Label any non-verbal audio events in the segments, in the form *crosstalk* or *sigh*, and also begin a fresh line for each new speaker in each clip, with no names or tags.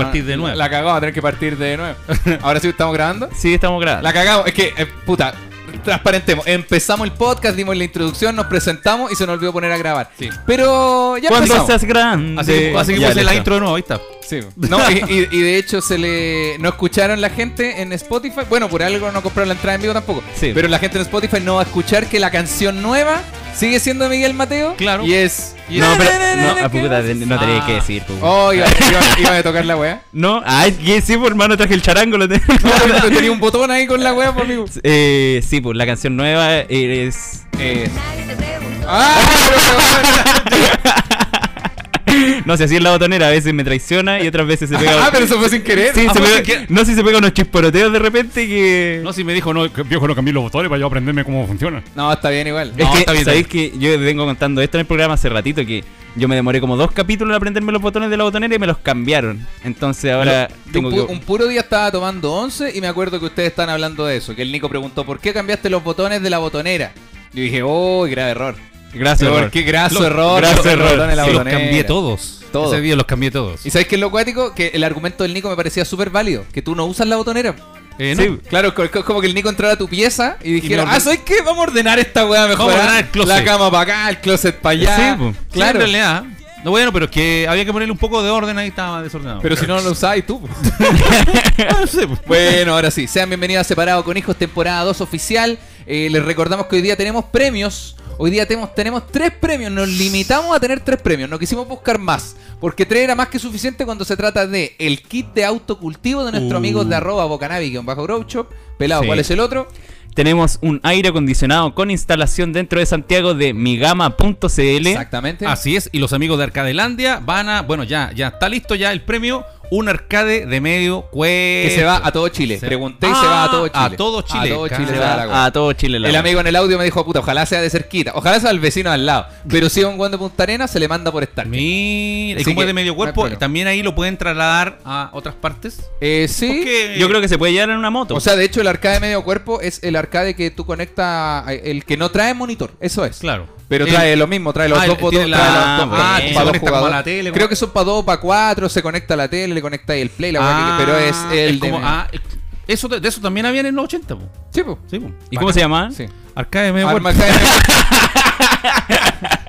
partir de nuevo.
La cagamos, vamos a tener que partir de nuevo. *laughs* Ahora sí estamos grabando.
Sí, estamos grabando.
La cagamos, es que, eh, puta, transparentemos. Empezamos el podcast, dimos la introducción, nos presentamos y se nos olvidó poner a grabar.
Sí.
Pero ya
Cuando
empezamos.
seas grande.
Así que- así que
Ya,
puse la
listo.
intro
de nuevo, ahí está.
Sí. No, y, y- y de hecho se le no escucharon la gente en Spotify. Bueno, por algo no compraron la entrada en vivo tampoco.
Sí.
Pero la gente en Spotify no va a escuchar que la canción nueva sigue siendo de Miguel Mateo.
Claro.
Y es. y
No,
es-
pero.
*laughs*
No, ah, puta, no tenía que decir, pues.
Oh, iba, iba- iba a tocar la wea.
No, ay, que sí, pues, hermano, traje el charango. Lo tengo.
No, tenía un botón ahí con la wea, por amigo.
*laughs* eh, sí, pues la canción nueva es.
Eh,
Nadie te
*laughs*
preguntó.
¡Ah!
No sé, así es la botonera. A veces me traiciona y otras veces se pega.
Ah, pero eso fue sin querer.
Sí,
Ah,
se
fue
pega-
sin querer.
*laughs* no sé si se pega unos chisporoteos de repente que.
No, si me dijo, no, que- viejo, no cambié los botones para yo aprenderme cómo funciona.
No, está bien igual.
Es
No,
que,
está bien, está
¿sabéis que yo vengo contando esto en el programa hace ratito? Que yo me demoré como dos capítulos en aprenderme los botones de la botonera y me los cambiaron. Entonces ahora
Yo
tengo
un, pu-
que.
un puro día estaba tomando 11 y me acuerdo que ustedes están hablando de eso. Que el Nico preguntó, ¿por qué cambiaste los botones de la botonera? Yo dije, ¡oh, grave error!
Gracias,
Pero
error.
qué graso
Lo-
error.
graso
los
error.
botones de la
Sí,
los
botonera.
cambié todos.
Todo.
Ese día los cambié todos.
¿Y sabes qué es lo cuático? Que el argumento del Nico me parecía súper válido. Que tú no usas la botonera.
Eh, no.
Sí.
Claro, co- co- como que el Nico entrara a tu pieza y
me
dijera,
orden-
ah, ¿sabes qué? Vamos a ordenar esta weá mejor.
Vamos a
¿ah?
ordenar el closet.
La cama para acá, el closet para allá.
Sí, po.
Claro.
pues, claro.
en realidad. No, bueno, pero es que había que ponerle un poco de orden ahí, estaba desordenado.
*laughs* Pero si no lo usabas, tú. po.
no sé, pues.
Bueno, ahora sí, sean bienvenidos a Separado con Hijos, temporada 2 oficial. Eh, les recordamos que hoy día tenemos premios. Hoy día tenemos, tenemos tres premios. Nos limitamos a tener tres premios. No quisimos buscar más. Porque tres era más que suficiente cuando se trata de el kit de autocultivo de nuestros
Uh.
amigos de arroba bocanavi bajo grow shop. Pelado,
Sí.
¿cuál es el otro?
Tenemos un aire acondicionado con instalación dentro de Santiago de migama.cl.
Exactamente.
Así es, y los amigos de Arcadelandia van a, bueno, ya, ya está listo ya el premio, un arcade de medio cuello.
que se va a todo Chile.
Se-
Pregunté y se va a todo Chile.
Ah, a todo Chile,
A todo Chile
cara.
se va la
A,
wea.
todo Chile. la
El
wea.
amigo en el audio me dijo, puta, ojalá sea de cerquita. Ojalá sea el vecino al lado. Pero si es un guan de Punta Arena, se le manda por estar.
Mira, y
Así
como es
que
de medio
no hay
cuerpo,
problema.
también ahí lo pueden trasladar a otras partes.
Eh, sí.
Porque-
Yo creo que se puede llevar en una moto.
O sea, de hecho, el arcade de medio cuerpo es el arcade que tú conectas, el que no trae monitor, eso es.
Claro.
Pero
El-
trae lo mismo, trae los
Ah,
dos
el- tiene la-
botones. trae los dos-
ah, bueno.
para
Se
dos
conecta como a
jugadores.
la tele, como-
Creo que son para dos, para cuatro, se conecta a la tele, le conecta ahí el play, la weá que- pero es
Ah,
el
es como-
de...
ah, es- eso, de de eso también había en los 80, po.
Sí, po.
Sí, po.
¿Y cómo se llama?
Sí.
Arcade de ¿Ah? medio
Arma
cuerpo. *laughs*
arcade de medio-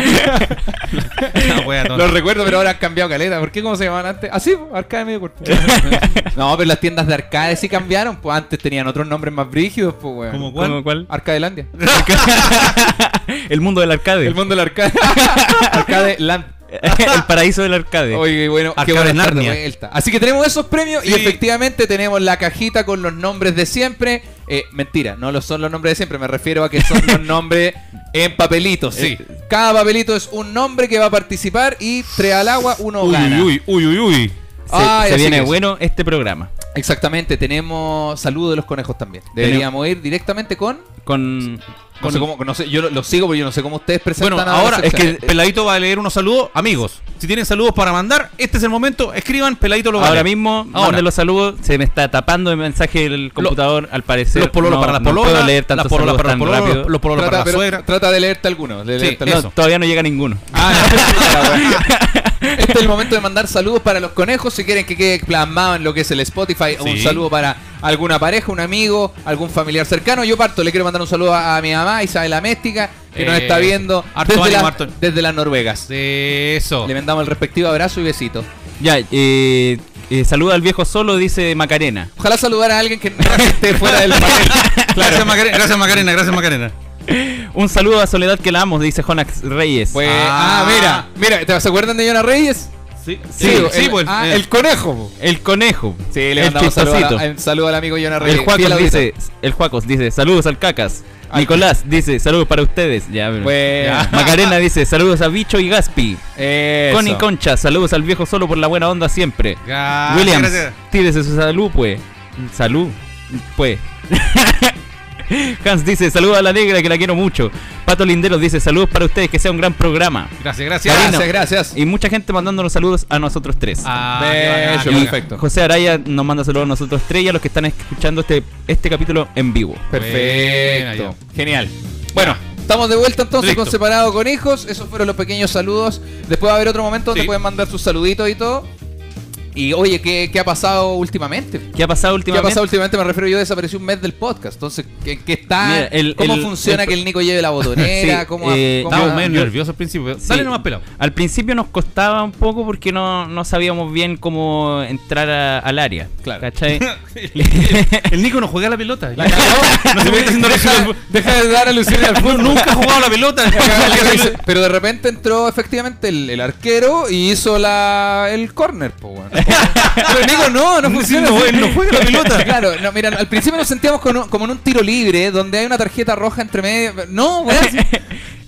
Una wea tonta.
Los recuerdo, pero ahora han cambiado caleta. ¿Por qué? ¿Cómo se llamaban antes? Así, po, arcade de
*laughs*
medio cuerpo. no, pero las tiendas de arcade sí cambiaron. Pues antes tenían otros nombres más brígidos, pues, weón.
¿Cómo cuál?
¿Cómo, cuál?
Arcadelandia.
*laughs* el mundo del
*laughs*
arcade.
El
El,
mundo del
*laughs*
arcade. arcade Land.
paraíso del arcade.
Oye, bueno, qué
Arcade
bueno estar de
Narnia.
vuelta. Así que tenemos esos premios y
Sí.
efectivamente tenemos la cajita con los nombres de siempre. Eh, mentira, no los son los nombres de siempre, me refiero a que son *laughs* los nombres en papelitos.
Sí.
Eh, Cada papelito es un nombre que va a participar y tres al agua, uno gana.
Uy, uy, uy, uy.
Se,
Ay,
se
así
viene
que-
bueno este programa.
Exactamente, tenemos saludos de los conejos también. Deberíamos ir directamente con.
Con.
No sé cómo, no sé, yo lo, lo sigo porque yo no sé cómo ustedes presentan
Bueno,
a la
ahora es que
sección.
Peladito va a leer unos saludos. Amigos, si tienen saludos para mandar, este es el momento. Escriban, Peladito lo va a
Ahora
leer.
mismo,
Ahora.
manden los saludos. Se me está tapando el mensaje del computador, al parecer.
Los pololos
no,
para las
no
pololas.
puedo leer tantos
las pololas
saludos
para los
tan rápido.
pololos. Los pololos
Trata,
para la
pero
suegra.
trata de leerte algunos. de
Sí,
leerte
eso.
algunos.
No, todavía no llega ninguno.
Ah, no. este es el momento de mandar saludos para los conejos. Si quieren que quede plasmado en lo que es el Spotify, un
Sí.
saludo para alguna pareja, un amigo, algún familiar cercano. Yo parto, le quiero mandar un saludo a, a mi mamá, Isabel Améstica, que nos
Eso.
está viendo
Harto
desde,
ánimo,
la-
harto-
desde las Noruegas.
Eso.
Le mandamos el respectivo abrazo y besito.
Ya, eh, eh, saluda al viejo solo, dice Macarena.
Ojalá saludar a alguien que no esté fuera del panel.
Gracias, Macarena, gracias, Macarena.
*laughs*
Gracias, Macarena.
Un saludo a Soledad que la amo, dice Jonax Reyes.
Pues, ah,
Ah.
mira, mira, ¿te- ¿se acuerdan de Yona Reyes?
Sí,
el,
sí, pues.
ah,
eh,
el conejo. po.
el conejo.
Sí, le
El
mandamos saludo, a la-
chistosito.
un saludo al amigo Yona Reyes.
El Juacos
fiel auditor.
dice, el Juacos dice, saludos al Cacas.
Al-
Nicolás dice, saludos para ustedes. Ya, pero-
Bueno. *laughs*
Macarena dice, saludos a Bicho y Gaspi.
Eso.
Connie Concha, saludos al viejo solo por la buena onda siempre.
gra-
Williams,
gracias.
tírese su salud, pues. Salud, pues. *laughs* Hans dice, saludos a la negra que la quiero mucho. Pato Lindero dice, saludos para ustedes, que sea un gran programa.
Gracias,
Gracias,
gracias.
Marino.
gracias.
Y mucha gente mandándonos saludos a nosotros tres.
Ah,
Bello,
qué
Y
bacán, qué
perfecto.
José Araya nos manda saludos a nosotros tres y a los que están escuchando este, este capítulo en vivo.
Perfecto.
Buena,
Genial. Bueno, estamos de vuelta entonces
Listo.
con Separado con Hijos. Esos fueron los pequeños saludos. Después va a haber otro momento donde
Sí.
pueden mandar sus saluditos y todo. Y Y oye, ¿qué, qué ha pasado últimamente?
¿Qué ha
¿Qué ha
pasado últimamente?
pasado últimamente? Me refiero yo, desapareció un mes del podcast. Entonces, ¿qué, qué está?
Mira, el-
¿Cómo
el-
funciona
el-
que el Nico lleve
*laughs*
la botonera?
Sí,
¿Cómo, ha-
eh,
cómo
Estábamos
ha-
medio
yo-
nerviosos al principio.
Sí.
Sale nomás
*laughs*
pelado.
Al principio nos costaba un poco porque no, no sabíamos bien cómo entrar a- al área.
Claro.
¿Cachai?
*laughs* El Nico no juega a la pelota.
La cagó.
*laughs* No se puede estar haciendo
deja,
presión al
deja de dar alusiones al
fútbol.
fútbol.
Nunca ha jugado a la pelota.
*laughs* Pero de repente entró efectivamente el, el arquero y hizo la, el corner, po, weón. Pero Nico, no, no funciona.
no,
así.
él no juega la pelota.
*laughs* Claro, no, mira, al principio nos sentíamos con un- como en un tiro libre donde hay una tarjeta roja entre medio. No,
*laughs*
weón.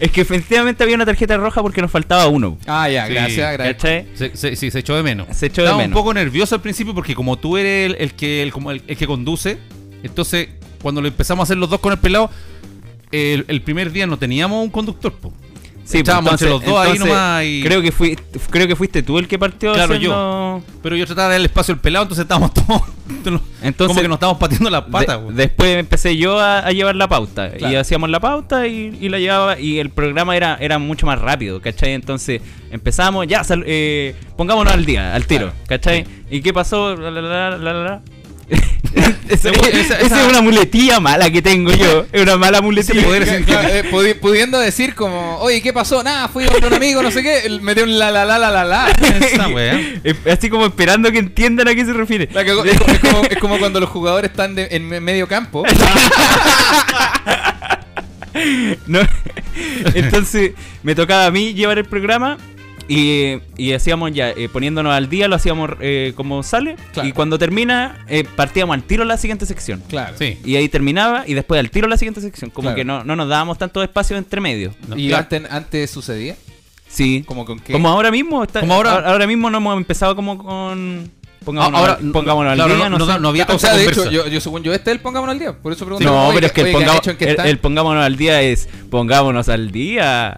es que efectivamente había una tarjeta roja porque nos faltaba uno.
Ah, ya,
Sí,
gracias, gracias.
¿Cachai?
Se, se- sí, se echó de menos.
Se echó de
Estaba
menos.
un poco nervioso al principio porque como tú eres el, el que el, como el, el que conduce, entonces cuando lo empezamos a hacer los dos con el pelado, el, el primer día no teníamos un conductor. po.
Sí, pues,
Estábamos entre los dos ahí nomás y-
Creo que, fui, creo que fuiste tú el que partió.
Claro,
haciendo-
Pero yo trataba de darle espacio al pelado, entonces estábamos *laughs* todos
Entonces-
como que nos estábamos pateando las patas.
De-
po.
después empecé yo a, a llevar la pauta. Y
Claro.
hacíamos la pauta y, y la llevaba. Y el programa era, era mucho más rápido, ¿cachai? Entonces empezamos, ya, sal- eh, pongámonos al día, al tiro, ¿cachai? ¿Y qué pasó? La, la, la, la, la, la.
Esa-
Esa- esa-
esa-
es una muletilla mala que tengo yo. Es una mala muletilla.
poder es-
Claro, eh, pudi- pudiendo decir como, oye, ¿qué pasó? Nada, fui con un amigo, no sé qué, el- metió un la la la la
*laughs*
la la.
Esa
*laughs*
wea.
Eh, Así como esperando que entiendan a qué se refiere.
La cagó. Es, co- es como, es como cuando los jugadores están de- en me- medio
*laughs*
campo.
No. *laughs* Entonces me tocaba a mí llevar el programa y, y hacíamos ya, eh, poniéndonos al día, lo hacíamos eh, como sale
Claro.
y cuando termina eh, partíamos al tiro a la siguiente sección.
Claro.
Sí.
Y ahí terminaba y después al tiro a la siguiente sección. Como
Claro.
que no, no nos dábamos tanto espacio entre medio.
No,
y
claro.
antes, antes sucedía.
Sí.
Como con qué.
Como ahora mismo. está-
Como ahora- Ah,
ahora, mismo no hemos empezado como con... Pongámonos,
Ahora-
al, pongámonos al
claro,
día.
no,
No,
no
sé.
da- no había
*laughs* o sea,
tanta
de
conversa.
hecho, yo, yo según yo, este es el pongámonos al día. Por eso pregunto.
No,
oye,
pero es que el,
oye, ¿qué han
ponga-
hecho? ¿En qué
el-
están?
el pongámonos al día es pongámonos al día.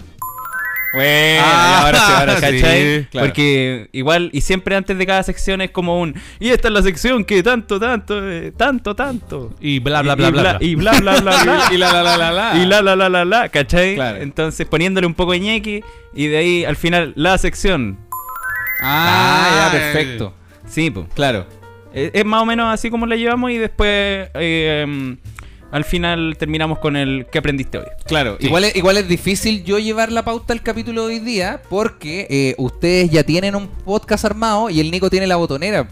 Bueno,
Ah,
ahora sí, *laughs* ahora sí,
sí,
¿cachai?
claro.
Porque igual, y siempre antes de cada sección es como un. Y esta es la sección que tanto, tanto, eh, tanto, tanto.
Y bla, bla,
Y-
bla,
y
bla, bla.
Y bla, bla, bla, bla.
Y la la la la la.
Y la la la la la, ¿cachai?
Claro.
Entonces poniéndole un poco de ñequi y de ahí al final la sección.
Ah,
Ah, ya, perfecto.
Sí, pues.
Claro.
Es, es más o menos así como la llevamos y después eh, al final terminamos con el ¿Qué aprendiste hoy?
Claro,
Sí.
igual, es, igual es difícil yo llevar la pauta al capítulo de hoy día porque eh, ustedes ya tienen un podcast armado y el Nico tiene la botonera.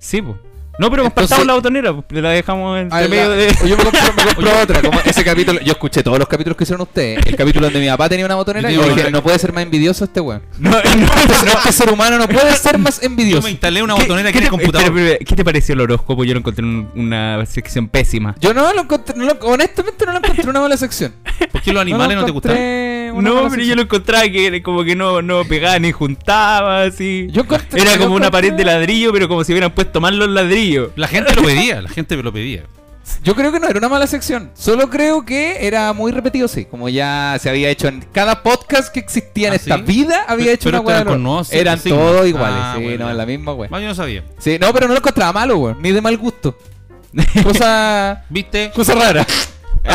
Sí, pues. No, pero
Entonces-
compartamos la botonera, po. la dejamos en
Ah,
medio
la-
*laughs* de.
o Yo me compro, me compro otra. Como ese capítulo, yo escuché todos los capítulos que hicieron ustedes. El capítulo donde mi papá tenía una botonera y
Yo
yo
tengo
dije,
una-
no puede ser más envidioso este weón.
No, no,
*laughs* No, este ser humano no puede ser
Yo
más
me
envidioso.
instalé una
¿Qué-
botonera
qué
que en
te-
el computador.
espera, espera, ¿Qué te pareció el horóscopo? Yo lo encontré en una sección pésima.
Yo no lo encontré, no lo- honestamente no lo encontré una mala sección.
¿Por qué los animales no, te gustaron?
No, pero yo lo encontraba que era como que no, no pegaba ni juntaba, así. *laughs*
Yo encontré-
era
yo
como una
encontré-
pared de ladrillo, pero como si hubieran puesto mal los ladrillos.
La gente lo pedía, la gente lo pedía.
Yo creo que no era una mala sección. Solo creo que era muy repetido, sí. Como ya se había hecho en cada podcast que existía en
¿Ah,
esta
sí?
vida, había
Pero-
hecho
pero
una
eran
weá.
con nuevos
Eran
signos.
todos iguales,
Ah,
sí,
bueno,
no,
ya.
la misma weá.
Más yo no sabía.
Sí, no, pero no lo encontraba malo, weón. Ni de mal gusto. *laughs* Cosa.
¿Viste?
Cosa
*laughs*
rara. Sí, no,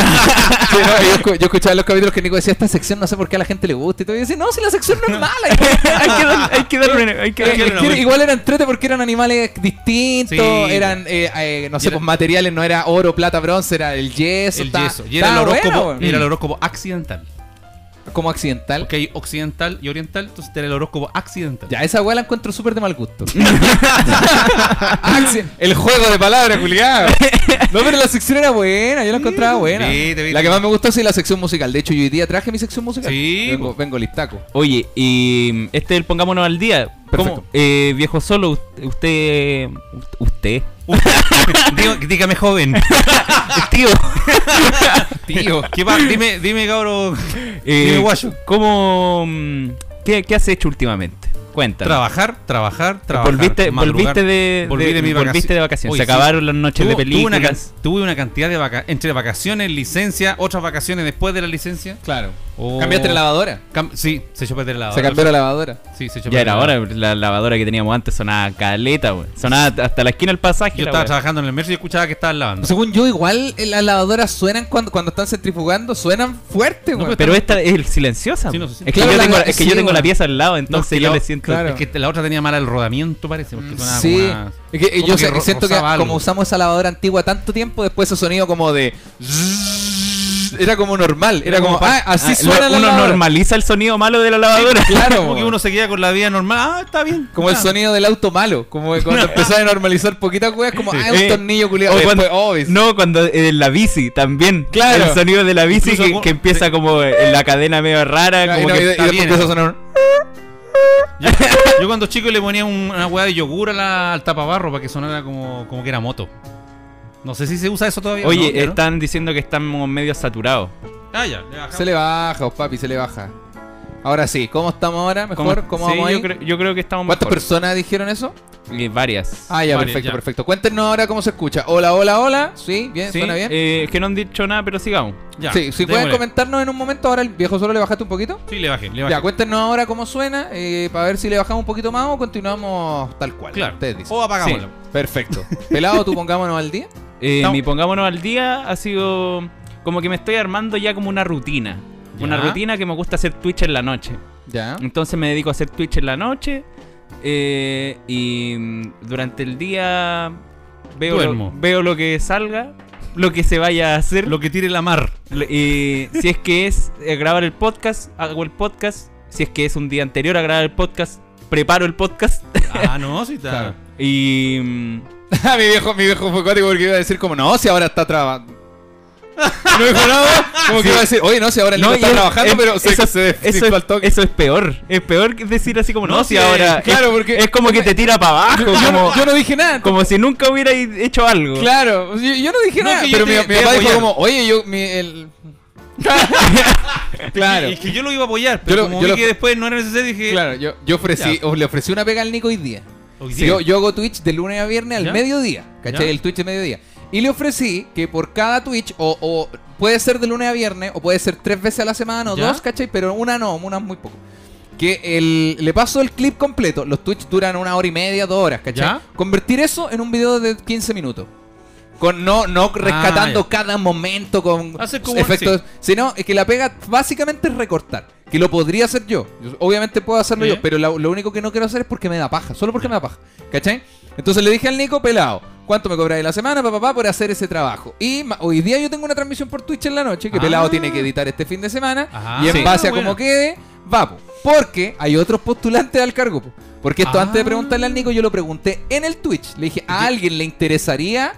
yo, escu- yo escuchaba los capítulos que Nico decía, esta sección no sé por qué a la gente le gusta. Y todo y yo decía, no, si la sección no es mala.
hay que dar- hay *laughs* que darle una- hay que
Eh,
darle
es
una
que
vuelta.
igual eran trete porque eran animales distintos,
Sí.
eran, eh, eh, no sé,
Y era-
pues materiales, no era oro, plata, bronce, era el yeso,
El
ta-
yeso. Y era el
estaba
horóscopo,
bueno,
y era el
weón. Mm.
horóscopo accidental.
Como accidental.
Porque hay occidental y oriental, entonces era el horóscopo accidental.
Ya, esa weá la encuentro súper de mal
*laughs*
gusto. Acci- el juego de palabras, Julián. No, pero la sección era buena, yo la encontraba buena.
viste, viste.
La que más me gustó sí la sección musical. De hecho, yo hoy día traje mi sección musical.
Sí,
Vengo,
po.
vengo listaco.
Oye, y este es el pongámonos al día.
Perfecto.
¿Cómo? Eh, viejo solo, usted. Usted. usted
*laughs*
Digo- dígame joven. *laughs*
tío.
Tío. ¿Qué va? Dime, dime, cabro.
Eh,
dime, guayo.
¿Cómo. mm, ¿qué, qué has hecho últimamente? Cuéntame.
Trabajar, trabajar, trabajar.
volviste,
madrugar.
volviste de,
Volví de mi
volviste de
vacaci-
vacaciones.
Oye,
Se
sí.
acabaron las noches
Tuve-
de
tuve una
películas.
can- Tuve una, cantidad de vacaciones, entre vacaciones, licencia, otras vacaciones después de la licencia.
Claro.
O-
Cambiaste la lavadora.
Cam- sí, se echó a perder la
Se
lavadora.
cambió la lavadora.
Sí, se echó a
Ya
perder
era
la
hora, la lavadora que teníamos antes sonaba caleta, weón. Sonaba hasta la esquina del pasaje.
Yo
la
estaba
weá.
trabajando en el metro y escuchaba que estaban lavando.
Según yo, igual eh, las lavadoras suenan cuando, cuando están centrifugando, suenan fuerte,
No,
weón.
pero esta es silenciosa.
Sí, no
weón.
se
es que,
siente.
yo,
Claro,
tengo,
la-
es que
sí,
yo tengo la
weón.
pieza al lado,
No, es
entonces
que
yo
la-
le siento.
claro. Mm.
Es que la otra tenía mal el rodamiento, parece. Porque sonaba
Sí,
como a-
Es que
como
yo
que
sé-
ro-
siento que
rozaba algo.
como usamos esa lavadora antigua tanto tiempo, después ese sonido como de... Era como normal, era como... Ah, así
Ah,
suena
lo-
la
uno
lavadora.
normaliza el sonido malo de la lavadora.
*laughs* Claro,
Como que
weón.
uno se queda con la vida normal. Ah, está bien.
Como el
Ah.
sonido del auto malo, como que
*laughs*
cuando empezás a normalizar poquitas weas, como, ah, un
Ah. Eh,
tornillo
o
culiado.
cuando-
Después, oh, es-
*laughs* No, cuando eh, la bici también.
Claro.
El sonido de la bici
Incluso
que,
como-
que empieza como en la cadena medio rara.
y
como
no,
que
y de- y
está
después
bien,
empieza a
¿no?
sonar...
Yo, yo cuando chico le ponía un- una hueá de yogur a la- al tapabarro para que sonara como, como que era moto. No sé si se usa eso todavía.
Oye,
¿no? ¿Ya no?
están diciendo que estamos medio saturados.
Ah, ya. le bajamos.
Se le baja, oh, papi, se le baja. Ahora sí, ¿cómo estamos ahora? ¿Mejor? ¿Cómo
sí,
vamos
yo,
ahí?
creo, yo creo que estamos
¿Cuántas
mejor.
personas dijeron eso?
Eh, varias.
Ah, ya,
Varias,
perfecto,
ya.
perfecto. Cuéntenos ahora cómo se escucha. Hola, hola, hola. ¿Sí? ¿Bien?
Sí,
¿Suena bien?
eh, es que no han dicho nada, pero sigamos.
Ya,
sí, si pueden
démosle.
comentarnos en un momento, ahora el viejo solo le bajaste un poquito.
Sí, le bajé, le bajé.
Ya, cuéntenos ahora cómo suena, eh, para ver si le bajamos un poquito más o continuamos tal cual.
claro.
Ustedes dicen.
O apagámoslo.
Sí.
Perfecto. Pelado, tú pongámonos al día.
Eh,
Estamos-
Mi pongámonos al día ha sido como que me estoy armando ya como una rutina.
Ya.
Una rutina que me gusta hacer Twitch en la noche.
Ya.
Entonces me dedico a hacer Twitch en la noche. eh, y mm, durante el día veo lo,
Duermo.
veo lo que salga, lo que se vaya a hacer.
Lo que tire la
*laughs*
mar.
Lo- Y si es que es eh, grabar el podcast, hago el podcast. Si es que es un día anterior a grabar el podcast, preparo el podcast. *laughs*
Ah, no, sí está.
Claro.
Y. mm,
*laughs* mi viejo, mi viejo fue cuático porque iba a decir como, no, si ahora está *laughs* trabajando. No dijo nada, como que iba a decir, oye, no, si ahora el
No,
niño
y
está
es-
trabajando,
es-
pero se,
eso,
se
eso
desinfló
es,
al toque.
eso es peor. Es peor que decir así como, no,
No,
si
sí,
ahora.
claro,
es,
porque-
es como que te tira para abajo.
yo,
como,
no, yo no dije nada.
como si nunca hubiera hecho algo.
Claro, yo, yo no dije
No,
nada.
que yo
Pero mi,
te-
mi
te
papá dijo
apoyar.
como, oye, yo,
*laughs*
mi, el... *laughs* claro.
Y es que yo lo iba a apoyar, pero
Yo lo-
como
yo
vi
lo-
que después no era necesario, dije.
Claro, yo, yo ofrecí, o- le ofrecí una pega al Nico hoy día.
hoy
Sí,
día.
Yo, yo hago Twitch de lunes a viernes al
¿Ya?
mediodía, ¿cachai?
¿Ya?
El Twitch de mediodía. Y le ofrecí que por cada Twitch, o, o puede ser de lunes a viernes, o puede ser tres veces a la semana, o
¿Ya?
dos, ¿cachai? Pero una no, una es muy poco. Que el- le paso el clip completo. Los Twitch duran una hora y media, dos horas, ¿cachai?
¿Ya?
Convertir eso en un video de 15 minutos. Con, no, no rescatando cada momento con
Ah, Hacer como-
efectos. Sino es que la pega básicamente es recortar. Que lo podría hacer yo. Yo obviamente puedo hacerlo
¿Sí?
yo, pero la- lo único que no quiero hacer es porque me da paja. Solo porque me da paja. ¿Cachai? Entonces le dije al Nico, pelado, ¿cuánto me cobráis la semana, papá, por hacer ese trabajo? Y ma- hoy día yo tengo una transmisión por Twitch en la noche que
Ah.
pelado tiene que editar este fin de semana.
Ah,
y en
sí.
base a
Buena.
cómo quede, va. po. Porque hay otros postulantes al cargo. po. Porque esto
Ah.
antes de preguntarle al Nico, yo lo pregunté en el Twitch. Le dije, ¿a alguien le interesaría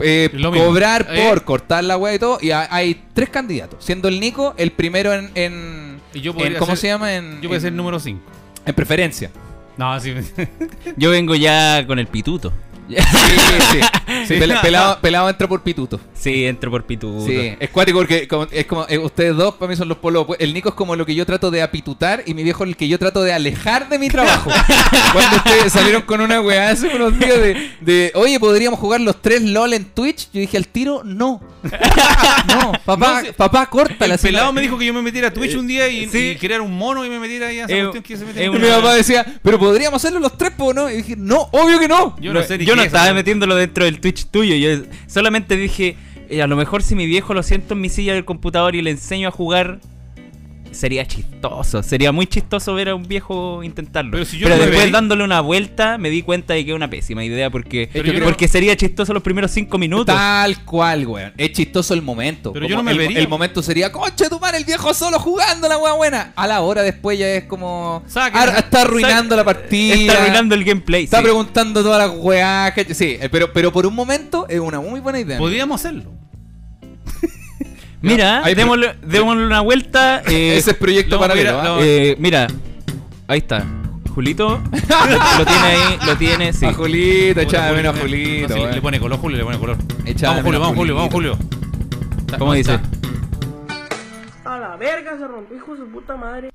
eh,
Lo mismo.
cobrar
Eh.
por cortar la web y todo? Y ha- hay tres candidatos, siendo el Nico el primero en. en-
Y yo
en-
podría
¿Cómo
ser-
se llama? En,
Yo voy a
en-
ser número 5. *laughs*
En preferencia.
No, sí.
Yo vengo ya con el pituto.
Sí, sí, sí. Pel- pelado, pelado entra por pituto.
Sí, entro por pituto.
Sí, es cuático porque como- es como eh, ustedes dos para mí son los polos. opue- El Nico es como lo que yo trato de apitutar y mi viejo el que yo trato de alejar de mi
*laughs*
trabajo. Cuando ustedes salieron con una weá hace unos días de, de, oye, podríamos jugar los tres LOL en Twitch, yo dije al tiro, no. *laughs* No, papá,
No, sí.
papá, corta la Eh,
El pelado me dijo que yo me metiera a Twitch un día y,
sí.
y crear un mono y me metiera ahí a esa
Eh,
cuestión que se mete. *laughs*
eh,
en
Y
un-
mi papá decía, pero podríamos hacerlo los tres, po, ¿no? Y dije, no, obvio que no.
Yo
no,
no sé ni
yo no
qué es
estaba
eso.
metiéndolo dentro del Twitch tuyo. Yo solamente dije, eh, a lo mejor si mi viejo lo siento en mi silla del computador y le enseño a jugar, sería chistoso. Sería muy chistoso ver a un viejo intentarlo. Pero,
Pero si yo no me
después
veí-
dándole una vuelta me di cuenta de que es una pésima idea porque,
Pero yo no-
porque sería chistoso los primeros cinco minutos.
Tal cual, weón. Es chistoso el momento.
Pero yo no me
el,
vería.
el momento sería, conche tu madre, el viejo solo jugando la weá buena. A la hora después ya es como.
Saque.
ar- está arruinando
Saque.
la partida.
Está arruinando el gameplay.
Está
sí.
preguntando todas las weá. que- Sí, eh, pero, pero por un momento es una muy buena idea.
Podríamos hacerlo.
Mira,
Ahí-
démosle, démosle una vuelta.
*laughs*
eh,
Ese es proyecto
lo
para ¿ah?
vamos a ir a- lo-
eh, mira, ahí está.
*laughs*
Julito lo tiene ahí, lo tiene, sí.
A Julito,
Puta,
echaba
Julio,
menos a
eh,
Julito.
no, sí,
weón.
le pone color, Julio, le pone color.
Echaba
vamos, Julio,
menos
vamos, Julio, vamos,
Julito.
Julio.
¿Cómo
¿Dónde
dice?
está?
A la verga se rompió, hijo de su puta madre.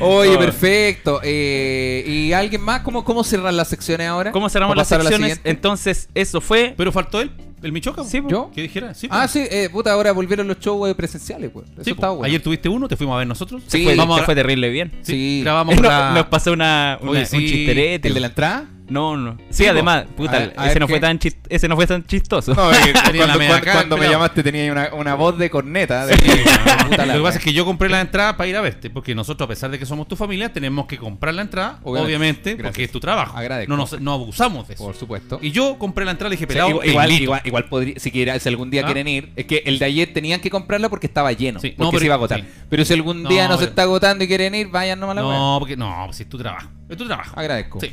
Oye,
Oh.
perfecto. Eh, ¿Y alguien más? ¿Cómo, ¿Cómo cerrar las secciones ahora?
¿Cómo cerramos
¿O
las
pasar a la
secciones?
siguiente?
Entonces, eso fue.
Pero faltó él. ¿El Michoca?
Sí, po.
¿Yo?
¿Qué dijera? Sí,
Ah,
po.
sí, eh, puta, ahora volvieron los shows eh, presenciales, güey. Eso
Sí, po.
estaba bueno.
Ayer tuviste uno, te fuimos a ver nosotros.
Sí,
Que fue,
vamos
que
a- *laughs*
fue terrible bien.
Sí,
*laughs* sí.
grabamos
Nos,
la-
nos pasó una, una-
Oye, sí,
un chisterete.
¿El de la entrada?
No, no. Sí,
po.
además, puta,
A ver, a
ese,
ver
no fue
qué-
tan chis- ese no fue tan
*laughs*
chistoso.
No, eh,
Tenía la
cuando,
media
cuando-
cara,
cuando me
pelado.
llamaste tenía una, una voz de corneta. De, puta la
Lo que
wea.
pasa es que yo compré
*laughs*
la entrada para ir a verte, porque nosotros, a pesar de que somos tu familia, tenemos que comprar la entrada,
Obviamente.
obviamente,
Gracias.
porque es tu trabajo.
Agradezco.
No, nos- no abusamos de eso.
Por supuesto.
Y yo compré la entrada y dije,
O sea,
pelado,
igual,
te
igual,
invito.
igual- igual podría- si, quiera- si algún día
Ah.
quieren ir, es que el de ayer tenían que comprarla porque estaba lleno,
Sí,
porque
no,
se
pero-
iba a agotar.
sí.
Pero si algún día no,
No,
se
pero-
está agotando y quieren ir, vayan nomás a la wea.
No, porque no, pues es tu trabajo. Es tu trabajo.
Agradezco.
Sí.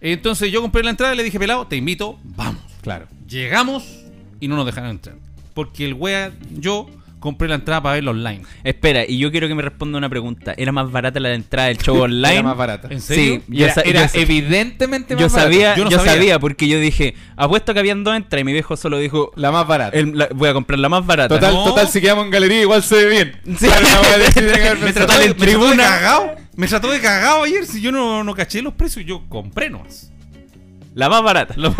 Entonces yo compré la entrada y le dije, pelado, te invito, vamos.
Claro.
Llegamos y no nos dejaron entrar. Porque el wea, yo compré la entrada para verlo online.
Espera, y yo quiero que me responda una pregunta. ¿Era más barata la entrada
*laughs*
del show online?
Era más barata.
¿En serio?
Sí, yo
era,
sa-
era
yo sa-
evidentemente más
Yo
barata.
sabía,
Yo
yo,
no
sabía.
sabía.
porque yo dije, apuesto que habían dos entradas y mi viejo solo dijo,
La más barata.
"El- la- voy a comprar la más barata.
Total,
No.
total, si quedamos en galería igual se ve bien. Claro, la wea *laughs* de- sí, tiene que haber
Me
pensado.
trató, de,
En
me trató de
tribuna.
cagao. Me trató de cagao ayer si yo no, no caché los precios. Yo compré nomás.
La más barata.
Lo-
*laughs*
*laughs*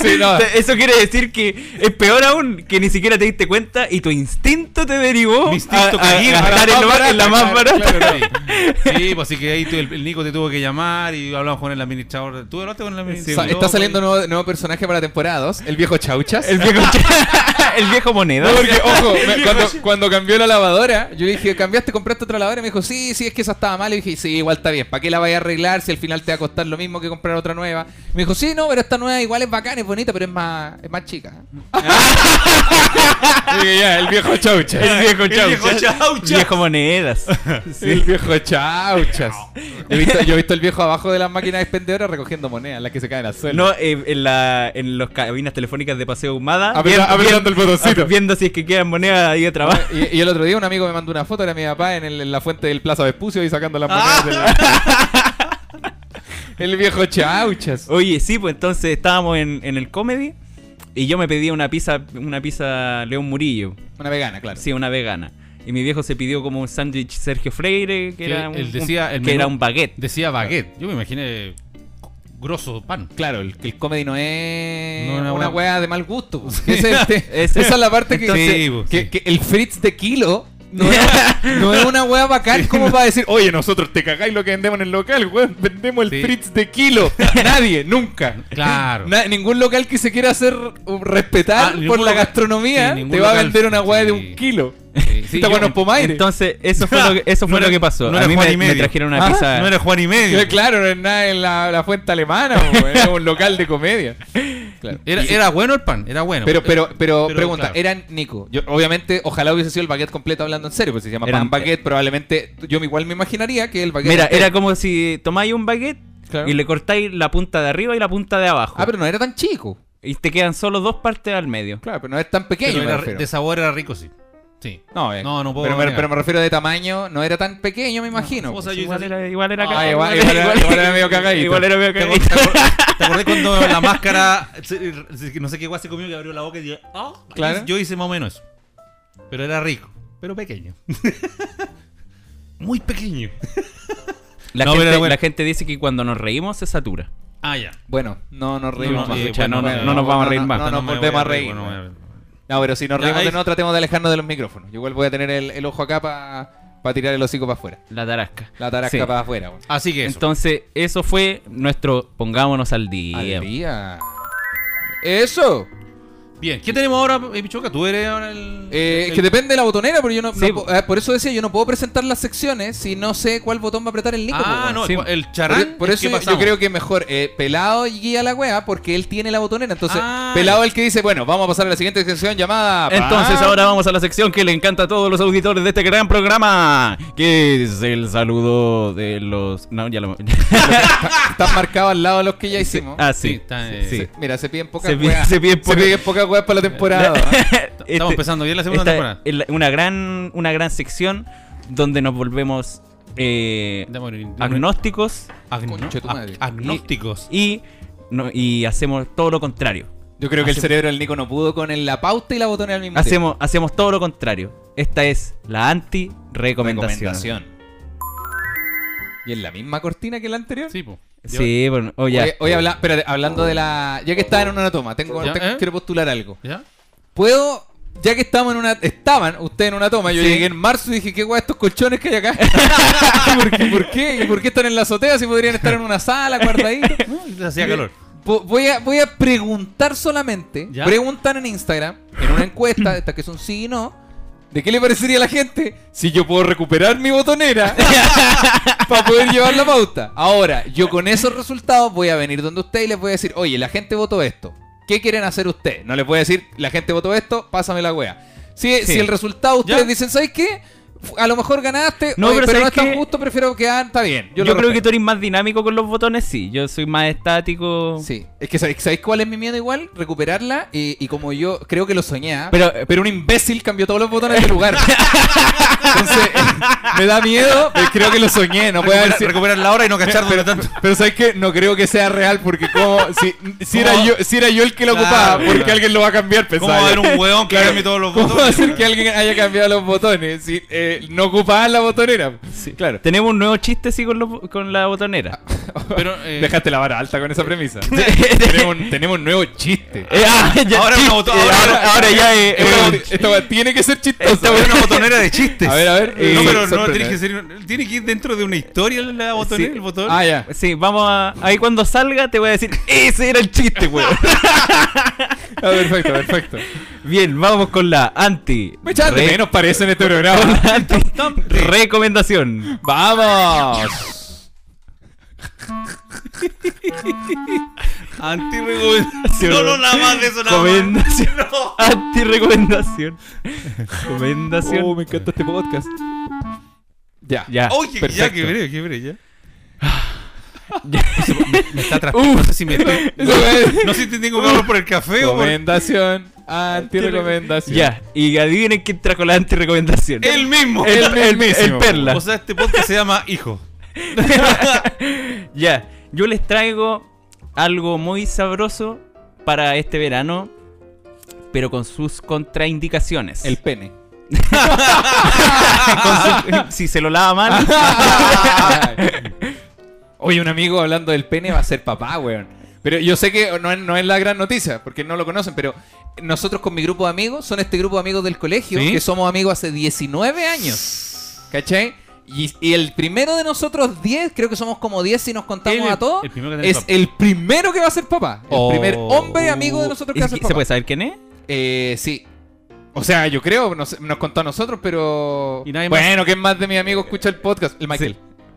Sí, no.
Eso quiere decir que es peor aún que ni siquiera te diste cuenta y tu instinto te derivó
Mi instinto
Oh, a, a
cagino.
gastar en lo- en la más
claro,
barata.
Claro, sí. Sí, pues así que ahí tu- el, el Nico te tuvo que llamar y hablamos con el administrador. ¿Tú hablaste con el
Sa-
administrador?
está saliendo nuevo, nuevo personaje para la temporada 2, el viejo Chauchas.
El viejo, *laughs* el viejo moneda.
No, *laughs* porque, ojo, me- cuando, cuando cambió la lavadora, yo le dije, ¿cambiaste, compraste otra lavadora? Y me dijo, sí, sí, es que esa estaba mal. Y dije, sí, igual está bien, ¿para qué la vaya a arreglar si al final te va a costar lo mismo que comprar otra nueva? Me dijo, sí, no, pero esta nueva igual es bacana, es bonita, pero es más, es más chica. Ah. *laughs*
Sí, ya, el viejo chaucha.
El viejo
El viejo
chauchas.
chauchas.
Viejo monedas.
El viejo Chauchas. Yo he visto, yo he visto el viejo abajo de las máquinas expendedoras recogiendo monedas, las que se caen al suelo.
No, eh, en, la, en las cabinas telefónicas de Paseo Humada.
Apre- apretando ah, el botoncito.
Viendo si es que quedan monedas ahí de trabajo.
Y, y el otro día un amigo me mandó una foto, era mi papá en, el- en la fuente del Plaza Vespucio y sacando las monedas. de la- *laughs* el viejo Chauchas.
Oye, sí, pues entonces estábamos en, en el comedy y yo me pedí una pizza, una pizza León Murillo,
Una vegana, claro.
sí, una vegana. Y mi viejo se pidió como un sándwich Sergio Freire, que,
Que
era un,
él decía
un-
el
que
menú.
era un baguette.
Decía baguette. Yo me imaginé grosso
*laughs*
pan.
Claro, el, el comedy no es
No,
una,
una
wea
wea-
de mal gusto. po. Ese es
*laughs*
el te-
Ese-
esa es la parte que,
Entonces-
que-
Sí, po,
que,
sí.
que el Fritz de kilo
*laughs*
no es, no es una wea bacán como para decir, oye, nosotros te cagáis lo que vendemos en el local, weón, vendemos el
Sí.
Fritz de
*laughs*
kilo. Nadie, nunca.
Claro.
Na- ningún local que se quiera hacer uh, respetar
Ah,
por
ningún
la
local-
gastronomía
sí, ningún
te va a
local-
vender una wea de
sí.
un kilo.
Sí,
Está
yo-
bueno, Pomaire.
Entonces, eso fue lo que, eso
No
fue
era-
lo que pasó.
no
a
era
mí
Juan
me,
y
me
medio.
trajeron una
Ah,
pizza.
No era Juan y medio.
*laughs* Claro, no es nada en la, la fuente alemana, po, weón, es un local
*laughs*
de comedia. Claro.
Era, era bueno el pan, era bueno.
Pero, pero, pero,
eh, Pero,
pregunta,
claro.
eran Nico. Yo, obviamente, ojalá hubiese sido el baguette completo hablando en serio, porque si se llama
Eran-
eh,
pan baguette, probablemente yo igual me imaginaría que el baguette.
Mira,
entero.
era como si tomáis un baguette
Claro.
y le cortáis la punta de arriba y la punta de abajo.
Ah, pero no era tan chico.
Y te quedan solo dos partes al medio.
Claro, pero no es tan
Pero
pequeño.
era-
me refiero.
de sabor era rico, sí. Sí.
No, eh,
No, no puedo
Pero me,
negar.
pero me refiero de tamaño, no era tan pequeño, me imagino.
o sea,
pues.
yo
Igual
hice
era, igual era
Ah,
cagado, *laughs*
igual- igual era- igual era medio cagadito.
Igual era medio
¿Te
cagadito.
acordás, te acordás- te acordás cuando la máscara, se- se- no sé qué guay se comió que abrió la boca y dije, "Ah".
Claro.
Yo hice más o menos eso. Pero era rico, pero pequeño. Muy pequeño. *laughs*
La,
No, pero
gente,
era bueno.
la gente dice que cuando nos reímos se satura.
Ah, ya.
Bueno, no nos
No,
reímos más.
eh,
Pucha,
bueno,
no,
no,
no nos vamos a reír más.
No, nos
me voy
volvemos a reír. eh.
bueno,
weón.
me voy
No, pero si nos
Ya,
reímos de
ahí-
no, tratemos de alejarnos de los micrófonos. Yo igual voy a tener el, el ojo acá para tirar el hocico para afuera.
La tarasca.
La tarasca
Sí.
para afuera. weón.
a- Así que eso.
Entonces, eso fue nuestro pongámonos al día.
Al día. Eso.
Bien, ¿qué tenemos ahora, eh, Pichoca? ¿Tú eres ahora el...?
Eh,
el-
que depende de la botonera, pero yo no,
Sí,
no po-
po.
eh, por eso decía, yo no puedo presentar las secciones si no sé cuál botón va a apretar el Nico.
Ah,
po,
no,
weón.
sí.
el
Por, e,
charrán.
por
es
eso yo- yo
pasamos.
creo que mejor eh, Pelado y guía la wea porque él tiene la botonera. Entonces,
Ah,
Pelado es el que dice, bueno, vamos a pasar a la siguiente sección llamada.
Entonces,
Pan".
ahora vamos a la sección que le encanta a todos los auditores de este gran programa, que es el saludo de los... No, ya lo...
Están marcados al lado de los que
*laughs*
ya hicimos.
ah,
Sí,
sí.
está,
sí,
eh,
sí.
sí.
Mira, se piden pocas
Se pide-
weas.
se piden poca- *laughs*
pocas weas para la temporada. ¿eh?
Estamos
Este-
empezando bien la segunda
esta
temporada.
es la- una gran, una gran sección donde nos volvemos eh,
De morir- de morir-
agnósticos
Agno-
Conche tu
ag-
madre.
Agnósticos.
y, no- y hacemos todo lo contrario.
Yo creo que el cerebro del Nico no pudo con el- la pauta y la botonera al mismo tiempo.
Hacemos, hacemos todo lo contrario. Esta es la anti-recomendación.
Y en la misma cortina que la anterior.
Sí, po.
Sí, bueno, o ya.
Hoy, hoy habla, espérate, hablando de la. Ya que estaba en una toma, tengo,
Ya,
tengo-
¿eh?
quiero postular algo.
¿Ya?
¿Puedo.? Ya que estamos en una. Estaban ustedes en una toma. Yo
Sí.
llegué en marzo y dije, ¿qué guay estos colchones que hay acá? *laughs* ¿Por qué? ¿Por qué? ¿Y por qué están en la azotea si podrían estar en una sala, guardaditos? *laughs*
No, hacía calor.
Vo- Voy a, voy a preguntar solamente.
¿Ya?
Preguntan en Instagram, en una encuesta, de estas que son sí y no. ¿De qué le parecería a la gente si yo puedo recuperar mi
*laughs*
botonera para poder llevar la pauta? Ahora, yo con esos resultados voy a venir donde usted y les voy a decir, oye, la gente votó esto. ¿Qué quieren hacer ustedes? No les voy a decir, la gente votó esto, pásame la wea. Si, si el resultado ustedes
¿Ya?
dicen, ¿sabes qué? Fu- A lo mejor ganaste,
No,
oye,
pero
pero, no es
¿sabes
tan
qué?
justo, prefiero quedar, está bien.
Yo,
lo
creo que
respeto".
tú eres más dinámico con los botones, sí. Yo soy más estático.
Sí, es que ¿sabéis, ¿sabéis cuál es mi miedo igual? Recuperarla y, y como yo creo que lo soñé, ¿ah?
Pero-
eh,
pero un imbécil cambió todos los botones
*laughs*
de lugar. Entonces, me da miedo, pero creo que lo soñé, no puede haber
Recuperar,
sido-
recuperar la hora y no cachar
Pero,
dónde tanto.
pero ¿sabes qué? No creo que sea real porque como si, si era
¿Cómo?
yo si era yo el que lo
Claro,
ocupaba,
claro.
porque alguien lo va a cambiar,
¿Cómo
pensaba.
va a haber
yo.
un hueón que
Claro.
cambie todos los
*laughs* ¿Cómo *laughs* va a
botones?
ser que alguien haya cambiado los botones si eh, no ocupaban la botonera?
Sí.
Claro.
Tenemos un nuevo chiste, sí, con, los- con la botonera.
Pero,
*laughs*
eh,
Dejaste la vara alta con
*laughs*
esa premisa. tenemos, un- tenemos un nuevo chiste.
Eh, ah, ya,
Ahora
chiste,
una boto-
eh,
ahora-
ahora- ahora ya eh,
Esta-
eh,
esta weá tiene que ser chistosa.
esta es una botonera de chistes.
*laughs* A ver, a ver, eh,
no, pero no,
sorprende.
tiene que, ser, tiene que ir dentro de una historia la botonera,
Sí.
el botón.
Ah, ya.
Sí, vamos a. Ahí cuando salga te voy a decir, ese era el chiste,
*laughs*
weón.
Ah, perfecto, perfecto.
Bien, vamos con la anti.
Me echaste
re-
menos parece en este
*laughs*
programa.
anti- recomendación.
¡Vamos!
Antirrecomendación. *laughs* No, no, nada más de eso, nada más.
Recomendación.
No.
Anti recomendación. Recomendación.
Oh,
me encanta este podcast. Ya.
ya.
Oye, ya,
perfecto.
que breve, que breve,
*laughs*
ya.
Ya.
Me está atrapando. no sé si me.
Uh. Eso es.
No sé si te tengo que hablar por el café o por.
Recomendación, anti-recomendación.
Ya. Y adivinen quién trajo la anti recomendación.
Él mismo.
el, el, el
mismísimo.
Perla.
O sea, este podcast se llama Hijo.
*laughs* ya, yo les traigo algo muy sabroso para este verano, pero con sus contraindicaciones. Ah.
El pene.
Con su- *laughs* si se lo lava mal.
*laughs* Oye, un amigo hablando del pene va a ser papá, weón. Pero yo sé que no es, no es la gran noticia, porque no lo conocen, pero nosotros con mi grupo de amigos, son este grupo de amigos del colegio,
¿Sí?
que somos amigos hace 19 años. ¿Cachai? Y, y el primero de nosotros 10, creo que somos como 10 si nos contamos
El-
a todos,
el primero que tiene
es
papá.
el primero que va a ser papá. El
Oh.
primer hombre amigo de nosotros que
¿Y
va a ser
¿Se
papá.
puede saber quién es?
Eh, sí. O sea, yo creo, nos, nos contó a nosotros, pero...
Y nadie más.
bueno, ¿quién más de mis amigos escucha el podcast? El Michael.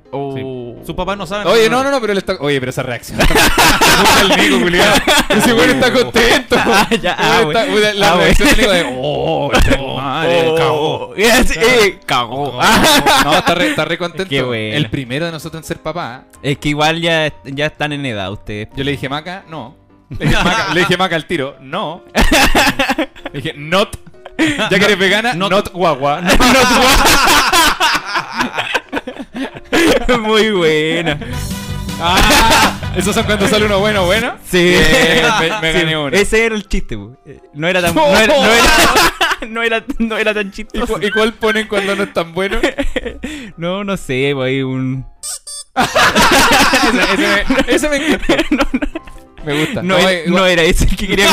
Oh.
Sí. Su papá no sabe.
Oye, no, no, no, pero él está. Oye, pero esa
*laughs*
reacción. el Nico, culiao. Ese güey
*laughs*
está contento.
*laughs* Ah, ya, ah,
Güey, está-
bueno.
güey, la
Ah,
reacción del Nico de.
*laughs*
Oh,
Oh, es- *laughs* eh, cagó. Ah.
No, está re, está re contento.
Qué bueno.
El primero de nosotros en ser papá.
Es que igual ya, ya están en edad *laughs* ustedes.
Yo le dije, Maca, no. Le dije,
*laughs*
Maca, le dije, Maca al tiro, no. Le dije, not. Ya que eres vegana,
Not-
not, guagua. *laughs* No.
Muy buena.
Ah, esos son cuando sale uno bueno, bueno.
Sí. *laughs*
Bien, me, me
Sí,
gané uno.
Ese era el chiste, po. Eh, No *laughs* era tan. No era, no era, no era- no era tan
¿Y,
chistoso.
cu- y cuál ponen cuando no es tan
*laughs*
bueno?
No, no sé, po, hay un.
ese, ese me, ese me encantó. *laughs* Me gusta.
No, eh, era- no era ese el que quería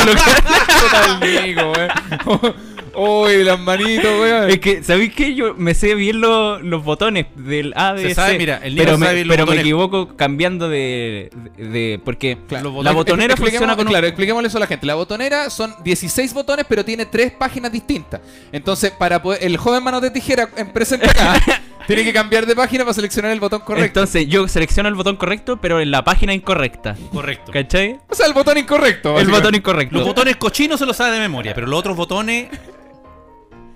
*laughs* colocar.
*laughs* Uy, las manitos, weón.
es que, ¿sabéis qué? Yo me sé bien lo- los botones del A,
Se
de
sabe,
C,
mira, el Nico
pero, me,
sabe bien los
pero me
botones.
equivoco cambiando de. de, de- porque
Claro.
la
Los
botonera
Expliquemos-
funciona con un-
Claro, expliquémosle eso a la gente. La botonera son 16 botones, pero tiene tres páginas distintas. Entonces, para poder, el joven mano de tijera en presente
*laughs*
acá, tiene que cambiar de página para seleccionar el botón correcto.
Entonces, yo selecciono el botón correcto, pero en la página incorrecta.
Correcto.
¿Cachai?
o sea, el botón incorrecto.
El botón
básicamente.
incorrecto.
Los botones cochinos se los sabe de memoria, pero los otros botones.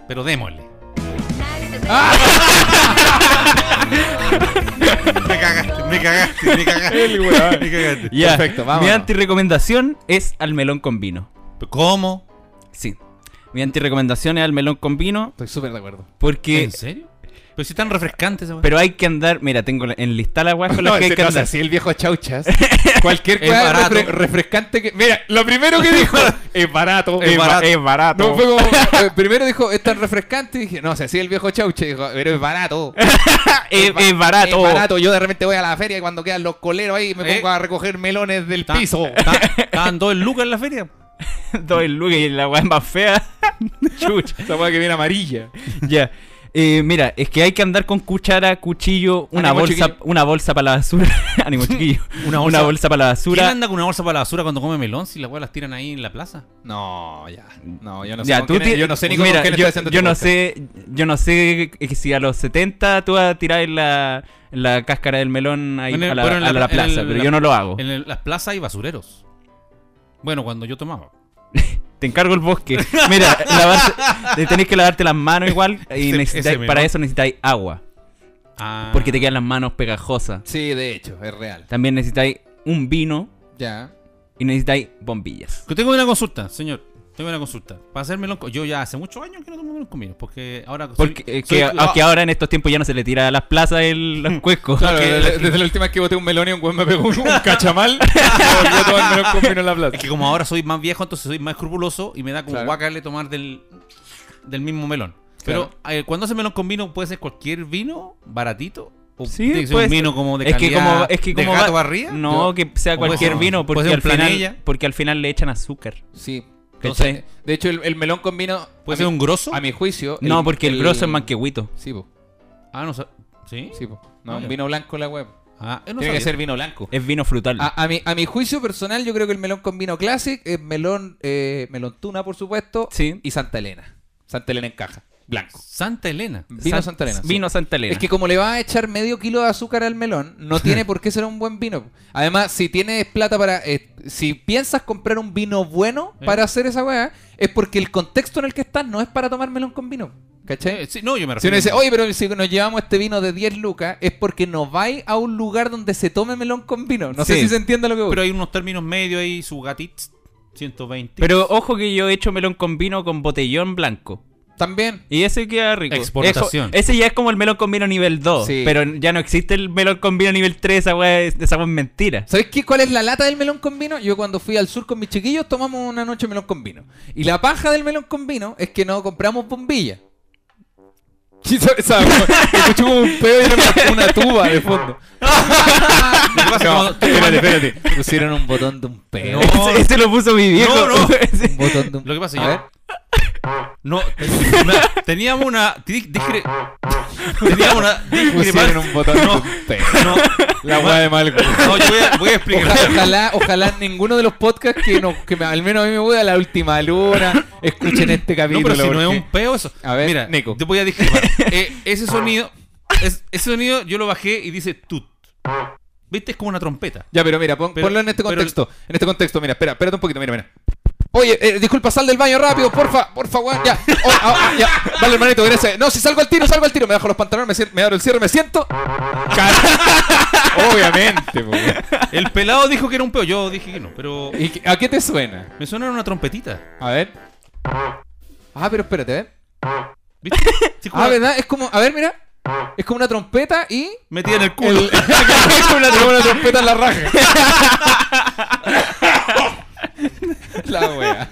Pero démosle. Me cagaste, me cagaste, me cagaste.
El weón.
Me cagaste.
Ya.
Perfecto, vámonos.
Mi antirecomendación es al melón con vino.
¿Cómo?
Sí. Mi antirecomendación es al melón con vino
Estoy súper de acuerdo.
porque
¿En serio? Pero si están refrescantes, esa
Pero hay que andar. Mira, tengo la- enlistada
*laughs*
la weá con las que hay que andar.
así el viejo *laughs* chauchas. Cualquier
Es
weá
barato.
refre- refrescante que. Mira, lo primero *laughs* que dijo.
Es barato,
Es
es
barato.
barato. Es barato.
No, fue *laughs* como, eh, primero dijo, es tan refrescante. Y dije, no, se hacía el viejo chauche. Dijo, pero *laughs* es barato.
Es,
ba-
es barato.
Es
*laughs*
barato. Yo de repente voy a la feria y cuando quedan los coleros ahí me
Eh.
pongo a recoger melones del piso. *laughs*
Estaban dos lucas en la feria.
Todo el look y la weá más fea. *laughs* Chucha.
Esa weá que viene amarilla.
Ya. Eh, mira, es que hay que andar con cuchara, cuchillo, una
Ánimo,
bolsa,
chiquillo.
una bolsa para la basura. *laughs*
*laughs*
Ánimo, chiquillo.
Una
Una
bolsa-
bolsa, para la
¿Quién
basura.
anda con una bolsa para la basura cuando come melón si las weas las tiran ahí en la plaza?
No, ya. No, yo no sé.
Ya,
con
tú
quién es-
ti-
yo no sé ni
mira,
con quién
yo,
estoy haciendo
yo
este
no
podcast.
sé, yo no sé que si a los 70 tú vas a tirar la, la cáscara del melón ahí
En el-
a la,
bueno, en
a la
en
plaza,
el-
pero
la-
yo no lo
Oh.
hago.
En el- las plazas hay basureros. Bueno, cuando yo tomaba.
Te encargo el bosque. Mira, lavarse- te tenés que lavarte las manos igual y
Ese-
necesitáis-
ese
para
melón.
eso necesitáis agua,
Ah.
porque te quedan las manos pegajosas.
Sí, de hecho, es real.
También necesitáis un vino
Ya.
y necesitáis bombillas.
Yo tengo una consulta, señor. Tengo una consulta. Para hacer melón, con- yo ya hace muchos años que no tomo melón con vino, porque ahora soy-
Porque eh,
soy-
que, aunque ahora en estos tiempos ya no se le tira a las plazas
*laughs*
el los cuescos.
Claro, desde, desde la última vez que boté un melón y un güey me pegó un, un *laughs* cachamal. me volvió a tomar melón con vino en la
Es
plaza.
que como ahora soy más viejo, entonces soy más escrupuloso y me da como
Claro.
guacale tomar del, del mismo melón.
Claro.
Pero eh, cuando hace melón con vino, puede ser cualquier vino baratito. O
Sí,
tiene que ser
puede
un
ser.
vino como de
es que
calidad
como es que
de
como
gato
va-
barría.
no
Yo-
que sea
o puede
cualquier
ser-
vino
puede
porque
ser
al
un planella.
final porque al final le echan azúcar
Sí.
¿Cachai?
Entonces, de hecho, el, el melón con vino.
puede
a
ser
mi-
un grosso.
A mi juicio.
no porque el, grosso es manquehuito
Sí, po.
Ah, no sé. ¿Sí?
Sí, po. No,
Ah,
un
ya.
vino blanco la web.
Ah, eh, no
Tiene que
sabía.
ser vino blanco.
es vino frutal
Ah,
A, a mi, a mi juicio personal, yo creo que el melón con vino classic es melón, eh, melón tuna, por supuesto,
Sí.
y Santa Elena. Santa Elena en caja, blanco.
Santa Elena.
Vino
San-
Santa Elena. sí.
vino Santa Elena
Es que como le va a echar medio kilo de azúcar al melón,
*laughs*
no tiene por qué ser un buen vino. Además, si tienes plata para... eh, si piensas comprar un vino bueno
Sí.
para hacer esa weá, es porque el contexto en el que estás no es para tomar melón con vino. ¿Cachai?
Eh, sí, no, yo me
Si
refiero.
uno dice, oye, pero si nos llevamos este vino de 10 lucas, es porque nos vais a un lugar donde se tome melón con vino. No sé
Sí.
si se entiende lo que voy.
pero hay unos términos medio ahí, su gatit 120.
pero ojo que yo he hecho melón con vino con botellón blanco
También.
y ese queda rico
Exportación.
Eso- ese ya es como el melón con vino nivel 2
Sí.
pero ya no existe el melón con vino nivel 3 esa weá es, esa weá es mentira
¿Sabes qué? ¿Cuál es la lata del melón con vino? Yo cuando fui al sur con mis chiquillos tomamos una noche melón con vino. Y la paja del melón con vino es que no compramos bombilla. Sí, sabe- sabe, Escuché como un pedo y era una- una tuba de fondo.
*laughs* Lo que pasa es que cuando-
Espérate, espérate.
Pusieron un botón de un pedo.
No,
*laughs* ese, ese lo puso mi viejo
No,
*laughs*
no.
Un botón de un
Lo que pasa
A
yo-
ver.
No, ten- una- teníamos una. di- discre- teníamos una.
Pusieron
discrepancia.
un botón de
No,
un pedo.
no,
La weá de mal gusto.
no, yo voy a, voy a
Oja-
explicar.
Ojalá, ojalá ninguno de los podcasts que, no- que me- al menos a mí me voy a la última luna escuchen este
No,
capítulo.
pero si no es
porque-
un peo eso.
A ver,
Mira,
Nico.
te voy a
*laughs*
discrepar. Eh, ese sonido. es- ese sonido yo lo bajé y dice tut. ¿Viste? Es como una trompeta.
Ya, pero mira, pon-
Pero-
ponlo en este
pero-
contexto. En este contexto, mira, espera, espérate un poquito, mira, mira. Oye, eh, disculpa, sal del baño rápido, porfa, porfa, weón, ya. Oh, ah, ah, ya. Vale, hermanito, gracias. No, si salgo al tiro, salgo al tiro. Me bajo los pantalones, me, cier- me abro el cierre, me siento. *laughs*
Obviamente, po.
El pelado dijo que era un peo. Yo dije que no, pero.
¿Y qué- a qué te suena?
Me suena una trompetita.
A ver. Ah, pero espérate, ¿eh?
¿Viste? Sí, como
Ah,
una-
¿verdad? Es como, a ver, mira. Es como una trompeta y...
Metida en el culo.
*laughs* Es como una, como una trompeta en la raja. *laughs* la wea.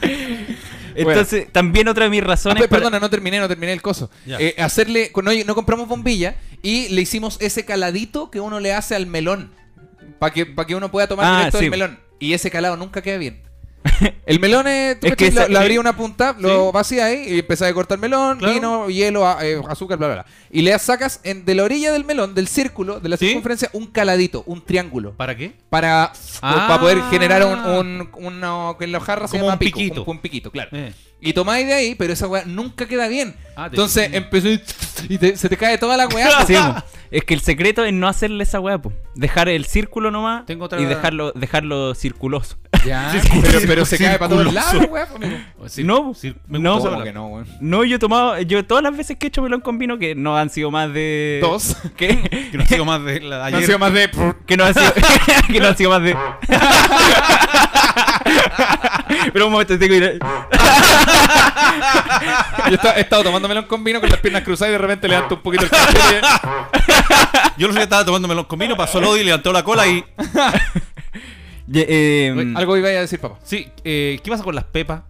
entonces también otra de mis
Ah,
razones
pe-
para-
Perdona, no terminé, no terminé el coso.
Ya.
Eh, hacerle, no, no compramos bombilla y le hicimos ese caladito que uno le hace al melón. Para que, pa' que uno pueda tomar
Ah,
directo
sí.
del melón. Y ese calado nunca
*laughs*
queda bien. El melón es. tú
Es que
cachai,
esa-
lo, lo abrí
sí.
una punta, lo vacía ahí y empezás a cortar melón,
Claro.
vino, hielo, a- eh, azúcar, bla, bla, bla. Y le sacas en- de la orilla del melón, del círculo, de la
¿Sí?
circunferencia, un caladito, un triángulo.
¿Para qué?
Para,
Ah.
para poder generar un, un, una- que en la jarra se
Como
llama
un
pico,
piquito.
Un, un piquito, claro.
Eh.
Y tomáis de ahí, pero esa weá nunca queda bien.
Ah, te-
Entonces empezó y, y te- se te cae toda la weá. po.
*laughs* Sí,
Ah.
po. es que el secreto es no hacerle esa weá, po. Dejar el círculo nomás
Tengo otra-
y dejarlo, dejarlo circuloso. *laughs*
Ya, pero, pero se cae para todos lados, la weá, po, amigo.
Sí,
No,
sí, me
no,
gusta
¿Cómo
la-
que no, weón?
No, yo he tomado, yo todas las veces que he hecho melón con vino, que no han sido más de.
Dos.
Que,
*laughs* Que no ha sido más de la de
No ha
ayer.
sido
*laughs*
más de.
*laughs* que no han sido. *laughs* que no han sido más de. *laughs* Pero un momento, tengo que ir. a-
Yo estaba- he estado tomándomelo con vino con las piernas cruzadas y de repente levanto un poquito el cachete.
Yo no sé que estaba tomándome los cominos, pasó Lodi, levantó la cola y.
Ye- eh,
Algo iba a decir, papá.
Sí, eh, ¿qué pasa con las pepas?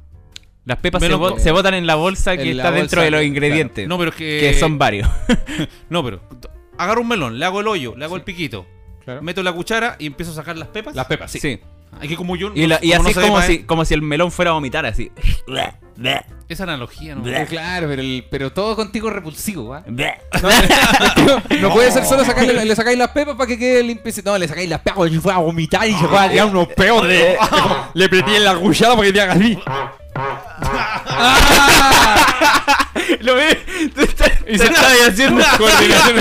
las pepas se,
Melón
bo-
con-
se botan en la bolsa eh, que
En la
está dentro
bolsa,
de los
claro.
ingredientes.
No, pero es que.
que son varios.
No, pero. Agarro un melón, le hago el hoyo, le hago el piquito.
Claro.
Meto la cuchara y empiezo a sacar las pepas.
Las pepas, sí.
Sí.
Aquí como yo.
Y, la- y
como
así
no
es
se
como
ve, eh,
si, como si el melón fuera a vomitar, así.
Esa analogía,
*laughs*
¿no?
Eh, Claro, pero, el- pero todo contigo repulsivo, ¿ah?
Pero
No puede ser solo sacarle, le sacáis las pepas para que quede limpiecito. No, le sacáis las pepas y fue a vomitar y se
Ah,
fue a
eh.
tirar unos peos de.
Le prendí en la gullada porque te hagas así.
Ah.
Lo ve.
Y se está
*laughs*
haciendo coordinación.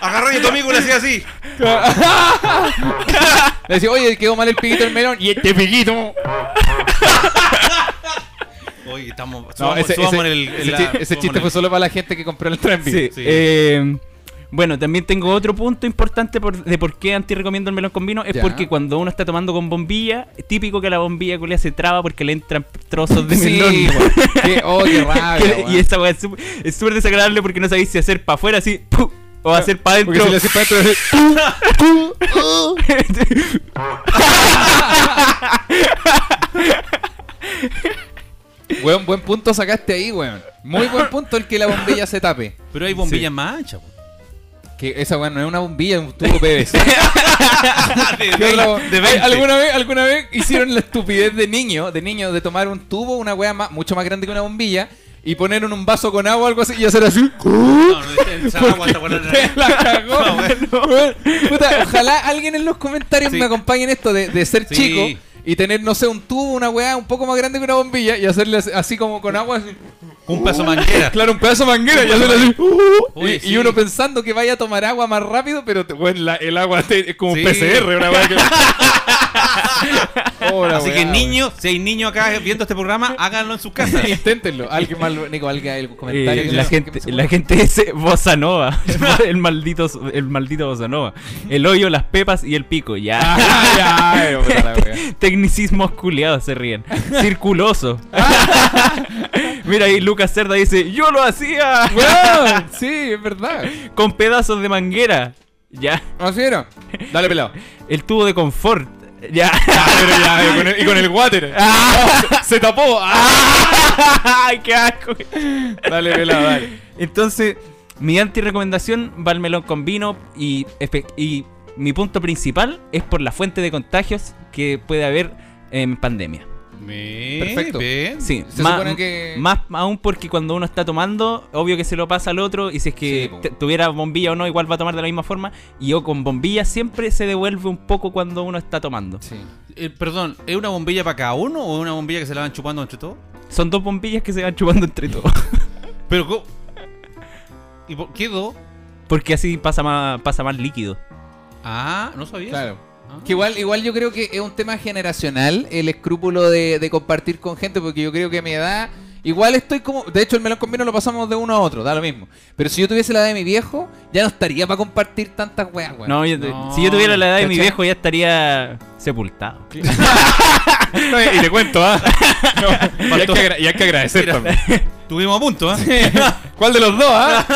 Agarré a tu amigo y le hacía así.
Le decía, oye, quedó mal el piquito del melón. Y
Y este piquito.
Oye, estamos.
No,
subamos-
ese,
subamos
ese-
en el- en
ese
la-
chi- ese
subamos
chiste
en
fue
el-
solo para la gente que compró el tren.
Sí.
Sí.
eh, bueno, también tengo otro punto importante por- de por qué anti recomiendo el melón con vino. Es
Ya.
porque cuando uno está tomando con bombilla, es típico que la bombilla culia se traba porque le entran trozos de melón.
Sí,
*laughs*
weón. Qué- oh, qué rabia,
Que-
weón.
y esa weá es súper- es súper desagradable porque no sabéis si hacer para afuera así ¡pum! o hacer para
Porque
adentro.
si le haces para adentro, le haces-
*laughs*
*laughs* Weón, buen punto sacaste ahí, weón. Muy buen punto el que la bombilla se tape.
Pero hay bombillas más anchas, po.
Que esa weón no es una bombilla, es un tubo PVC.
*laughs* de,
¿Qué otra bo-
veinte, de
Ay,
20.
¿Alguna vez, alguna vez hicieron la estupidez de niño, de niño, de tomar un tubo, una weá más, mucho más grande que una bombilla, y poner en un vaso con agua o algo así y hacer así.
No, no, el Saragua está por
*laughs*
la nariz.
La cagó.
No,
*laughs* Weón, puta, ojalá alguien en los comentarios
Sí.
me acompañe en esto de, de ser
Sí.
chico y tener, no sé, un tubo, una weá un poco más grande que una bombilla y hacerle así, así como con agua. así.
Un peso manguera.
Claro, un pedazo de manguera y hacerle
*laughs*
así.
Oye,
y, y
sí.
uno pensando que vaya a tomar agua más rápido, pero te-
Bueno, la- el agua te- es como
Sí.
un PCR,
*laughs*
una weá que-
oh, la
Así
weá,
que
weón.
niños, si hay niños acá viendo este programa, háganlo en sus casas.
Inténtenlo. Alguien más, lo- Nico, alguien algún comentario.
Eh,
que
la,
no-
gente,
que no se
la
*laughs* puede?
gente dice Bossa Nova. *laughs* el, maldito, el maldito Bossa Nova. El hoyo, las pepas y el pico.
Ah,
Ya.
Ay, ay, puta
*laughs*
la weá.
*laughs* Tecnicismos culiados se
*laughs*
ríen. Circuloso. Mira ahí Lucas Cerda dice, yo lo hacía
Weón, sí, es verdad.
con pedazos de manguera. Ya.
¿Ah,
¿Así era?
Dale pelado.
El tubo de confort. Ya.
*laughs* Ah, pero ya, y con el, y con el water.
*laughs*
Se- Se tapó. Ah,
Ah.
Ay, qué asco.
dale pelado, dale.
Entonces, mi anti-recomendación va al melón con vino y, espe- y mi punto principal es por la fuente de contagios que puede haber en pandemia.
Perfecto.
Perfecto.
Bien.
Sí,
Se supone que-
más aún porque cuando uno está tomando, obvio que se lo pasa al otro y si es
Sí,
que
po.
te- tuviera bombilla o no, igual va a tomar de la misma forma. Y yo con bombilla siempre se devuelve un poco cuando uno está tomando.
Sí.
Eh, perdón, ¿es una bombilla para cada uno o es una bombilla que se la van chupando entre todos?
Son dos bombillas que se van chupando entre todos. *laughs*
Pero, ¿cómo? ¿y por qué dos?
Porque así pasa más, pasa más líquido.
Ah, no sabía.
Claro.
Ah.
Que igual, igual yo creo que es un tema generacional el escrúpulo de, de compartir con gente, porque yo creo que a mi edad, igual estoy como. De hecho, el melón con vino lo pasamos de uno a otro, da lo mismo. Pero si yo tuviese la edad de mi viejo, ya no estaría para compartir tantas weas, weón.
No, yo-
No,
si yo tuviera la edad de mi
¿cachai?
viejo ya estaría sepultado.
*laughs* No, y te cuento,
*laughs*
¿ah? No, y, hay que agra- y hay que agradecer también.
Tuvimos a punto, ¿eh?
*laughs* ¿Cuál de los dos,
*laughs*
ah?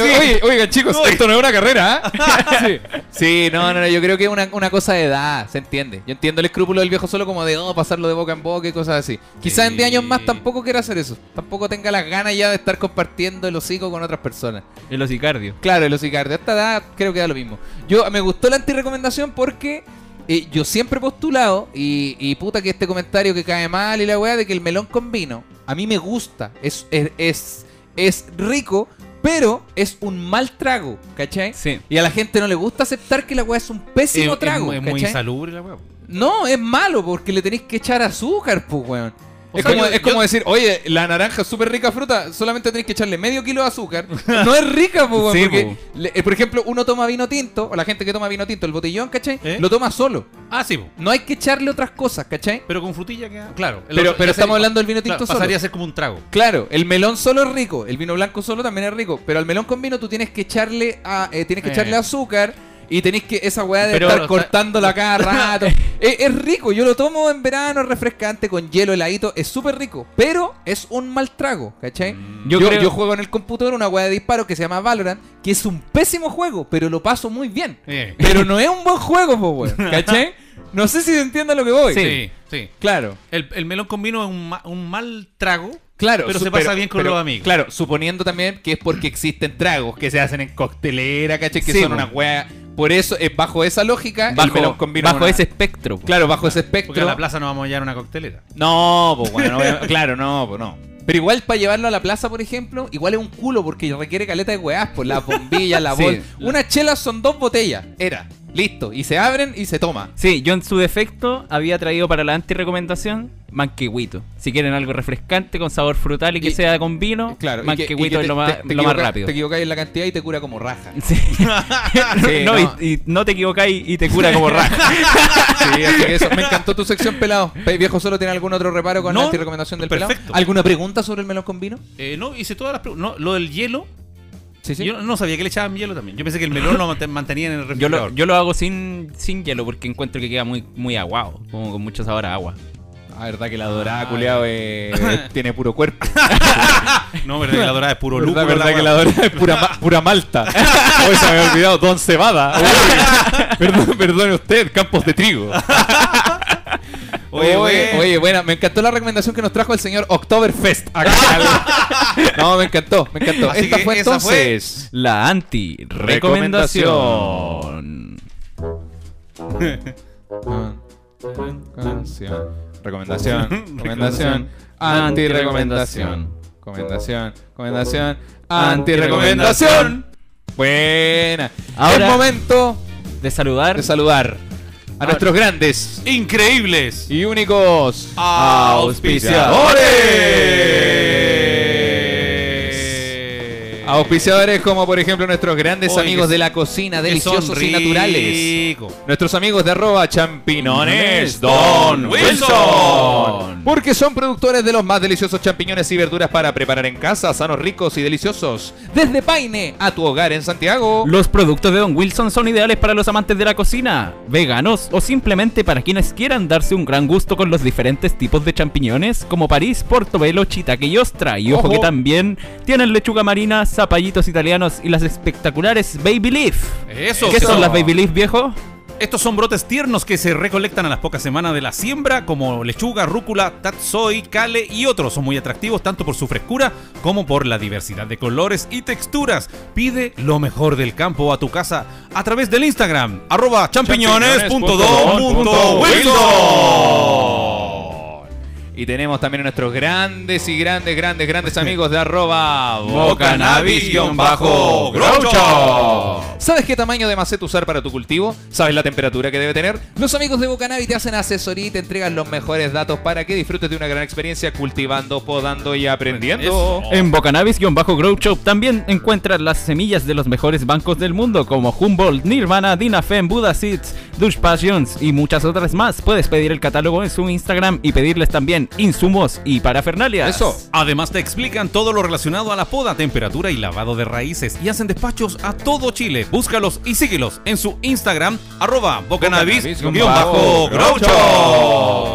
Oye, oigan, chicos, esto no es una carrera,
*laughs*
¿ah? Sí.
Sí, no, no, no, yo creo que es una, una cosa de edad, se entiende. Yo entiendo el escrúpulo del viejo solo como de, oh, pasarlo de boca en boca y cosas así. Quizás en 10 años más tampoco quiera hacer eso. Tampoco tenga las ganas ya de estar compartiendo el hocico con otras personas.
El hocicardio.
Claro, el hocico, de esta edad creo que da lo mismo. Yo me gustó la antirecomendación porque eh, yo siempre he postulado, y, y puta que este comentario que cae mal y la weá, de que el melón con vino, a mí me gusta, es, es, es, es rico, pero es un mal trago, ¿cachai?
Sí.
Y a la gente no le gusta aceptar que la weá es un pésimo
Es-
trago.
es, muy- es muy
¿cachai?
insalubre la weá.
no, es malo porque le tenéis que echar azúcar, pues, weón.
O
es
sea,
como,
yo-
es como decir, oye, la naranja es súper rica fruta, solamente tenéis que echarle medio kilo
*laughs*
de azúcar. No es rica, pues, weón.
Sí,
porque,
po.
le- eh, por ejemplo, uno toma vino tinto, o la gente que toma vino tinto, el botellón, ¿cachai?
¿Eh?
Lo toma solo.
Ah, sí, po.
No hay que echarle otras cosas, ¿cachai?
pero con frutilla queda. Claro. el
Pero,
otro-
pero
ya
estamos
sería-
hablando del vino tinto
claro,
solo.
Pasaría a ser como un trago.
Claro, el melón solo es rico, el vino blanco solo también es rico, pero al melón con vino tú tienes que echarle, a- eh, tienes que
Eh.
echarle azúcar y Y tenéis que esa weá de
Pero-
estar cortándola cada rato. es, es rico, yo lo tomo en verano, refrescante, con hielo heladito, es súper rico. Pero es un mal trago, ¿cachai? Yo,
Yo
yo,
creo-
juego en el computador una weá de disparo que se llama Valorant, que es un pésimo juego, pero lo paso muy bien.
Eh,
Pero no es un buen juego, po, weón, ¿cachai? No sé si se entiende a lo que voy.
sí, sí.
Claro.
El, el melón con vino es un, ma- un mal trago.
Claro,
Pero
su-
se pasa bien con los amigos.
Claro, suponiendo también que es porque existen tragos que se hacen en coctelera, ¿cachai? Que
Sí,
son
po.
una wea. Por eso, es bajo esa lógica, el melón
Bajo,
con vino
bajo
es una-
ese espectro. po.
Claro, bajo ese
Porque
espectro.
a la plaza no vamos a llevar una coctelera.
No, pues bueno, no, claro, no, pues no. Pero igual para llevarlo a la plaza, por ejemplo, igual es un culo porque requiere caleta de weás, pues las bombillas, la
*laughs* Sí.
bol. Una chela son dos botellas, era. Listo. Y se abren y se toma.
Sí, yo en su defecto había traído para la anti-recomendación manquehuito. Si quieren algo refrescante con sabor frutal y que
Y-
sea con vino,
Claro, y que- y que
manquehuito
te-
es lo más,
te- te
lo más
equivocas-
rápido.
Te equivocáis en la cantidad y te cura como raja. *laughs*
*laughs* Sí. no,
no.
Y, y no te equivocáis y te cura
*laughs*
como raja.
Sí, así que eso. Me encantó tu sección, pelado. Pe- Viejo solo, ¿tiene algún otro reparo con
No,
la recomendación del
perfecto.
pelado? ¿Alguna pregunta sobre el melón con vino?
Eh, no, hice todas las preguntas. No, lo del hielo.
Sí, sí.
Yo no sabía que le echaban hielo también. Yo pensé que el melón lo mant- mantenían en el
Yo lo,
refrigerador.
yo lo hago sin, sin hielo porque encuentro que queda muy, muy aguado, como con mucho sabor a agua.
Ah, verdad que la dorada, culiao,
*laughs*
eh, tiene puro cuerpo.
No, verdad que la dorada es puro lúpulo.
verdad,
la
verdad que
weá.
la dorada es pura, ma-
*laughs*
pura malta. Hoy se me había olvidado, Don Cebada. Uy, perdón, perdone usted, campos de trigo. Oye,
Oye,
oye,
oye.
buena, me encantó la recomendación que nos trajo el señor Oktoberfest. acá. *laughs* no, me encantó, me encantó.
Así
Esta
que
fue
esa fue-
entonces.
*laughs* La anti-recomendación.
Recomendación.
*laughs*
Recomendación.
Recomendación.
Recomendación. Anti-recomendación. Recomendación. Recomendación. Anti-recomendación. Buena.
Ahora-
es momento
De saludar.
de saludar a nuestros grandes
Increíbles.
y únicos
Ah. Auspiciadores.
Auspiciadores como por ejemplo nuestros grandes
Oye,
amigos
que-
de la cocina,
Que son
deliciosos y naturales.
ricos.
Nuestros amigos de arroba champinones
Don Wilson.
Porque son productores de los más deliciosos champiñones y verduras para preparar en casa, sanos, ricos y deliciosos. Desde Paine a tu hogar en Santiago.
Los productos de Don Wilson son ideales para los amantes de la cocina, veganos o simplemente para quienes quieran darse un gran gusto con los diferentes tipos de champiñones como París, Portobelo, Chitaque y Ostra. Y ojo,
Ojo.
que también tienen lechuga marina, zapallitos italianos y las espectaculares Baby Leaf.
Eso.
¿Qué son
eso.
las Baby Leaf, viejo?
Estos son brotes tiernos que se recolectan a las pocas semanas de la siembra, como lechuga, rúcula, tatsoi, kale y otros. Son muy atractivos tanto por su frescura como por la diversidad de colores y texturas. Pide lo mejor del campo a tu casa a través del Instagram, arroba champiñones.don.wilson.
Y tenemos también a nuestros grandes y grandes, grandes, grandes amigos de arroba
Bocanabis-groucho.
¿Sabes qué tamaño de maceta usar para tu cultivo? ¿Sabes la temperatura que debe tener? Los amigos de Bocanavi te hacen asesoría y te entregan los mejores datos para que disfrutes de una gran experiencia cultivando, podando y aprendiendo.
En Bocanabis-Grow Shop también encuentras las semillas de los mejores bancos del mundo como Humboldt, Nirvana, Dinafen, Buddha Seeds, Dutch Passions y muchas otras más. Puedes pedir el catálogo en su Instagram y pedirles también insumos y parafernalias.
Eso.
Además te explican todo lo relacionado a la poda, temperatura y lavado de raíces y hacen despachos a todo Chile. Búscalos y síguelos en su Instagram arroba bocanabis-groucho.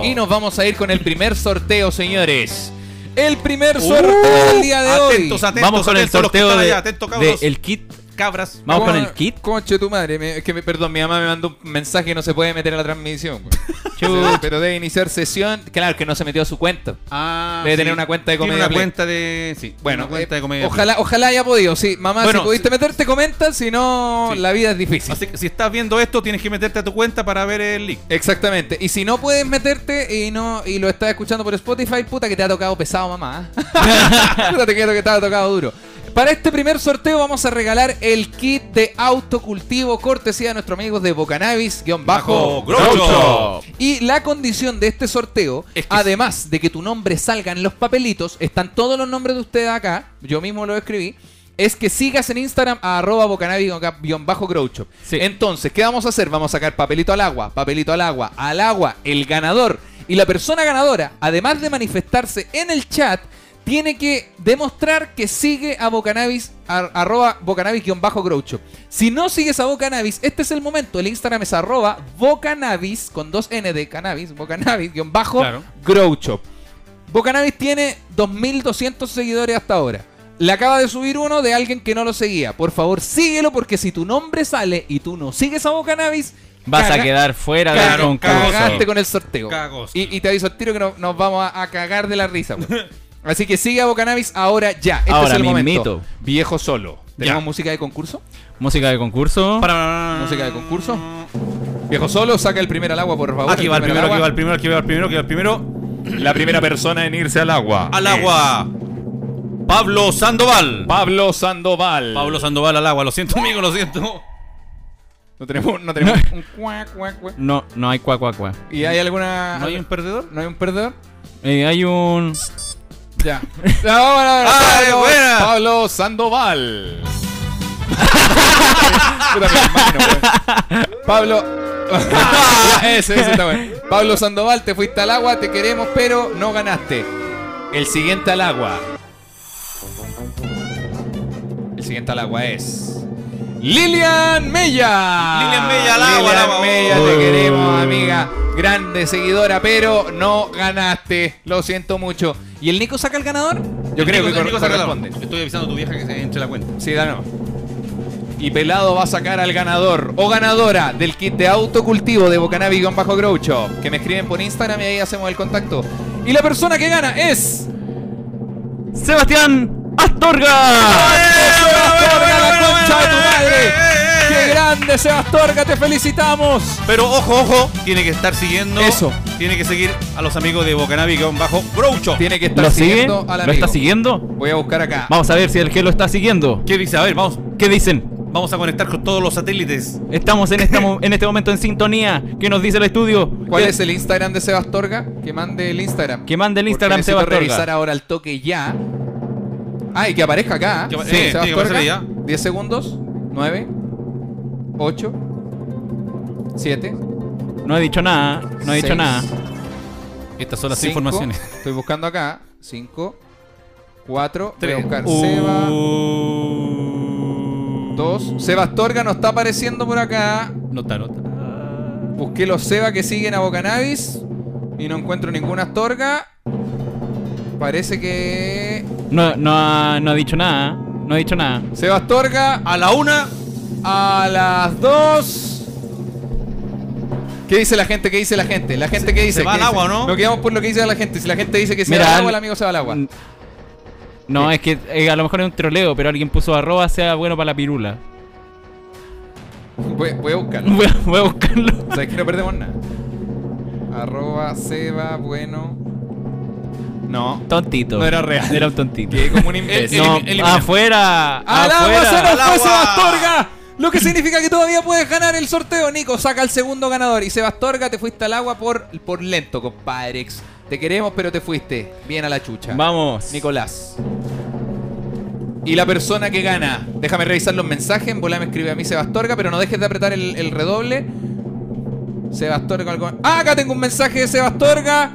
Y nos vamos a ir con el primer sorteo, señores. El primer sorteo
Uh,
del día de
Uh, Atentos,
hoy.
atentos,
Vamos con el
atentos, los que
sorteo
están
de,
allá, atento, cabros.
de el kit.
Cabras.
Vamos con
Co-
el kit.
Conche tu madre, me- es que me, perdón, mi mamá me mandó un mensaje y no se puede meter a la transmisión.
*laughs*
güey. Sí, Pero debe iniciar sesión. Claro, que no se metió a su cuenta. Debe tener una cuenta de
Tiene
comedia.
una
Play.
cuenta de... Sí,
Bueno,
una cuenta
eh,
de comedia.
ojalá, ojalá haya podido. Sí, mamá,
Bueno,
si pudiste meterte, comenta, si no,
Sí.
la vida es difícil.
Así que si estás viendo esto, tienes que meterte a tu cuenta para ver el link.
Exactamente. Y si no puedes meterte y no y lo estás escuchando por Spotify, puta que te ha tocado pesado, mamá.
*laughs*
¿eh? puta te quedo que te ha tocado duro. Para este primer sorteo vamos a regalar el kit de autocultivo cortesía de nuestros amigos de Bocanabis-Bajo.
Groucho.
Y la condición de este sorteo,
Es que-
además de que tu nombre salga en los papelitos, están todos los nombres de ustedes acá, yo mismo lo escribí, es que sigas en Instagram a arroba bocanavi-groucho.
Sí.
Entonces, ¿qué vamos a hacer? Vamos a sacar papelito al agua, papelito al agua, al agua, el ganador. Y la persona ganadora, además de manifestarse en el chat, tiene que demostrar que sigue a Bocanabis, ar- arroba Bocanabis-Groucho. Si no sigues a Bocanabis, este es el momento. El Instagram es arroba Bocanabis, con dos N de cannabis,
Claro.
Bocanabis-Groucho. Bocanabis tiene 2.200 seguidores hasta ahora. Le acaba de subir uno de alguien que no lo seguía. Por favor, síguelo porque si tu nombre sale y tú no sigues a Bocanabis,
Vas a
caga-
quedar fuera
Claro,
del concurso.
Cagaste con el sorteo.
Cagos.
Y, y te aviso al tiro que no- nos vamos a, a cagar de la risa, weón. Así que sigue a Bocanabis ahora ya. Este
Ahora
es el momento.
mismito.
Viejo solo. ¿Tenemos
Ya.
música de concurso?
Música de concurso.
Para-
¿Música de concurso? Viejo solo, saca el primero al agua, por favor.
Aquí va el
al
primero, aquí va
agua.
el primero, aquí va el primero, aquí va el primero.
La primera persona en irse al agua.
Al
es
agua. Pablo Sandoval.
Pablo Sandoval.
Pablo Sandoval al agua, lo siento, amigo, lo siento.
No tenemos,
*laughs*
no tenemos un cuac, cuac, cuac.
No, no hay cuac, cuac, cuac.
¿Y hay alguna.
¿No hay un perdedor?
¿No hay un perdedor?
Eh, hay un.
*laughs*
Ya. No, no, no, no,
¡Ay,
Pablo-
¡Ah, buena! *laughs*
Pablo Sandoval.
Puta, me imagino, weón.
*laughs*
Pablo. *laughs* Eso, eso está bueno. Pablo Sandoval, te fuiste al agua, te queremos, pero no ganaste.
El siguiente al agua.
El siguiente al agua es. Lilian Mella.
Lilian Mella al agua, al agua.
Mella, te
Oh.
queremos, amiga. Grande seguidora, pero no ganaste. Lo siento mucho. ¿Y el Nico saca el ganador? Yo creo que
Nico-
cor-
Nico Sandoval.
corresponde.
Estoy avisando a tu vieja que se entre la cuenta.
Sí, Dano. Y Pelado va a sacar al ganador o ganadora del kit de autocultivo de Bajo Groucho. Que me escriben por Instagram y ahí hacemos el contacto. Y la persona que gana es.
¡Sebastián Astorga!
¡Astorga, la
bueno,
concha de tu
bueno, eh,
madre!
eh, eh,
¡Qué
eh!
grande, Sebastorga! ¡Te felicitamos!
Pero ojo, ojo, tiene que estar siguiendo.
Eso.
Tiene que seguir a los amigos de Bocanavi bajo Groucho.
Tiene que estar
¿Lo sigue?
siguiendo
¿Lo
al
está
amigo.
siguiendo?
Voy a buscar acá.
Vamos a ver si el que lo está siguiendo.
¿Qué dice? A ver, vamos.
¿Qué dicen?
Vamos a conectar con todos los satélites.
Estamos en, esta mo- en este momento en sintonía. ¿Qué nos dice el estudio?
¿Cuál
¿Qué-
es el Instagram de Sebastorga? Que mande el Instagram.
Que mande el Instagram,
Porque necesito
Sebastorga.
revisar ahora al toque ya. Ay, que aparezca acá.
Que apa-
Sí,
eh, tiene que
Sebastorga.
aparecer ya.
10 segundos. 9, 8, 7.
No he dicho nada. No he dicho nada.
Estas son las informaciones.
Estoy buscando acá. 5, 4. Voy a
Tres.
buscar
Uh.
Seba. 2. Sebastorga no está apareciendo por acá.
No está, no está.
Busqué los Seba que siguen a Bocanabis y no encuentro ninguna Astorga. Parece que.
No, no, ha, no ha dicho nada. No ha dicho nada.
Seba Astorga
A la una.
a las 2. ¿Qué dice la gente? ¿Qué dice la gente? La gente que dice.
va
¿Qué
al
dice?
agua, ¿no? mm.
Nos quedamos por lo que dice la gente. Si la gente dice que se
Mira,
va al
al-
agua, el amigo se va al agua.
No, es que eh, a lo mejor es un troleo, pero alguien puso arroba sea bueno para la pirula. *laughs*
Voy, voy a buscarlo.
Voy a, voy a buscarlo.
O sea, es que no perdemos nada. Arroba Seba, bueno. No.
Tontito.
No era real.
Era un tontito.
Quedé
*laughs*
como un
Eh,
imbécil.
No,
Elim- elimina.
afuera.
¡Al agua
afuera.
Ah, se nos
¡Al
fue
agua!
Sebastorga! Lo que significa que todavía puedes ganar el sorteo, Nico. Saca el segundo ganador. Y Sebastorga, te fuiste al agua por, por lento, compadre. Te queremos, pero te fuiste. Bien a la chucha.
Vamos.
Nicolás. Y la persona que gana. Déjame revisar los mensajes. En bola me escribe a mí Sebastorga, pero no dejes de apretar el, el redoble. Sebastorga. algo- ¡Ah, acá tengo un mensaje de Sebastorga!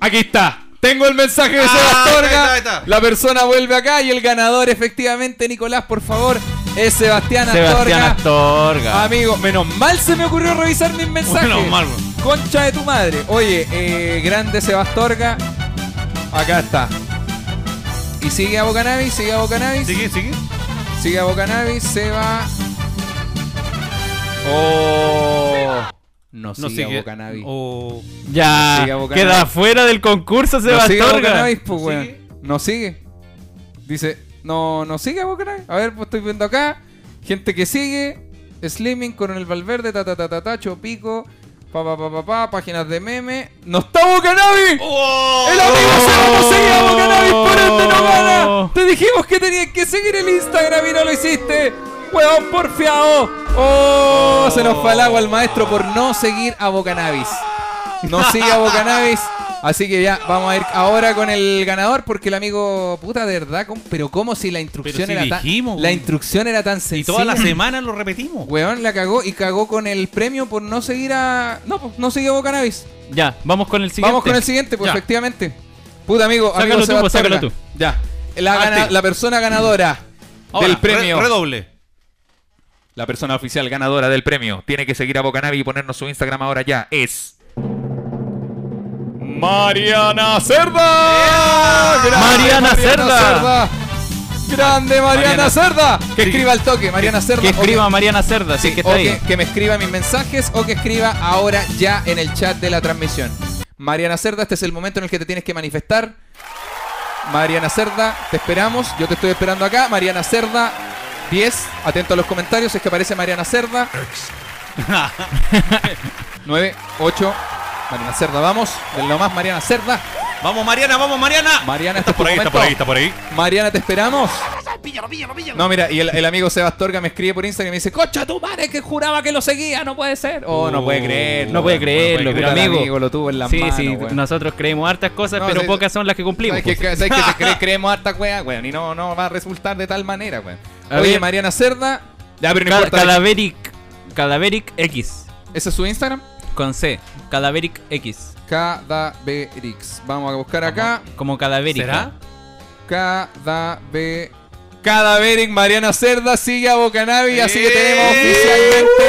Aquí está.
Tengo el mensaje de
Ah,
Sebastorga.
ahí está, ahí está.
La persona vuelve acá y el ganador, efectivamente, Nicolás, por favor, es Sebastián Ah, Astorga.
Sebastián Astorga.
Amigo, menos mal se me ocurrió revisar mis mensajes.
Menos mal, weón.
Concha de tu madre. Oye, eh, grande Sebastorga. Acá está. Y sigue a Bocanabis, sigue a Bocanabis.
Sigue, sigue.
Sigue a Bocanabis, se va. Oh. No sigue,
No sigue. Oh.
a Bocanabis.
O-
Ya.
Sigue Bocanabis.
Queda fuera del concurso,
No sigue a
Sebastián.
Bocanabis, pues,
¿No
weón.
sigue?
No sigue. Dice, no, no sigue a Bocanabis. A ver, pues estoy viendo acá. Gente que sigue. Slimming, Coronel Valverde, ta ta ta ta ta, Chopico, pa pa pa pa pa, páginas de meme. ¡No está Bocanabis! ¡El amigo se no sigue a Bocanabis por ende no gana! ¡Te dijimos que tenías que seguir el Instagram y no lo hiciste! ¡Huevón porfiado! ¡Oh! Se nos fue al agua el maestro por no seguir a Bocanabis. No sigue a Bocanabis. Así que ya, vamos a ir ahora con el ganador porque el amigo, puta, de verdad, com- pero como si la instrucción
si
era
dijimos,
tan... La
weón.
instrucción era
Y
tan
em-
sencilla.
toda la semana lo repetimos.
Weón la cagó y cagó con el premio por no seguir a... No, pues no sigue a Bocanabis.
Ya, vamos con el siguiente.
Vamos con el siguiente, pues
Ya.
efectivamente. Puta amigo,
Sácalo
amigo
tú, pues,
Sebastián
sácalo
Orga.
tú.
Ya. La, gana-
Arte.
la persona ganadora
Ah, este. Ahora,
del premio.
re- redoble.
La persona oficial ganadora del premio tiene que seguir a Bocanavi y ponernos su Instagram ahora ya. Es. Mariana Cerda. Grande
Mariana Cerda.
Grande Mariana,
Mariana.
Cerda. Que
Sí.
escriba al toque, Mariana Cerda.
Que
o
escriba Mariana Cerda, si
Sí,
es que
o
está ahí.
que, que me escriba mis mensajes o que escriba ahora ya en el chat de la transmisión. Mariana Cerda, este es el momento en el que te tienes que manifestar. Mariana Cerda, te esperamos. Yo te estoy esperando acá. Mariana Cerda, 10. Atento a los comentarios. Es que aparece Mariana
*laughs*
Cerda. 9, 8. Mariana Cerda, vamos. De lo más, Mariana Cerda.
Vamos, Mariana, vamos, Mariana.
Mariana,
está
este es tu
por ahí, está
momento.
por ahí, está por ahí.
Mariana, te esperamos. No, mira, y el, el amigo Sebastorga me escribe por Instagram y me dice, cocha tu madre que juraba que lo seguía, no puede ser. Oh, no puede creer.
Uh, No puede creerlo, pero
Puta, el
amigo.
amigo lo tuvo en la
sí,
mano,
sí,
weón.
nosotros creemos hartas cosas,
No,
pero
sí,
pocas son las que cumplimos.
¿Sabes que,
pues.
sabes que te
*laughs*
cre- creemos harta wea, weón? Y no, no va a resultar de tal manera, weón.
A
Oye,
ver.
Mariana Cerda. Ya, pero no
Ca-
importa.
Cadaveric, Cadaveric X,
¿Ese es su Instagram?
con C, Cadaveric X.
Cadaverix. Vamos a buscar acá.
Como Cadaveric.
¿Será?
Cadaver... Cadaveric Mariana Cerda sigue a Bocanavi, así que
¡Eh!
tenemos oficialmente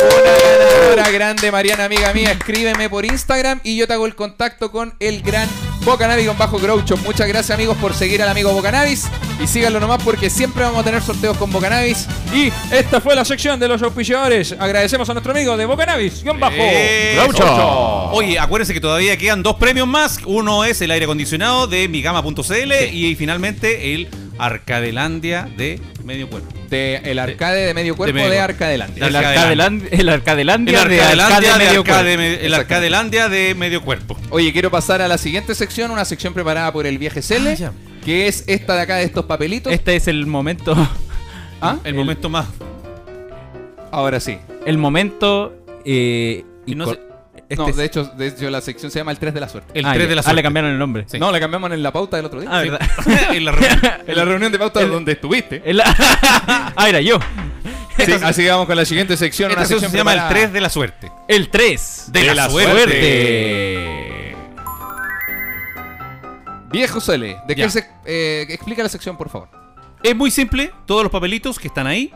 una ganadora grande, Mariana, amiga mía. Escríbeme por Instagram y yo te hago el contacto con el gran Bocanavi con Bajo Groucho. Muchas gracias, amigos, por seguir al amigo Bocanavis y síganlo nomás porque siempre vamos a tener sorteos con Bocanavis.
Y esta fue la sección de los auspiciadores. Agradecemos a nuestro amigo de Bocanavis, guión bajo.
Eh,
Gaucho.
Oye, acuérdense que todavía quedan dos premios más. Uno es el aire acondicionado de migama.cl y finalmente el Arcadelandia de Medio Cuerpo.
De el arcade de medio cuerpo de,
medio cuerpo.
Arcadelandia.
El
Arcadelandia.
Arcadeland- el
El
Arcadelandia, de
Arcadelandia
Arcade
de
Medio
Arcade-
Cuerpo.
el Arcadelandia de Medio Cuerpo.
Oye, quiero pasar a la siguiente sección, una sección preparada por el viaje Cele,
Ah, ya.
que es esta de acá de estos papelitos.
Este es el momento,
¿Ah?
El momento más.
Ahora sí.
el momento. eh,
Y no
inco-
sé-
este
no,
es-
de hecho, de hecho, la sección se llama El 3 de la Suerte.
El
Ah,
3
ya.
de la
Ah, le
suerte.
cambiaron el nombre.
No, la cambiamos en la pauta del otro día.
Ah,
Sí.
verdad.
*laughs* En la reunión.
En la reunión de pauta
El-
donde estuviste.
El- *laughs* ah, era yo.
Sí, así que vamos con la siguiente sección.
Esta
una
sección
sección
se llama el
preparada.
3 de la suerte.
El 3
De la
Viejo Sole, ¿de
Ya.
qué se eh, explica la sección, por favor?
Es muy simple, todos los papelitos que están ahí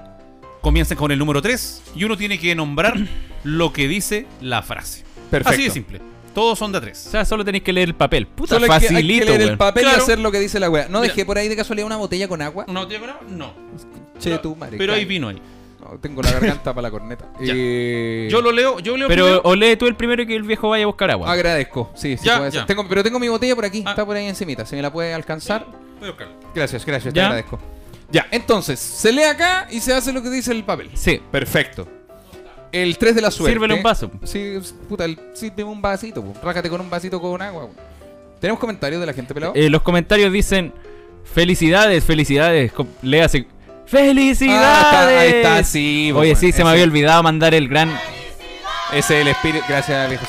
comienzan con el número 3 y uno tiene que nombrar *clears throat* lo que dice la frase.
Perfecto.
Así de simple. Todos son de a 3.
O sea, solo tenéis que leer el papel. Puta,
Solo hay que- hay que,
facilito,
leer el
weón.
papel y
Claro.
hacer lo que dice la wea. No
Mira.
dejé por ahí de casualidad una botella con agua.
¿Una botella con agua? No.
Che, tu madre.
Pero ahí
cae.
vino ahí.
No, tengo la garganta para la corneta.
Ya.
Eh,
Yo lo leo, yo leo.
Pero
primero.
o lee tú el primero que el viejo vaya a buscar
Ah,
agua.
Agradezco. Sí, sí
Ya,
puede ser.
ya.
Tengo, pero tengo mi botella por aquí,
Ah.
está por ahí encimita. Si me la puede alcanzar.
Voy a buscarlo.
Gracias, gracias, te
Ya.
agradezco. Ya, entonces, se lee acá y se hace lo que dice el papel.
Sí.
Perfecto. El 3 de la suerte.
Sírvele un vaso.
Sí, s- puta, el- sírveme un vasito. po. Rácate con un vasito con agua. po. ¿Tenemos comentarios de la gente pelado?
Eh, los comentarios dicen felicidades, felicidades. Com- Léase. ¡Felicidades!
Ah, está- ahí está, sí,
Oye,
bueno,
sí, se
ese-
me había olvidado mandar el gran.
Ese es el espíritu. Gracias, viejo.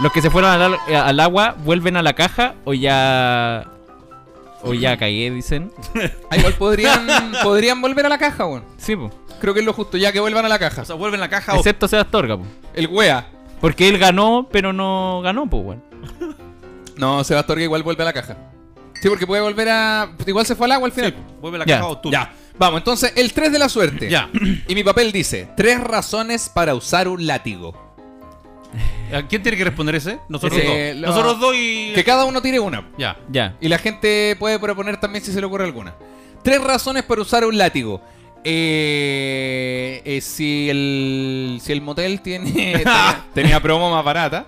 Los que se fueron al, al agua, ¿vuelven a la caja o ya. O ya cagué, dicen?
Ah, igual
*laughs*
podrían, podrían volver a la caja, weón.
Sí, po.
Creo que es lo justo, ya que vuelvan a la caja.
O sea, vuelve en la caja o.
Excepto pues. Sebastorga, po.
El wea.
Porque él ganó, pero no ganó, pues, weón.
No, Sebastorga igual vuelve a la caja. Sí, porque puede volver a. Igual se fue al agua al final.
Vuelve en la
Ya,
caja o tú.
Ya, vamos, entonces el 3 de la suerte.
Ya. *clears throat*
Y mi papel dice: Tres razones para usar un látigo.
¿A ¿Quién tiene que responder ese? Nosotros
Ese,
dos.
lo-
Nosotros dos y.
Que cada uno tire una.
Ya.
*laughs*
Ya.
Y la gente puede proponer también si se le ocurre alguna. Tres razones para usar un látigo. Eh, eh, si el si el motel
*laughs*
tiene tenía, tenía promo más barata.